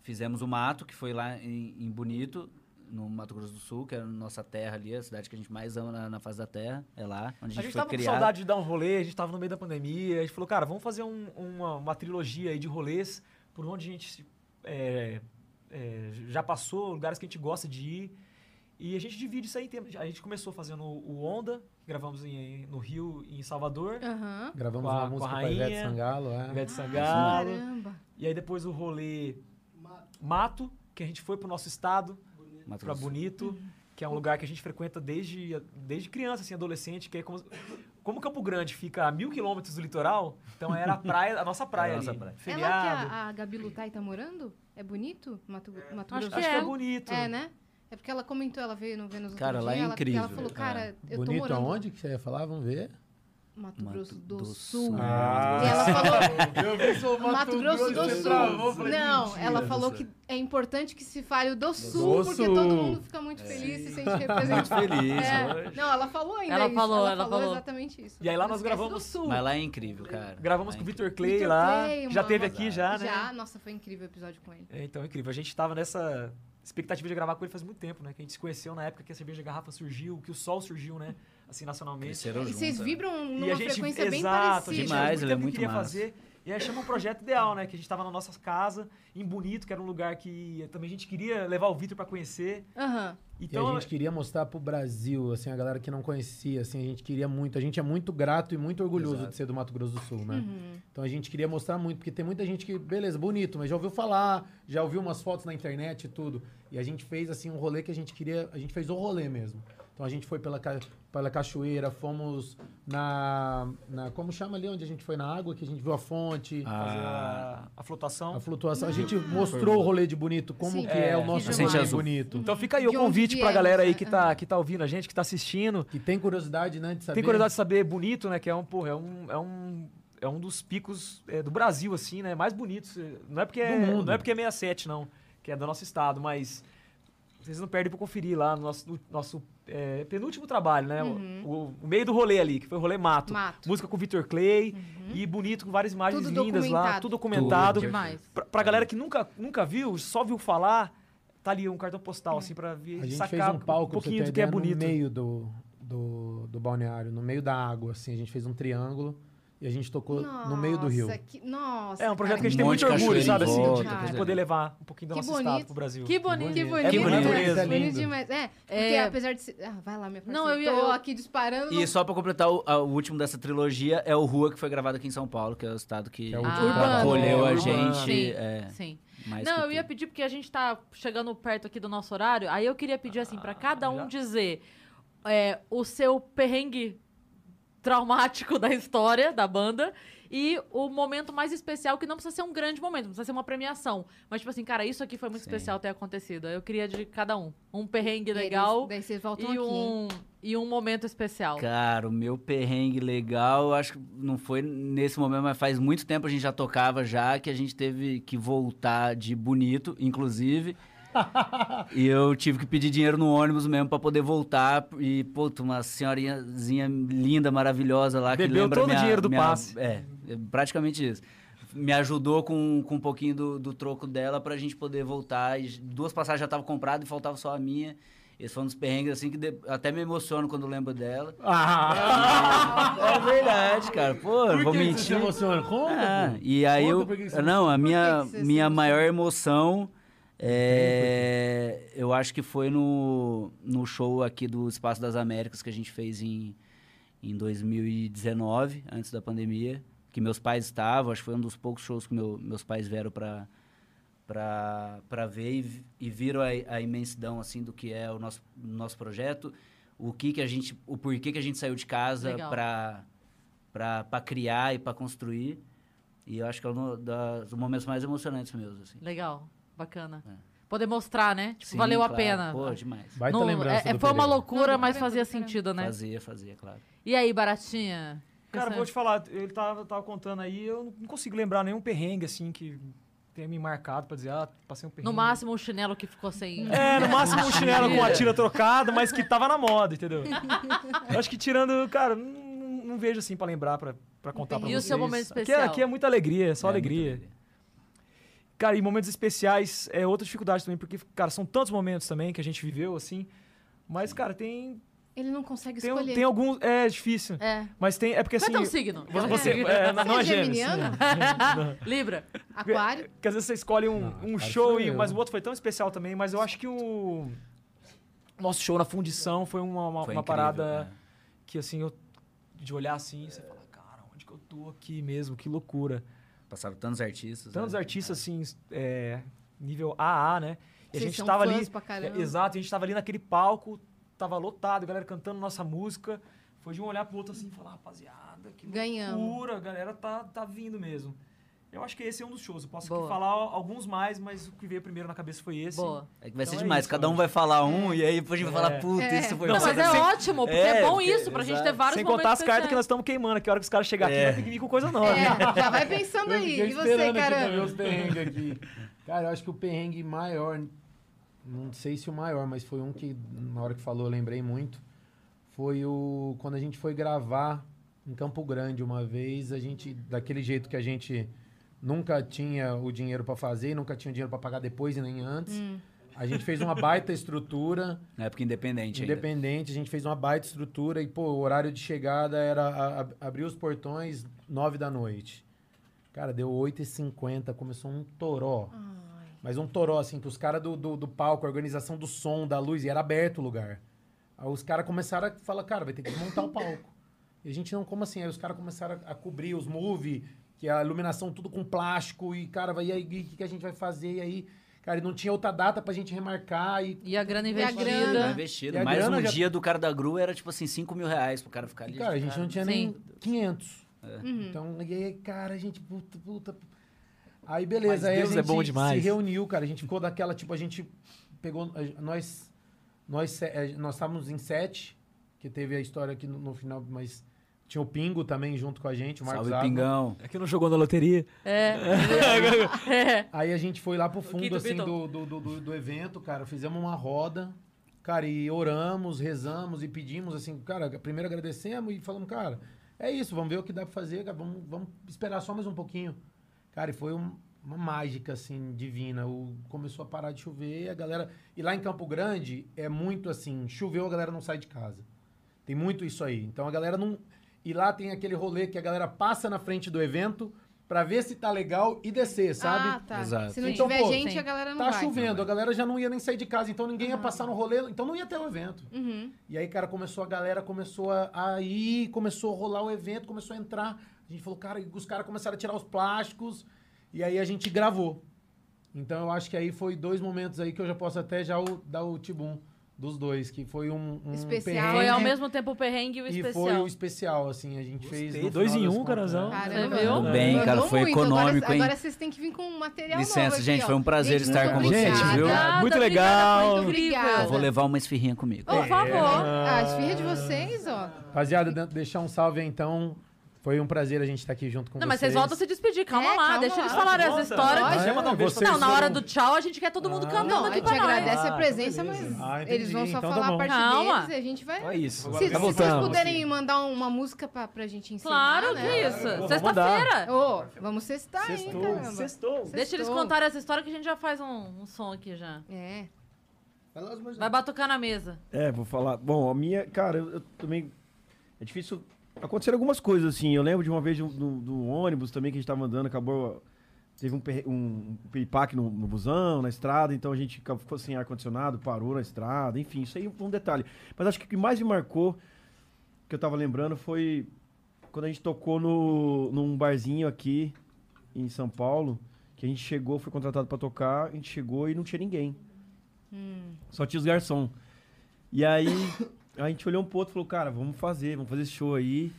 [SPEAKER 7] Fizemos o Mato, que foi lá em, em Bonito, no Mato Grosso do Sul, que era a nossa terra ali, a cidade que a gente mais ama na, na face da terra. É lá, onde a gente,
[SPEAKER 10] A gente
[SPEAKER 7] foi
[SPEAKER 10] tava com
[SPEAKER 7] criado.
[SPEAKER 10] saudade de dar um rolê, a gente tava no meio da pandemia, a gente falou, cara, vamos fazer um- uma, uma trilogia aí de rolês por onde a gente se- é, é, já passou, lugares que a gente gosta de ir. E a gente divide isso aí em tempo. A gente começou fazendo o Onda, que gravamos em- no Rio e em Salvador,
[SPEAKER 1] Aham. Ah,
[SPEAKER 9] Gravamos
[SPEAKER 10] Com
[SPEAKER 9] uma
[SPEAKER 10] a- com a
[SPEAKER 9] música pra Ivete
[SPEAKER 10] rainha.
[SPEAKER 9] Sangalo. é.
[SPEAKER 10] Ivete Sangalo.
[SPEAKER 1] Caramba.
[SPEAKER 10] E aí depois o rolê Mato, que a gente foi pro nosso estado,
[SPEAKER 7] Mato
[SPEAKER 10] pra
[SPEAKER 7] Grosso do Sul.
[SPEAKER 10] Bonito,
[SPEAKER 1] Uhum.
[SPEAKER 10] que é um lugar que a gente frequenta desde, desde criança, assim, adolescente, que é como, como Campo Grande fica a mil quilômetros do litoral, então era
[SPEAKER 7] <laughs>
[SPEAKER 10] a praia, a nossa praia
[SPEAKER 7] nossa
[SPEAKER 10] ali.
[SPEAKER 7] praia. É lá
[SPEAKER 1] É lá que
[SPEAKER 10] Feriado.
[SPEAKER 1] a, a Gabi Lutai tá morando? É bonito? Mato, Mato
[SPEAKER 2] Acho
[SPEAKER 1] Grosso?
[SPEAKER 10] Acho que é
[SPEAKER 2] é.
[SPEAKER 10] bonito.
[SPEAKER 1] É, né? É porque ela comentou, ela veio no Vênus
[SPEAKER 7] Cara,
[SPEAKER 1] outro
[SPEAKER 7] lá é
[SPEAKER 1] dia, ela-
[SPEAKER 7] incrível.
[SPEAKER 1] Ela falou,
[SPEAKER 7] É.
[SPEAKER 1] cara, eu tô
[SPEAKER 9] Bonito
[SPEAKER 1] morando...
[SPEAKER 9] aonde que você ia falar? Vamos ver.
[SPEAKER 1] Mato,
[SPEAKER 7] Mato
[SPEAKER 1] Grosso do,
[SPEAKER 7] do
[SPEAKER 1] Sul.
[SPEAKER 7] Sul.
[SPEAKER 1] E ela falou...
[SPEAKER 9] Eu vi sou
[SPEAKER 1] Mato, Grosso, do Sul. não, ela falou
[SPEAKER 7] Nossa.
[SPEAKER 1] que é importante que se fale o do Sul, porque
[SPEAKER 9] Sul.
[SPEAKER 1] todo mundo fica muito feliz se sente representado.
[SPEAKER 7] feliz. né?
[SPEAKER 1] É. Não, ela falou ainda
[SPEAKER 2] Ela
[SPEAKER 1] isso.
[SPEAKER 2] falou,
[SPEAKER 1] ela
[SPEAKER 2] ela falou.
[SPEAKER 1] exatamente isso.
[SPEAKER 10] E aí lá
[SPEAKER 1] Não
[SPEAKER 10] nós
[SPEAKER 1] esquece
[SPEAKER 10] gravamos-
[SPEAKER 1] do Sul.
[SPEAKER 7] Mas lá é incrível, cara.
[SPEAKER 10] Gravamos
[SPEAKER 7] Lá é
[SPEAKER 10] com o
[SPEAKER 7] incrível.
[SPEAKER 10] Vitor Clay
[SPEAKER 1] Vitor
[SPEAKER 10] lá,
[SPEAKER 1] Clay,
[SPEAKER 10] que Ah, já
[SPEAKER 1] uma-
[SPEAKER 10] teve aqui já, né?
[SPEAKER 1] Já, nossa, foi incrível o episódio com ele.
[SPEAKER 10] É, então, incrível. A gente tava nessa expectativa de gravar com ele faz muito tempo, né? Que a gente se conheceu na época que a cerveja de garrafa surgiu, que o sol surgiu, né? Assim, nacionalmente.
[SPEAKER 7] Cresceram
[SPEAKER 1] E
[SPEAKER 7] junto,
[SPEAKER 1] vocês
[SPEAKER 7] né?
[SPEAKER 1] vibram numa
[SPEAKER 10] e a gente,
[SPEAKER 1] frequência
[SPEAKER 10] exato,
[SPEAKER 1] bem
[SPEAKER 10] a
[SPEAKER 1] parecida.
[SPEAKER 10] gente
[SPEAKER 7] Demais,
[SPEAKER 10] tinha
[SPEAKER 7] ele é
[SPEAKER 10] tempo que
[SPEAKER 7] muito
[SPEAKER 10] queria
[SPEAKER 7] massa.
[SPEAKER 10] fazer. E aí chama um projeto ideal, né? Que a gente tava na nossa casa, em Bonito, que era um lugar que também a gente queria levar o Vitor pra conhecer.
[SPEAKER 1] Aham.
[SPEAKER 10] Então,
[SPEAKER 9] e a gente queria mostrar pro Brasil, assim, a galera que não conhecia, assim, a gente queria muito. A gente é muito grato e muito orgulhoso
[SPEAKER 7] Exato.
[SPEAKER 9] de ser do Mato Grosso do Sul, né?
[SPEAKER 1] Uhum.
[SPEAKER 10] Uhum.
[SPEAKER 9] Então a gente queria mostrar muito, porque tem muita gente que, beleza, bonito, mas já ouviu falar, já ouviu umas fotos na internet e tudo. E a gente fez, assim, um rolê que a gente queria, a gente fez o rolê mesmo. Então a gente foi pela, ca- pela cachoeira, fomos na, na. Como chama ali onde a gente foi na água, que a gente viu a fonte.
[SPEAKER 10] fazer
[SPEAKER 7] Ah,
[SPEAKER 10] a, a flotação.
[SPEAKER 9] A flutuação, a gente
[SPEAKER 1] Uhum.
[SPEAKER 9] mostrou o rolê de bonito, como
[SPEAKER 1] Sim.
[SPEAKER 9] que é,
[SPEAKER 10] É,
[SPEAKER 9] o nosso
[SPEAKER 1] que
[SPEAKER 9] rolê
[SPEAKER 7] demais.
[SPEAKER 9] bonito.
[SPEAKER 10] Então fica aí o
[SPEAKER 1] De onde
[SPEAKER 10] convite pra
[SPEAKER 1] viemos,
[SPEAKER 10] galera aí
[SPEAKER 1] né?
[SPEAKER 10] que tá, que tá ouvindo a gente, que tá assistindo.
[SPEAKER 9] Que tem curiosidade, né, de saber.
[SPEAKER 10] Tem curiosidade de saber, bonito, né? Que é um, porra, é um, é um, é um dos picos é, do Brasil, assim, né? Mais bonitos. Não é porque é,
[SPEAKER 9] Do mundo.
[SPEAKER 10] Não é porque é 67, não, que é do nosso estado, mas vocês não perdem pra conferir lá no nosso, no nosso é, penúltimo trabalho, né? O- O, o meio do rolê ali, que foi o rolê Mato.
[SPEAKER 1] Uhum. Mato. Uhum.
[SPEAKER 10] Música com o Vitor Clay e bonito, com várias imagens
[SPEAKER 1] Tudo
[SPEAKER 10] lindas lá,
[SPEAKER 1] documentado.
[SPEAKER 10] tudo documentado.
[SPEAKER 2] Demais.
[SPEAKER 10] Pra, pra galera que nunca, nunca viu, só viu falar, tá ali um cartão postal, assim, pra ver,
[SPEAKER 9] A gente
[SPEAKER 10] sacar
[SPEAKER 9] fez um palco,
[SPEAKER 10] um
[SPEAKER 9] pra
[SPEAKER 10] pouquinho
[SPEAKER 9] você
[SPEAKER 10] do
[SPEAKER 9] ter
[SPEAKER 10] que é
[SPEAKER 9] ideia,
[SPEAKER 10] bonito.
[SPEAKER 9] no meio do, do, do balneário, no meio da água, assim. A gente fez um triângulo e a gente tocou no meio do rio.
[SPEAKER 1] Nossa, que- nossa,
[SPEAKER 10] É um projeto que a gente
[SPEAKER 7] Um
[SPEAKER 10] tem
[SPEAKER 7] monte
[SPEAKER 10] muito
[SPEAKER 7] de
[SPEAKER 10] orgulho,
[SPEAKER 7] cachoeira
[SPEAKER 10] sabe?
[SPEAKER 7] em
[SPEAKER 10] Assim,
[SPEAKER 7] volta,
[SPEAKER 10] de- de
[SPEAKER 7] coisa
[SPEAKER 10] poder
[SPEAKER 7] linda.
[SPEAKER 10] levar um pouquinho do
[SPEAKER 1] Que
[SPEAKER 10] nosso
[SPEAKER 1] bonito.
[SPEAKER 10] estado pro Brasil.
[SPEAKER 2] Que bonito.
[SPEAKER 1] Que bonito.
[SPEAKER 10] bonito. É
[SPEAKER 9] bonito, é
[SPEAKER 1] bonito
[SPEAKER 9] lindo.
[SPEAKER 1] demais. É, porque
[SPEAKER 2] É.
[SPEAKER 1] apesar de ser... Ah, vai lá, minha parceira.
[SPEAKER 2] Não, eu ia-
[SPEAKER 1] Tô
[SPEAKER 2] eu-
[SPEAKER 1] aqui disparando.
[SPEAKER 7] E só pra completar, o, a- o último dessa trilogia é o Rua, que foi gravado aqui em São Paulo, que é o estado que,
[SPEAKER 9] Que é o
[SPEAKER 2] último
[SPEAKER 1] Urbano.
[SPEAKER 7] acolheu a
[SPEAKER 10] Urbano.
[SPEAKER 7] gente.
[SPEAKER 2] Ah, Sim.
[SPEAKER 7] É,
[SPEAKER 2] Sim.
[SPEAKER 7] mais
[SPEAKER 2] Não,
[SPEAKER 7] que
[SPEAKER 2] eu ia
[SPEAKER 7] tudo.
[SPEAKER 2] pedir, porque a gente tá chegando perto aqui do nosso horário, aí eu queria pedir, assim, pra cada um
[SPEAKER 10] já?
[SPEAKER 2] dizer é, o seu perrengue traumático da história da banda e o momento mais especial, que não precisa ser um grande momento, não precisa ser uma premiação. Mas, tipo assim, cara, isso aqui foi muito
[SPEAKER 7] Sim.
[SPEAKER 2] especial ter acontecido. Eu queria de cada um. Um perrengue
[SPEAKER 1] E aí,
[SPEAKER 2] legal
[SPEAKER 1] Daí vocês
[SPEAKER 2] e,
[SPEAKER 1] voltam aqui, hein?
[SPEAKER 2] um, e um momento especial.
[SPEAKER 7] Cara, o meu perrengue legal, eu acho que não foi nesse momento, mas faz muito tempo a gente já tocava já, que a gente teve que voltar de bonito, inclusive. e eu tive que pedir dinheiro no ônibus mesmo pra poder voltar. E, pô, uma senhorinhazinha linda, maravilhosa lá que
[SPEAKER 10] Bebeu
[SPEAKER 7] lembra
[SPEAKER 10] todo o
[SPEAKER 7] minha-
[SPEAKER 10] dinheiro do
[SPEAKER 7] minha-
[SPEAKER 10] passe.
[SPEAKER 7] É, é praticamente isso. Me ajudou com, com um pouquinho do, do troco dela pra gente poder voltar. E duas passagens já estavam compradas e faltava só a minha. Esse foi um dos perrengues, assim, que de- até me emociono quando lembro dela.
[SPEAKER 10] Ah.
[SPEAKER 7] É verdade, cara. Pô,
[SPEAKER 9] Por
[SPEAKER 7] vou
[SPEAKER 9] que Você se
[SPEAKER 7] mentir.
[SPEAKER 9] emociona? Conta,
[SPEAKER 7] Ah,
[SPEAKER 9] pô.
[SPEAKER 7] e aí
[SPEAKER 9] Uhum. Conta
[SPEAKER 7] eu.
[SPEAKER 9] por que que você-
[SPEAKER 7] Não, a minha,
[SPEAKER 1] que você se
[SPEAKER 7] minha
[SPEAKER 1] emociona?
[SPEAKER 7] maior emoção. É, eu acho que foi no, no show aqui do Espaço das Américas que a gente fez em, em 2019, antes da pandemia, que meus pais estavam. Acho que foi um dos poucos shows que meu- meus pais vieram pra, pra, pra ver e, vi- e viram a, a imensidão assim do que é o nosso, nosso projeto, o que que a gente, o porquê que a gente saiu de casa
[SPEAKER 2] Legal.
[SPEAKER 7] pra pra, pra criar e pra construir. E eu acho que é um da- dos momentos mais emocionantes meus, assim.
[SPEAKER 2] Legal, bacana.
[SPEAKER 7] É.
[SPEAKER 2] Poder mostrar, né? Tipo,
[SPEAKER 7] Sim,
[SPEAKER 2] valeu a
[SPEAKER 7] claro.
[SPEAKER 2] pena.
[SPEAKER 7] Pô, demais.
[SPEAKER 9] Baita
[SPEAKER 2] Não-
[SPEAKER 9] lembrança
[SPEAKER 2] é-
[SPEAKER 9] do
[SPEAKER 2] foi uma
[SPEAKER 9] Pereira.
[SPEAKER 2] loucura,
[SPEAKER 1] Não, do
[SPEAKER 2] mas
[SPEAKER 1] caramba,
[SPEAKER 2] fazia
[SPEAKER 1] do caramba.
[SPEAKER 2] sentido, né?
[SPEAKER 7] Fazia, fazia, claro.
[SPEAKER 2] E aí, Baratinha?
[SPEAKER 10] Cara,
[SPEAKER 2] Essa-
[SPEAKER 10] vou te falar, ele tava, tava contando aí, eu não consigo lembrar nenhum perrengue, assim, que tenha me marcado pra dizer, ah, passei um perrengue.
[SPEAKER 2] No máximo, um chinelo que ficou sem...
[SPEAKER 10] <laughs> É, no máximo
[SPEAKER 2] <laughs>
[SPEAKER 10] um chinelo com a tira trocada, mas que tava na moda, entendeu? Eu acho que tirando, cara, não, não vejo assim pra lembrar, pra, pra contar pra
[SPEAKER 2] E o
[SPEAKER 10] vocês.
[SPEAKER 2] seu momento
[SPEAKER 10] Aqui é-
[SPEAKER 2] especial?
[SPEAKER 10] Aqui, é muita alegria, é só
[SPEAKER 7] É,
[SPEAKER 10] alegria.
[SPEAKER 7] muito
[SPEAKER 10] Cara, e momentos especiais é outra dificuldade também, porque, cara, são tantos momentos também que a gente viveu, assim. Mas, cara, tem.
[SPEAKER 1] Ele não consegue
[SPEAKER 10] Tem, um-
[SPEAKER 1] escolher.
[SPEAKER 10] tem alguns. É difícil.
[SPEAKER 2] É.
[SPEAKER 10] Mas tem. É porque
[SPEAKER 2] Qual é
[SPEAKER 10] assim.
[SPEAKER 2] teu signo?
[SPEAKER 10] você- você-
[SPEAKER 2] Você
[SPEAKER 10] é, não, não
[SPEAKER 1] é
[SPEAKER 10] é gêmeos. <laughs> É,
[SPEAKER 1] geminiano?
[SPEAKER 2] Libra.
[SPEAKER 1] Aquário?
[SPEAKER 10] Porque às vezes você escolhe um, um
[SPEAKER 9] cara,
[SPEAKER 10] show,
[SPEAKER 9] sou
[SPEAKER 10] e,
[SPEAKER 9] eu.
[SPEAKER 10] mas o outro foi tão especial também. Mas eu acho que o nosso show na fundição foi uma, uma,
[SPEAKER 7] Foi
[SPEAKER 10] uma
[SPEAKER 7] incrível,
[SPEAKER 10] parada
[SPEAKER 7] é.
[SPEAKER 10] que, assim, eu, de olhar assim, você fala, cara, onde que eu tô aqui mesmo? Que loucura.
[SPEAKER 7] Passava tantos artistas.
[SPEAKER 10] Tantos
[SPEAKER 7] né?
[SPEAKER 10] artistas, assim, é, nível AA, né? E
[SPEAKER 1] Vocês
[SPEAKER 10] a gente
[SPEAKER 1] são
[SPEAKER 10] tava
[SPEAKER 1] fãs
[SPEAKER 10] ali.
[SPEAKER 1] pra caramba.
[SPEAKER 10] é, exato, e a gente tava ali naquele palco, tava lotado, a galera cantando nossa música. Foi de um olhar pro outro assim e falar, rapaziada, que
[SPEAKER 1] Ganhamos.
[SPEAKER 10] loucura, a galera tá, tá vindo mesmo. Eu acho que esse é um dos shows. Eu posso
[SPEAKER 2] Boa.
[SPEAKER 10] falar alguns mais, mas o que veio primeiro na cabeça foi esse.
[SPEAKER 2] Boa.
[SPEAKER 7] É que vai ser
[SPEAKER 10] Então é
[SPEAKER 7] demais.
[SPEAKER 10] isso,
[SPEAKER 7] Cada um
[SPEAKER 10] mano.
[SPEAKER 7] vai falar um e aí depois a gente vai falar, puta,
[SPEAKER 1] É.
[SPEAKER 7] isso foi
[SPEAKER 10] Não,
[SPEAKER 2] Não,
[SPEAKER 7] bom.
[SPEAKER 2] mas é ótimo, porque é,
[SPEAKER 7] é,
[SPEAKER 2] bom
[SPEAKER 7] porque-
[SPEAKER 2] isso, pra gente ter
[SPEAKER 7] exato.
[SPEAKER 2] vários
[SPEAKER 10] Sem
[SPEAKER 2] momentos né?
[SPEAKER 10] contar as cartas que nós
[SPEAKER 2] especiais.
[SPEAKER 10] estamos queimando, que a hora que os caras chegarem aqui,
[SPEAKER 7] É.
[SPEAKER 10] vai vir com coisa nova. né? <laughs>
[SPEAKER 1] É, já vai pensando
[SPEAKER 9] Eu
[SPEAKER 1] aí.
[SPEAKER 9] fiquei
[SPEAKER 1] E você,
[SPEAKER 9] esperando aqui pra ver
[SPEAKER 1] caramba?
[SPEAKER 9] os perrengues aqui. Cara, eu acho que o perrengue maior, não sei se o maior, mas foi um que na hora que falou eu lembrei muito. Foi o quando a gente foi gravar em Campo Grande uma vez, a gente daquele jeito que a gente nunca tinha o dinheiro pra fazer, nunca tinha o dinheiro pra pagar depois e nem antes.
[SPEAKER 1] Hum.
[SPEAKER 9] A gente fez uma baita estrutura,
[SPEAKER 7] Na época independente ainda.
[SPEAKER 9] Independente, a gente fez uma baita estrutura e, pô, o horário de chegada era a- a- abrir os portões 9 da noite. Cara, deu 8h50, começou um toró. Mas um toró, assim, que os caras do, do, do palco, a organização do som, da luz, e era aberto o lugar. Aí os caras começaram a falar, cara, vai ter que desmontar o palco. E a gente não, como assim? Aí os caras começaram a, a cobrir os move, que é a iluminação tudo com plástico, e, cara, vai, e aí, o que, que a gente vai fazer? E aí, cara, e não tinha outra data pra gente remarcar, e
[SPEAKER 2] E a grana
[SPEAKER 1] a
[SPEAKER 2] investida.
[SPEAKER 1] grana.
[SPEAKER 9] E
[SPEAKER 7] Investido.
[SPEAKER 9] a
[SPEAKER 7] Mais
[SPEAKER 9] grana
[SPEAKER 7] um
[SPEAKER 9] já-
[SPEAKER 7] dia do cara da grua era tipo assim, 5 mil reais pro cara ficar
[SPEAKER 9] E,
[SPEAKER 7] ali.
[SPEAKER 9] cara, a gente não tinha nem 500.
[SPEAKER 10] É.
[SPEAKER 1] Uhum.
[SPEAKER 9] Então, e aí, cara, a gente, puta, puta. Aí, beleza.
[SPEAKER 10] Mas
[SPEAKER 9] aí
[SPEAKER 10] Deus
[SPEAKER 9] a
[SPEAKER 10] é
[SPEAKER 9] gente
[SPEAKER 10] bom demais.
[SPEAKER 9] se reuniu, cara. A gente ficou daquela, tipo, a gente pegou, a- nós, nós, se- eh, nós estávamos em sete, que teve a história aqui no, no final, mas tinha o Pingo também junto com a gente, o Marcos
[SPEAKER 7] Salve,
[SPEAKER 9] Água.
[SPEAKER 7] Pingão.
[SPEAKER 10] É que não jogou na loteria.
[SPEAKER 9] É.
[SPEAKER 10] <laughs> é.
[SPEAKER 9] <laughs> Aí a gente foi lá pro fundo,
[SPEAKER 2] Quinto
[SPEAKER 9] assim,
[SPEAKER 2] Beatle.
[SPEAKER 9] do, do, do, do- do evento, cara. Fizemos uma roda, cara, e oramos, rezamos e pedimos, assim, cara, primeiro agradecemos e falamos, cara, é isso, vamos ver o que dá pra fazer, cara, vamos, vamos esperar só mais um pouquinho. Cara, e foi um- uma mágica, assim, divina. O, começou a parar de chover, a galera... E lá em Campo Grande, é muito assim, choveu, a galera não sai de casa. Tem muito isso aí. Então a galera não... E lá tem aquele rolê que a galera passa na frente do evento pra ver se tá legal e descer, sabe?
[SPEAKER 1] Ah, tá.
[SPEAKER 7] Exato.
[SPEAKER 1] Se não
[SPEAKER 9] Então,
[SPEAKER 1] tiver
[SPEAKER 9] pô,
[SPEAKER 1] gente,
[SPEAKER 2] sim.
[SPEAKER 1] a galera não
[SPEAKER 9] Tá
[SPEAKER 1] vai. Ah.
[SPEAKER 9] chovendo, a galera já não ia nem sair de casa, então ninguém ia passar no rolê, então não ia ter o evento.
[SPEAKER 1] Uhum.
[SPEAKER 9] E aí, cara, começou a galera, começou a, a ir, começou a rolar o evento, começou a entrar. A gente falou, cara, e os caras começaram a tirar os plásticos, e aí a gente gravou. Então eu acho que aí foi dois momentos aí que eu já posso até já o- dar o tibum dos dois, que foi um, um
[SPEAKER 1] Especial.
[SPEAKER 9] perrengue
[SPEAKER 2] Foi ao mesmo tempo o perrengue e o
[SPEAKER 9] e
[SPEAKER 2] especial.
[SPEAKER 9] foi o especial, assim, a gente fez...
[SPEAKER 10] Gostei,
[SPEAKER 9] no
[SPEAKER 10] dois
[SPEAKER 9] final
[SPEAKER 10] em
[SPEAKER 9] das
[SPEAKER 10] um,
[SPEAKER 9] contas,
[SPEAKER 10] carazão.
[SPEAKER 9] né?
[SPEAKER 1] Caramba.
[SPEAKER 2] Viu?
[SPEAKER 7] Tudo bem,
[SPEAKER 1] Mandou
[SPEAKER 7] cara, foi
[SPEAKER 1] muito.
[SPEAKER 7] econômico,
[SPEAKER 1] agora,
[SPEAKER 7] hein?
[SPEAKER 1] Agora vocês têm que vir com um material novo
[SPEAKER 7] Licença,
[SPEAKER 1] aqui,
[SPEAKER 7] gente,
[SPEAKER 1] ó.
[SPEAKER 7] foi um prazer
[SPEAKER 1] Gente,
[SPEAKER 7] estar com
[SPEAKER 1] muito
[SPEAKER 7] vocês,
[SPEAKER 1] obrigada.
[SPEAKER 7] viu?
[SPEAKER 2] Obrigada,
[SPEAKER 10] Muito
[SPEAKER 2] obrigada, foi
[SPEAKER 10] legal.
[SPEAKER 1] Muito
[SPEAKER 2] incrível.
[SPEAKER 1] obrigada.
[SPEAKER 7] Vou levar uma esfirrinha comigo.
[SPEAKER 2] Por favor.
[SPEAKER 1] Ah, as filhas de vocês, ó.
[SPEAKER 9] É. Rapaziada, de- deixar um salve aí, então. Foi um prazer a gente estar aqui junto com
[SPEAKER 2] Não, mas
[SPEAKER 9] vocês.
[SPEAKER 2] vocês voltam a se despedir, calma lá,
[SPEAKER 1] É, calma
[SPEAKER 2] deixa eles
[SPEAKER 1] lá.
[SPEAKER 2] falarem as
[SPEAKER 10] Volta.
[SPEAKER 2] histórias.
[SPEAKER 9] Ah,
[SPEAKER 10] Deixa eu mandar um
[SPEAKER 9] é?
[SPEAKER 10] beijo pra
[SPEAKER 9] Vocês
[SPEAKER 2] Não, na hora
[SPEAKER 9] são-
[SPEAKER 2] do tchau a gente quer todo mundo
[SPEAKER 1] Ah. Não,
[SPEAKER 2] cantando
[SPEAKER 1] a
[SPEAKER 2] aqui
[SPEAKER 1] gente
[SPEAKER 2] pra nós.
[SPEAKER 1] agradece
[SPEAKER 10] Ah,
[SPEAKER 1] a presença,
[SPEAKER 10] então beleza.
[SPEAKER 1] mas
[SPEAKER 9] Ah, entendi.
[SPEAKER 1] eles vão só
[SPEAKER 9] Então tá
[SPEAKER 1] falar a
[SPEAKER 9] bom.
[SPEAKER 1] parte
[SPEAKER 2] Calma.
[SPEAKER 1] deles e a gente É vai...
[SPEAKER 10] Só isso.
[SPEAKER 1] Se, se
[SPEAKER 10] Tá
[SPEAKER 1] vocês
[SPEAKER 10] voltando.
[SPEAKER 1] puderem mandar uma música pra, pra gente ensinar,
[SPEAKER 2] Claro,
[SPEAKER 1] né?
[SPEAKER 2] que é isso.
[SPEAKER 10] vou
[SPEAKER 2] Sexta-feira.
[SPEAKER 1] Ô, vamos cestar, hein,
[SPEAKER 9] Sextou.
[SPEAKER 1] caramba.
[SPEAKER 10] Sextou.
[SPEAKER 2] Deixa eles
[SPEAKER 1] Sextou.
[SPEAKER 2] contarem essa história que a gente já faz um, um som aqui já.
[SPEAKER 1] É.
[SPEAKER 3] Fala as mais-
[SPEAKER 2] Vai batucar na mesa.
[SPEAKER 4] É, vou falar. Bom, a minha, cara, eu, eu também. É difícil. Aconteceram algumas coisas, assim. Eu lembro de uma vez de um- do, do ônibus também que a gente tava andando, acabou. Teve um, perre- um piripaque no, no busão, na estrada, então a gente ca- ficou sem ar-condicionado, parou na estrada, enfim, isso aí foi um detalhe. Mas acho que o que mais me marcou, que eu tava lembrando, foi quando a gente tocou no, num barzinho aqui em São Paulo, que a gente chegou, foi contratado pra tocar, a gente chegou e não tinha ninguém.
[SPEAKER 2] Hum.
[SPEAKER 4] Só tinha os garçom. <coughs> E aí a gente olhou um pro outro e falou, cara, vamos fazer, vamos fazer esse show aí.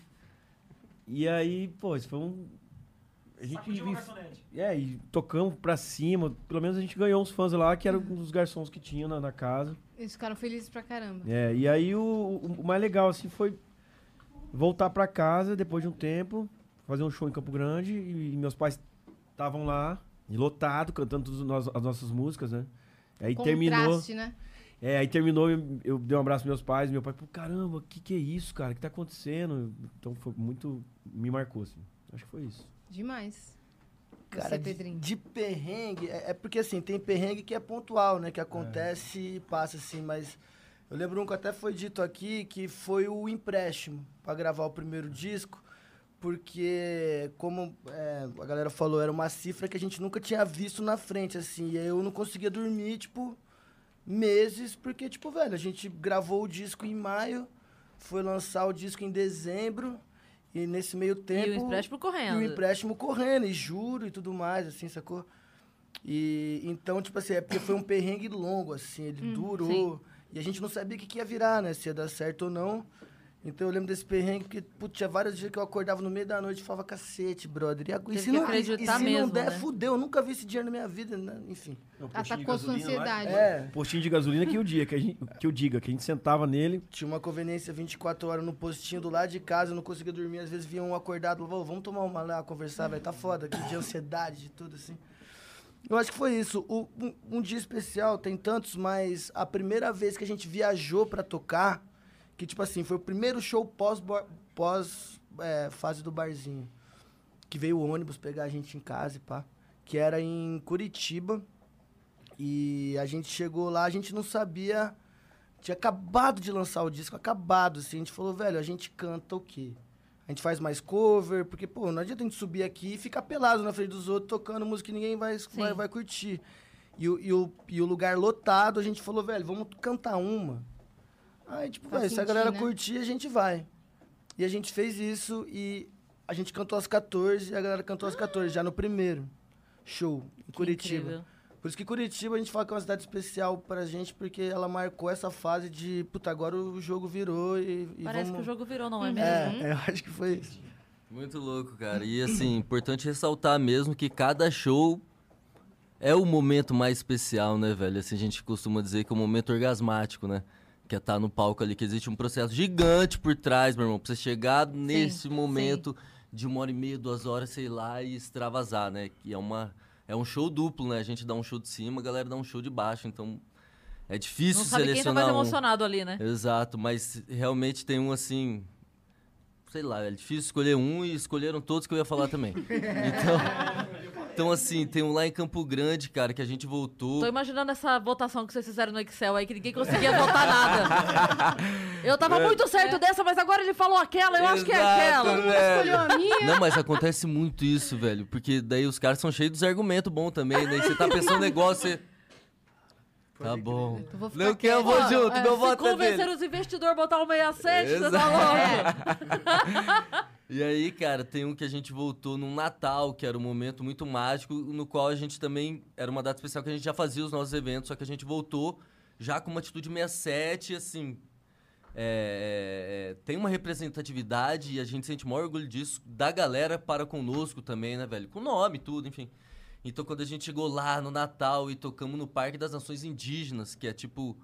[SPEAKER 4] E aí, pô, isso foi um. A gente é, e tocamos pra cima. Pelo menos a gente ganhou uns fãs lá, que eram os garçons que tinham na, na casa.
[SPEAKER 1] Eles ficaram felizes pra
[SPEAKER 4] <laughs>
[SPEAKER 1] caramba.
[SPEAKER 4] É, e aí o, o- o mais legal, assim, foi voltar pra casa depois de um tempo, fazer um show em Campo Grande. E, meus pais estavam lá, e lotado, cantando todas as nossas- as nossas músicas, né? Aí terminou.
[SPEAKER 1] Contraste, né?
[SPEAKER 4] É, aí terminou, eu, eu dei um abraço pros meus pais, meu pai, pô, caramba, o que, que é isso, cara? O que tá acontecendo? Então foi muito. Me marcou, assim. Acho que foi isso.
[SPEAKER 1] Demais.
[SPEAKER 3] Cara,
[SPEAKER 1] Você,
[SPEAKER 3] de,
[SPEAKER 1] Pedrinho.
[SPEAKER 3] de perrengue, é, é porque assim, tem perrengue que é pontual, né? Que acontece e passa assim, mas eu lembro um que até foi dito aqui que foi o empréstimo pra gravar o primeiro disco, porque, como é, a galera falou, era uma cifra que a gente nunca tinha visto na frente, assim, e aí eu não conseguia dormir, tipo, meses, porque, tipo, velho, a gente gravou o disco em maio, foi lançar o disco em dezembro. E nesse meio tempo.
[SPEAKER 2] E o empréstimo
[SPEAKER 3] E
[SPEAKER 2] correndo.
[SPEAKER 3] o empréstimo correndo, e juro e tudo mais, assim, sacou? E então, tipo assim, é porque foi um perrengue longo, assim,
[SPEAKER 2] Hum,
[SPEAKER 3] ele durou. E a gente não sabia o que, que ia virar, né? Se ia dar certo ou não. Então eu lembro desse perrengue, porque, putz, tinha vários dias que eu acordava no meio da noite e falava, cacete, brother. E, a- e
[SPEAKER 2] Teve
[SPEAKER 3] se
[SPEAKER 2] que
[SPEAKER 3] não, e,
[SPEAKER 2] acreditar
[SPEAKER 3] e se
[SPEAKER 2] mesmo,
[SPEAKER 3] não der,
[SPEAKER 2] né?
[SPEAKER 3] fudeu, eu nunca vi esse dinheiro na minha vida, né? Enfim.
[SPEAKER 1] Atacou sua ansiedade.
[SPEAKER 3] É.
[SPEAKER 4] Um Postinho de gasolina que eu diga, que, a gente, que eu diga, que a gente sentava nele.
[SPEAKER 3] Tinha uma conveniência 24 horas no postinho do lado de casa, eu não conseguia dormir. Às vezes vinha um acordado, falava, "Ô, vamos tomar uma lá, conversar, velho, tá foda, que de ansiedade, de tudo assim. Eu acho que foi isso. O- um, um dia especial, tem tantos, mas a primeira vez que a gente viajou pra tocar, que tipo assim, foi o primeiro show pós, bo- pós é, fase do barzinho. Que veio o ônibus pegar a gente em casa e pá. Que era em Curitiba. E a gente chegou lá, a gente não sabia. Tinha acabado de lançar o disco, acabado, assim. A gente falou, velho, a gente canta o quê? A gente faz mais cover, porque, pô, não adianta a gente subir aqui e ficar pelado na frente dos outros tocando música que ninguém vai, vai, vai curtir. E, o- e, o, e o lugar lotado, a gente falou, velho, vamos cantar uma. Aí, tipo,
[SPEAKER 2] Tá
[SPEAKER 1] Pra
[SPEAKER 3] velho, se a
[SPEAKER 1] sentir,
[SPEAKER 3] galera
[SPEAKER 1] né?
[SPEAKER 3] curtir, a gente vai. E a gente fez isso e a gente cantou às 14 e a galera cantou às 14, já no primeiro show, em Curitiba.
[SPEAKER 2] incrível.
[SPEAKER 3] Por isso que Curitiba a gente fala que é uma cidade especial pra gente, porque ela marcou essa fase de, puta, agora o jogo virou e, e
[SPEAKER 2] Parece que o
[SPEAKER 3] vamos...
[SPEAKER 2] jogo virou, não é mesmo?
[SPEAKER 3] É, é, eu acho que foi isso.
[SPEAKER 5] Muito louco, cara. E assim, importante ressaltar mesmo que cada show é o momento mais especial, né, velho? Assim, a gente costuma dizer que é o momento orgasmático, né? Que é estar no palco ali, que existe um processo gigante por trás, meu irmão. Pra você chegar nesse momento de uma hora e meia, duas horas, sei lá, e extravasar, né? Que é uma. É um show duplo, né? A gente dá um show de cima, a galera dá um show de baixo. Então, é difícil
[SPEAKER 2] Não sabe quem tá
[SPEAKER 5] selecionar
[SPEAKER 2] mais
[SPEAKER 5] um.
[SPEAKER 2] emocionado ali, né?
[SPEAKER 5] Exato, mas realmente tem um assim. Sei lá, é difícil escolher um e escolheram todos que eu ia falar também. Então, então assim, tem um lá em Campo Grande, cara, que a gente voltou.
[SPEAKER 2] Tô imaginando essa votação que vocês fizeram no Excel aí, que ninguém conseguia votar nada.
[SPEAKER 5] <laughs>
[SPEAKER 2] Eu tava muito certo dessa, mas agora ele falou aquela, eu acho que é
[SPEAKER 5] É. Exato,
[SPEAKER 2] aquela.
[SPEAKER 5] velho.
[SPEAKER 1] Escolheu a minha?
[SPEAKER 5] Não, mas acontece muito isso, velho. Porque daí os caras são cheios dos argumentos bons também, né? E você tá pensando negócio, você. Tá bom.
[SPEAKER 1] Eu vou ficar
[SPEAKER 5] Não que eu vou
[SPEAKER 1] quieta.
[SPEAKER 5] junto, meu
[SPEAKER 2] Se
[SPEAKER 5] voto é dele.
[SPEAKER 2] convencer os investidores a botar o 67, você tá
[SPEAKER 5] Exato.
[SPEAKER 2] louco.
[SPEAKER 5] E aí, cara, tem um que a gente voltou num Natal, que era um momento muito mágico, no qual a gente também. Era uma data especial que a gente já fazia os nossos eventos, só que a gente voltou já com uma atitude 67, assim. é, é, é, tem uma representatividade e a gente sente o maior orgulho disso, da galera para conosco também, né, velho? Com nome, e tudo, enfim. Então, quando a gente chegou lá no Natal e tocamos no Parque das Nações Indígenas, que é tipo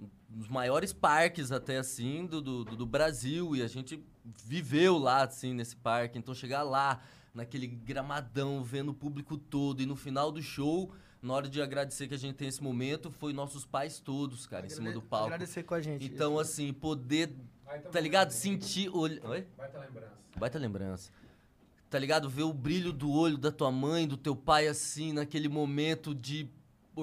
[SPEAKER 5] um dos maiores parques até assim do, do, do- do Brasil e a gente viveu lá assim nesse parque então chegar lá naquele gramadão vendo o público todo e no final do show na hora de agradecer que a gente tem esse momento foi nossos pais todos cara em cima do palco
[SPEAKER 3] Agradecer com a gente.
[SPEAKER 5] então assim poder tá ligado sentir olho Oi?
[SPEAKER 9] Baita lembrança.
[SPEAKER 5] Baita lembrança. Tá ligado? Ver o brilho do olho da tua mãe, do teu pai, assim, naquele momento de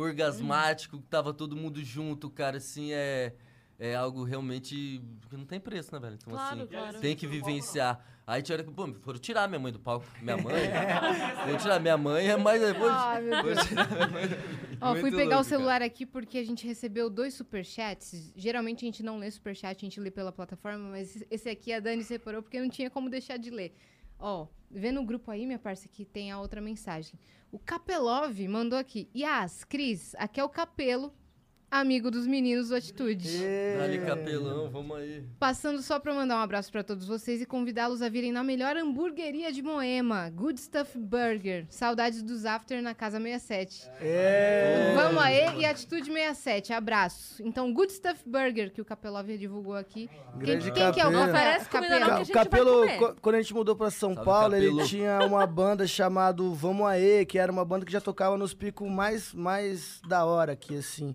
[SPEAKER 5] orgasmático, que tava todo mundo junto, cara, assim, é, é algo realmente que não tem preço, né, velho? Então,
[SPEAKER 2] Claro,
[SPEAKER 5] assim,
[SPEAKER 2] claro.
[SPEAKER 5] tem que vivenciar. Aí tiveram que, pô, foram tirar minha mãe do palco.
[SPEAKER 9] <laughs>
[SPEAKER 5] Minha mãe? Vou tirar minha mãe, é mais... Vou,
[SPEAKER 1] Ai, meu
[SPEAKER 5] vou tirar minha mãe.
[SPEAKER 1] Ó, fui
[SPEAKER 5] Muito
[SPEAKER 1] pegar
[SPEAKER 5] louco,
[SPEAKER 1] o
[SPEAKER 5] cara.
[SPEAKER 1] celular aqui porque a gente recebeu dois superchats. Geralmente a gente não lê superchat, a gente lê pela plataforma, mas esse aqui a Dani separou porque não tinha como deixar de ler. Ó, vê no grupo aí, minha parça, que tem a outra mensagem. O Capelov mandou aqui. Yas, Cris, aqui é o Capelo. amigo dos meninos do Atitude.
[SPEAKER 5] Dali capelão, vamos aí.
[SPEAKER 1] Passando só para mandar um abraço para todos vocês e convidá-los a virem na melhor hamburgueria de Moema, Good Stuff Burger. Saudades dos after na casa 67.
[SPEAKER 3] É.
[SPEAKER 1] Vamos aí e Atitude 67, abraço. Então, Good Stuff Burger, que o Capelóvia divulgou aqui. Quem,
[SPEAKER 3] Grande
[SPEAKER 1] quem que é o
[SPEAKER 3] Capela.
[SPEAKER 2] Não
[SPEAKER 1] Capela?
[SPEAKER 2] oferece comida não, que a gente
[SPEAKER 3] Capelo,
[SPEAKER 2] vai comer.
[SPEAKER 3] co- quando a gente mudou pra São
[SPEAKER 5] Salve,
[SPEAKER 3] Paulo, ele
[SPEAKER 5] Capelo.
[SPEAKER 3] tinha uma banda chamada Vamos Aê, que era uma banda que já tocava nos picos mais, mais da hora aqui, assim.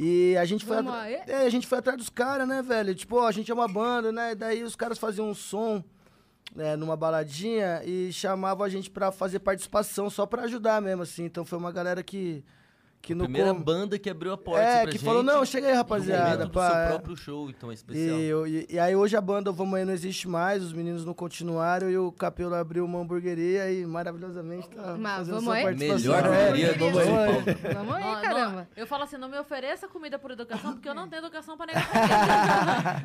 [SPEAKER 3] E a gente foi.
[SPEAKER 1] Vamos
[SPEAKER 3] atra-
[SPEAKER 1] Aê?
[SPEAKER 3] É, a gente foi atrás dos caras, né, velho? Tipo, ó, a gente é uma banda, né? Daí os caras faziam um som né, numa baladinha e chamavam a gente pra fazer participação, só pra ajudar mesmo, assim. Então foi uma galera que. que no
[SPEAKER 5] Primeira
[SPEAKER 3] com-
[SPEAKER 5] banda que abriu a porta
[SPEAKER 3] É,
[SPEAKER 5] pra
[SPEAKER 3] que
[SPEAKER 5] gente.
[SPEAKER 3] falou, não, chega aí,
[SPEAKER 5] No
[SPEAKER 3] rapaziada.
[SPEAKER 5] momento do
[SPEAKER 3] pá,
[SPEAKER 5] seu
[SPEAKER 3] é.
[SPEAKER 5] próprio show, então, é especial.
[SPEAKER 3] E, eu- e- e aí hoje a banda O Vamos Aí não existe mais, os meninos não continuaram e o Capelo abriu uma hamburgueria e maravilhosamente tá
[SPEAKER 1] Mas
[SPEAKER 3] fazendo
[SPEAKER 1] Vamos
[SPEAKER 3] sua
[SPEAKER 1] Aí?
[SPEAKER 3] participação.
[SPEAKER 5] Melhor
[SPEAKER 3] É,
[SPEAKER 5] hamburgueria do
[SPEAKER 3] Vamos
[SPEAKER 5] São
[SPEAKER 3] Aí.
[SPEAKER 5] Paulo.
[SPEAKER 1] Vamos aí,
[SPEAKER 2] Não, não,
[SPEAKER 1] caramba.
[SPEAKER 2] eu falo assim, não me ofereça comida por educação, porque eu não tenho educação pra
[SPEAKER 1] <laughs>
[SPEAKER 2] negar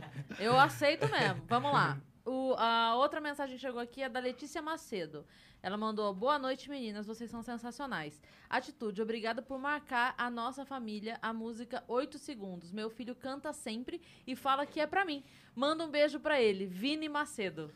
[SPEAKER 2] comida. Eu aceito mesmo. Vamos lá. O- a outra mensagem que chegou aqui é da Letícia Macedo. Ela mandou: Boa noite, meninas, vocês são sensacionais. Atitude, obrigada por marcar a nossa família a música 8 segundos. Meu filho canta sempre e fala que é pra mim. Manda um beijo pra ele, Vini Macedo.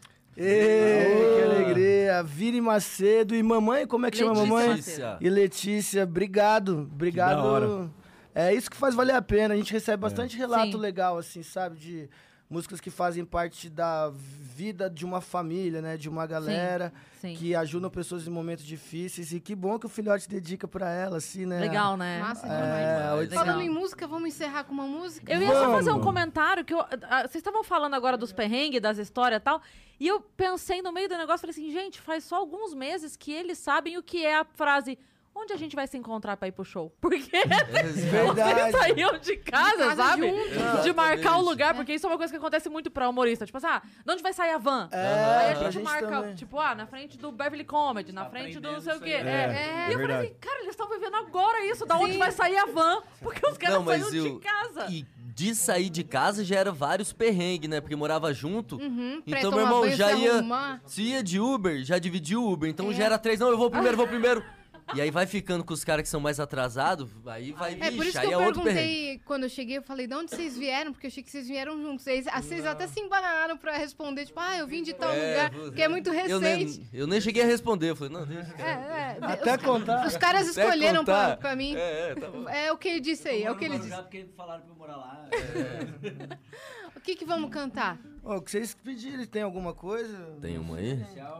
[SPEAKER 3] Ê, que alegria. Vini Macedo e mamãe, como é que chama a
[SPEAKER 2] Letícia
[SPEAKER 3] mamãe?
[SPEAKER 2] Macedo.
[SPEAKER 3] E Letícia, obrigado. Obrigado.
[SPEAKER 4] da hora.
[SPEAKER 3] É isso que faz valer a pena. A gente recebe bastante
[SPEAKER 5] É.
[SPEAKER 3] relato
[SPEAKER 2] Sim.
[SPEAKER 3] legal, assim, sabe? De músicas que fazem parte da vida de uma família, né? De uma galera.
[SPEAKER 2] Sim.
[SPEAKER 3] que ajudam pessoas em momentos difíceis. E que bom que o filhote dedica pra ela, assim, né?
[SPEAKER 2] Legal, né?
[SPEAKER 1] Massa demais.
[SPEAKER 3] É, oito-
[SPEAKER 5] legal.
[SPEAKER 1] Falando em música, vamos encerrar com uma música?
[SPEAKER 2] Eu ia só
[SPEAKER 3] Vamos.
[SPEAKER 2] fazer um comentário que eu- ah, vocês estavam falando agora dos perrengues, das histórias e tal. E eu pensei no meio do negócio, falei assim, gente, faz só alguns meses que eles sabem o que é a frase. Onde a gente vai se encontrar pra ir pro show? <laughs> Porque vocês
[SPEAKER 1] <laughs>
[SPEAKER 3] Verdade.
[SPEAKER 2] saíam de casa,
[SPEAKER 1] De casa
[SPEAKER 2] sabe?
[SPEAKER 5] junto.
[SPEAKER 2] De marcar o
[SPEAKER 5] Exatamente.
[SPEAKER 2] lugar, porque isso é uma coisa que acontece muito pra humorista. Tipo assim, ah, de onde vai sair a van?
[SPEAKER 3] É,
[SPEAKER 2] Aí a
[SPEAKER 3] pra
[SPEAKER 2] gente, marca,
[SPEAKER 3] também.
[SPEAKER 2] tipo, ah, na frente do Beverly Comedy, na frente do não sei o quê.
[SPEAKER 4] aí.
[SPEAKER 2] É.
[SPEAKER 1] É,
[SPEAKER 2] E eu falei
[SPEAKER 4] verdade.
[SPEAKER 2] assim, cara, eles estão vivendo agora isso, da onde vai sair a van? Porque os caras
[SPEAKER 5] Não, mas
[SPEAKER 2] saíram de
[SPEAKER 5] eu-
[SPEAKER 2] casa.
[SPEAKER 5] E de sair de casa já era vários perrengues, né? Porque morava junto.
[SPEAKER 1] Uhum, pra
[SPEAKER 5] Então, meu
[SPEAKER 1] tomar
[SPEAKER 5] irmão,
[SPEAKER 1] banho,
[SPEAKER 5] já
[SPEAKER 1] se
[SPEAKER 5] ia-
[SPEAKER 1] arrumar.
[SPEAKER 5] Se ia de Uber, já dividia o Uber.
[SPEAKER 1] É.
[SPEAKER 5] Então já era três. Não, eu vou primeiro, eu
[SPEAKER 1] <laughs>
[SPEAKER 5] vou primeiro. E aí vai ficando com os caras que são mais atrasados. Aí vai.
[SPEAKER 1] É por
[SPEAKER 5] Ixi,
[SPEAKER 1] isso que
[SPEAKER 5] aí
[SPEAKER 1] eu
[SPEAKER 5] é outro perrengue.
[SPEAKER 1] perguntei quando eu cheguei, eu falei, de onde vocês vieram? Porque eu achei que vocês vieram juntos. Vocês, ah, vocês até se embanaram pra responder, tipo, ah, eu vim de tal lugar,
[SPEAKER 5] vou-
[SPEAKER 1] porque é muito
[SPEAKER 5] Eu
[SPEAKER 1] recente.
[SPEAKER 5] nem, eu nem cheguei a responder. Eu falei, não, deixa.
[SPEAKER 1] É, é,
[SPEAKER 3] Até
[SPEAKER 1] os,
[SPEAKER 3] contar.
[SPEAKER 1] os caras
[SPEAKER 5] Até
[SPEAKER 1] escolheram pra,
[SPEAKER 5] contar.
[SPEAKER 1] pra mim.
[SPEAKER 5] É, é, tá bom.
[SPEAKER 1] É o que ele disse aí, é o que ele disse.
[SPEAKER 7] Porque falaram pra eu morar lá.
[SPEAKER 1] O que que vamos cantar?
[SPEAKER 3] Ô, o que vocês pedirem, tem alguma coisa?
[SPEAKER 5] Tem uma aí?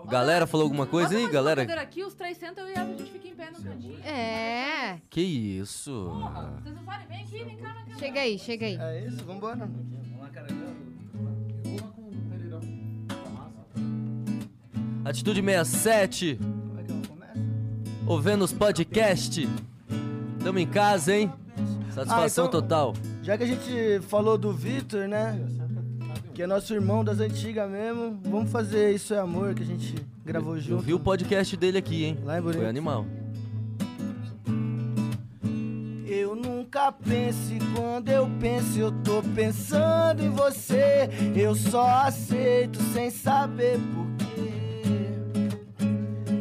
[SPEAKER 5] Galera falou alguma coisa aí, galera?
[SPEAKER 2] aqui, os três sentam e a gente fica em pé no cantinho.
[SPEAKER 1] É,
[SPEAKER 5] Que isso?
[SPEAKER 2] Vocês não farem bem aqui, vem cá, vem cá.
[SPEAKER 1] chega aí, chega aí.
[SPEAKER 3] É isso, vambora.
[SPEAKER 5] Atitude 67. O Vênus Podcast. Tamo em casa, hein? Satisfação
[SPEAKER 3] então-
[SPEAKER 5] total.
[SPEAKER 3] Já que a gente falou do Vitor, né? Que é nosso irmão das antigas mesmo. Vamos fazer Isso é Amor, que a gente gravou
[SPEAKER 5] Eu
[SPEAKER 3] junto.
[SPEAKER 5] vi o podcast dele aqui, hein?
[SPEAKER 3] Lá em Bonito.
[SPEAKER 5] Foi animal.
[SPEAKER 3] Eu nunca penso e quando eu penso eu tô pensando em você. Eu só aceito sem saber porquê.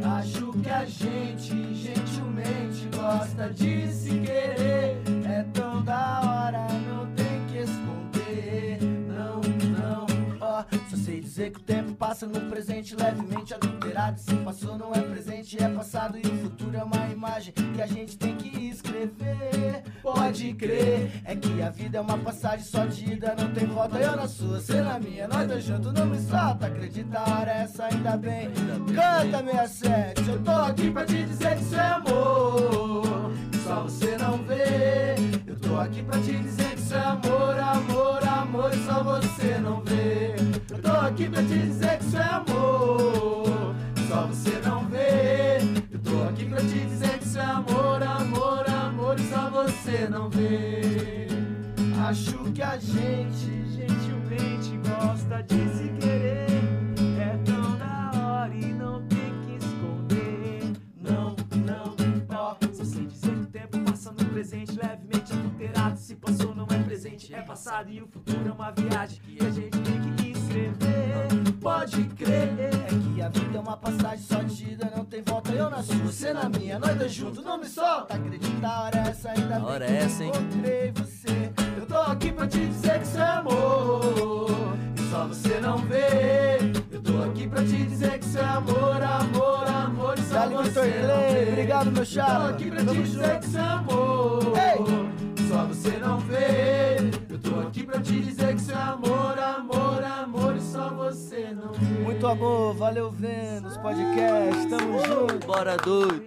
[SPEAKER 3] Acho que a gente gentilmente gosta de se querer. É tão da hora, não tem que esconder. Não, não, ó. só sei dizer que o tempo passa no presente levemente adulterado. Se passou, não é presente, é passado. E o futuro é uma imagem que a gente tem que escrever. Pode crer, é que a vida é uma passagem só de ida. Não tem volta, eu na sua, você na minha. Nós dois juntos, não me solta. Acredita, a hora é essa, ainda bem. Canta 67, eu tô aqui pra te dizer que isso é amor. que Só você não vê. Eu tô aqui pra te dizer que isso é amor, amor, amor, e só você não vê. Eu tô aqui pra te dizer que isso é amor, que só você não vê. Eu tô aqui pra te dizer que isso é amor, amor, amor, e só você não vê. Acho que a gente gentilmente gosta de se querer. É tão da hora e não tem que esconder. Não, não, ó. Só sei dizer que o tempo passa no presente, levemente adulterado. Se passou, não é presente, é passado. E o futuro é uma viagem que a gente tem que escrever.
[SPEAKER 6] pode crer É que a vida é uma passagem só de ida Não tem volta, eu na sua, você na minha Nós dois juntos, não me solta Acredita, a hora é essa, ainda
[SPEAKER 3] A hora
[SPEAKER 6] bem
[SPEAKER 3] é
[SPEAKER 6] que
[SPEAKER 3] essa, hein?
[SPEAKER 6] encontrei você Eu tô aqui pra te dizer que isso é amor E só você não vê Eu tô aqui pra te dizer que isso é amor Amor, amor, e só você não vê Obrigado, meu chapa Eu tô aqui pra te dizer que isso é amor E Só você não vê Eu tô aqui pra te dizer que isso é amor Amor, amor, e só você não vê Muito amor, valeu Vênus Podcast, tamo junto
[SPEAKER 3] Bora doido.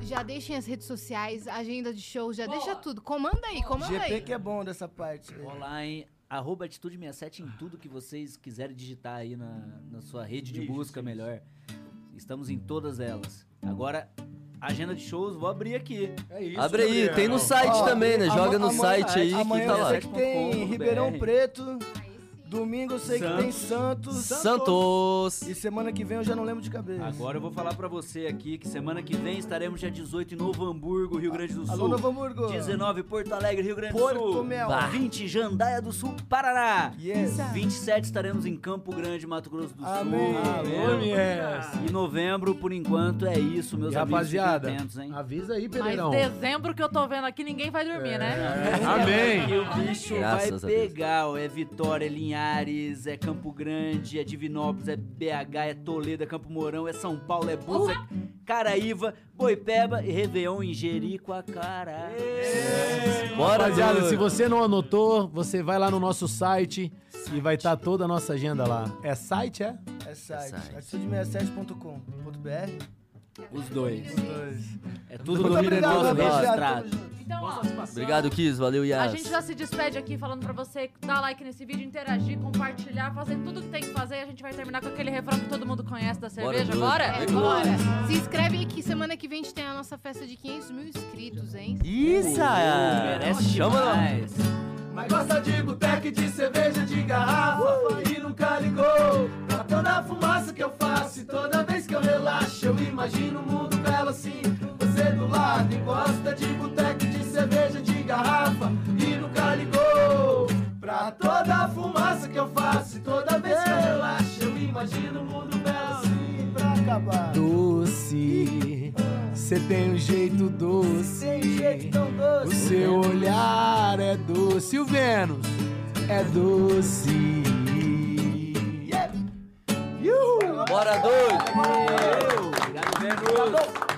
[SPEAKER 1] Já deixem as redes sociais, agenda de shows, já deixa tudo. Comanda aí, comanda
[SPEAKER 6] GP
[SPEAKER 1] aí.
[SPEAKER 6] que é bom dessa parte. velho.
[SPEAKER 7] Olá, hein? Arroba Atitude67 em tudo que vocês quiserem digitar aí na, na sua rede de busca melhor. Estamos em todas elas. Agora, agenda de shows, vou abrir aqui.
[SPEAKER 9] É isso.
[SPEAKER 3] Abre aí,
[SPEAKER 9] Gabriel.
[SPEAKER 3] tem no site
[SPEAKER 6] Ó,
[SPEAKER 3] também, né?
[SPEAKER 6] ama-
[SPEAKER 3] Joga no
[SPEAKER 6] amanhã-
[SPEAKER 3] site aí que
[SPEAKER 6] Amanhã
[SPEAKER 3] tá
[SPEAKER 6] eu
[SPEAKER 3] lá.
[SPEAKER 6] sei que tem
[SPEAKER 7] Site.com.br.
[SPEAKER 6] Ribeirão Preto. Domingo eu sei que tem Santos.
[SPEAKER 3] Santos!
[SPEAKER 6] E semana que vem eu já não lembro de cabeça.
[SPEAKER 7] Agora eu vou falar pra você aqui que semana que vem estaremos dia 18 em Novo Hamburgo, Rio Grande do Sul.
[SPEAKER 6] Alô, Novo Hamburgo.
[SPEAKER 7] 19 Porto Alegre, Rio Grande
[SPEAKER 6] Porto
[SPEAKER 7] do Sul.
[SPEAKER 6] Mel.
[SPEAKER 7] Bah. 20 Jandaia do Sul, Paraná.
[SPEAKER 6] Yes.
[SPEAKER 7] 27 estaremos em Campo Grande, Mato Grosso do
[SPEAKER 6] Amém.
[SPEAKER 7] Sul.
[SPEAKER 9] Alô,
[SPEAKER 7] E novembro, por enquanto, é isso, meus
[SPEAKER 9] E
[SPEAKER 7] amigos.
[SPEAKER 9] rapaziada,
[SPEAKER 7] Fiquem atentos, hein?
[SPEAKER 9] avisa aí,
[SPEAKER 2] Mas
[SPEAKER 9] Pereirão. É.
[SPEAKER 2] dezembro que eu tô vendo aqui, ninguém vai
[SPEAKER 5] É.
[SPEAKER 2] dormir, né?
[SPEAKER 7] E o bicho
[SPEAKER 3] Graças a
[SPEAKER 7] vai
[SPEAKER 3] Deus.
[SPEAKER 7] pegar. ó, É Vitória, é Linhares, é Campo Grande, é Divinópolis, é BH, é Toledo, é Campo Mourão, é São Paulo, é Búzios, é Caraíva, Boipeba e Réveillon em Jericoacoara.
[SPEAKER 3] Bora
[SPEAKER 9] Rapaziada,
[SPEAKER 3] doido.
[SPEAKER 9] se você não anotou, você vai lá no nosso site e vai estar toda a nossa agenda lá. É site, é?
[SPEAKER 6] É site.
[SPEAKER 3] site.
[SPEAKER 6] atitude67.com.br.
[SPEAKER 7] Os dois.
[SPEAKER 6] Os dois.
[SPEAKER 7] É tudo
[SPEAKER 6] Muito
[SPEAKER 7] domínio
[SPEAKER 6] obrigado,
[SPEAKER 7] nosso
[SPEAKER 6] rapaziada.
[SPEAKER 7] registrado.
[SPEAKER 6] Tamo junto.
[SPEAKER 2] Então, ó,
[SPEAKER 3] Obrigado, Kiz. Valeu, Yas.
[SPEAKER 2] a gente já se despede aqui falando pra você dar like nesse vídeo, interagir, compartilhar, fazer tudo que tem que fazer. E a gente vai terminar com aquele refrão que todo mundo conhece da cerveja.
[SPEAKER 3] doido.
[SPEAKER 2] Bora?
[SPEAKER 3] É
[SPEAKER 1] Bora. Se inscreve aí que semana que vem a gente tem a nossa festa de 500 mil inscritos, hein?
[SPEAKER 3] Isso!
[SPEAKER 7] Merece
[SPEAKER 3] Chama nós.
[SPEAKER 7] demais.
[SPEAKER 6] Mas gosta de boteco e de cerveja de garrafa E nunca ligou Pra toda a fumaça que eu faço E toda vez que eu relaxo Eu imagino o mundo belo assim Você do lado E gosta de boteco e de cerveja de garrafa E nunca ligou Pra toda a fumaça que eu faço E toda vez que eu relaxo Eu imagino o mundo belo assim Pra acabar
[SPEAKER 9] Doce, você tem um jeito doce. O seu olhar é doce. O Vênus é doce.
[SPEAKER 3] Bora doido.
[SPEAKER 7] Obrigado, Vênus.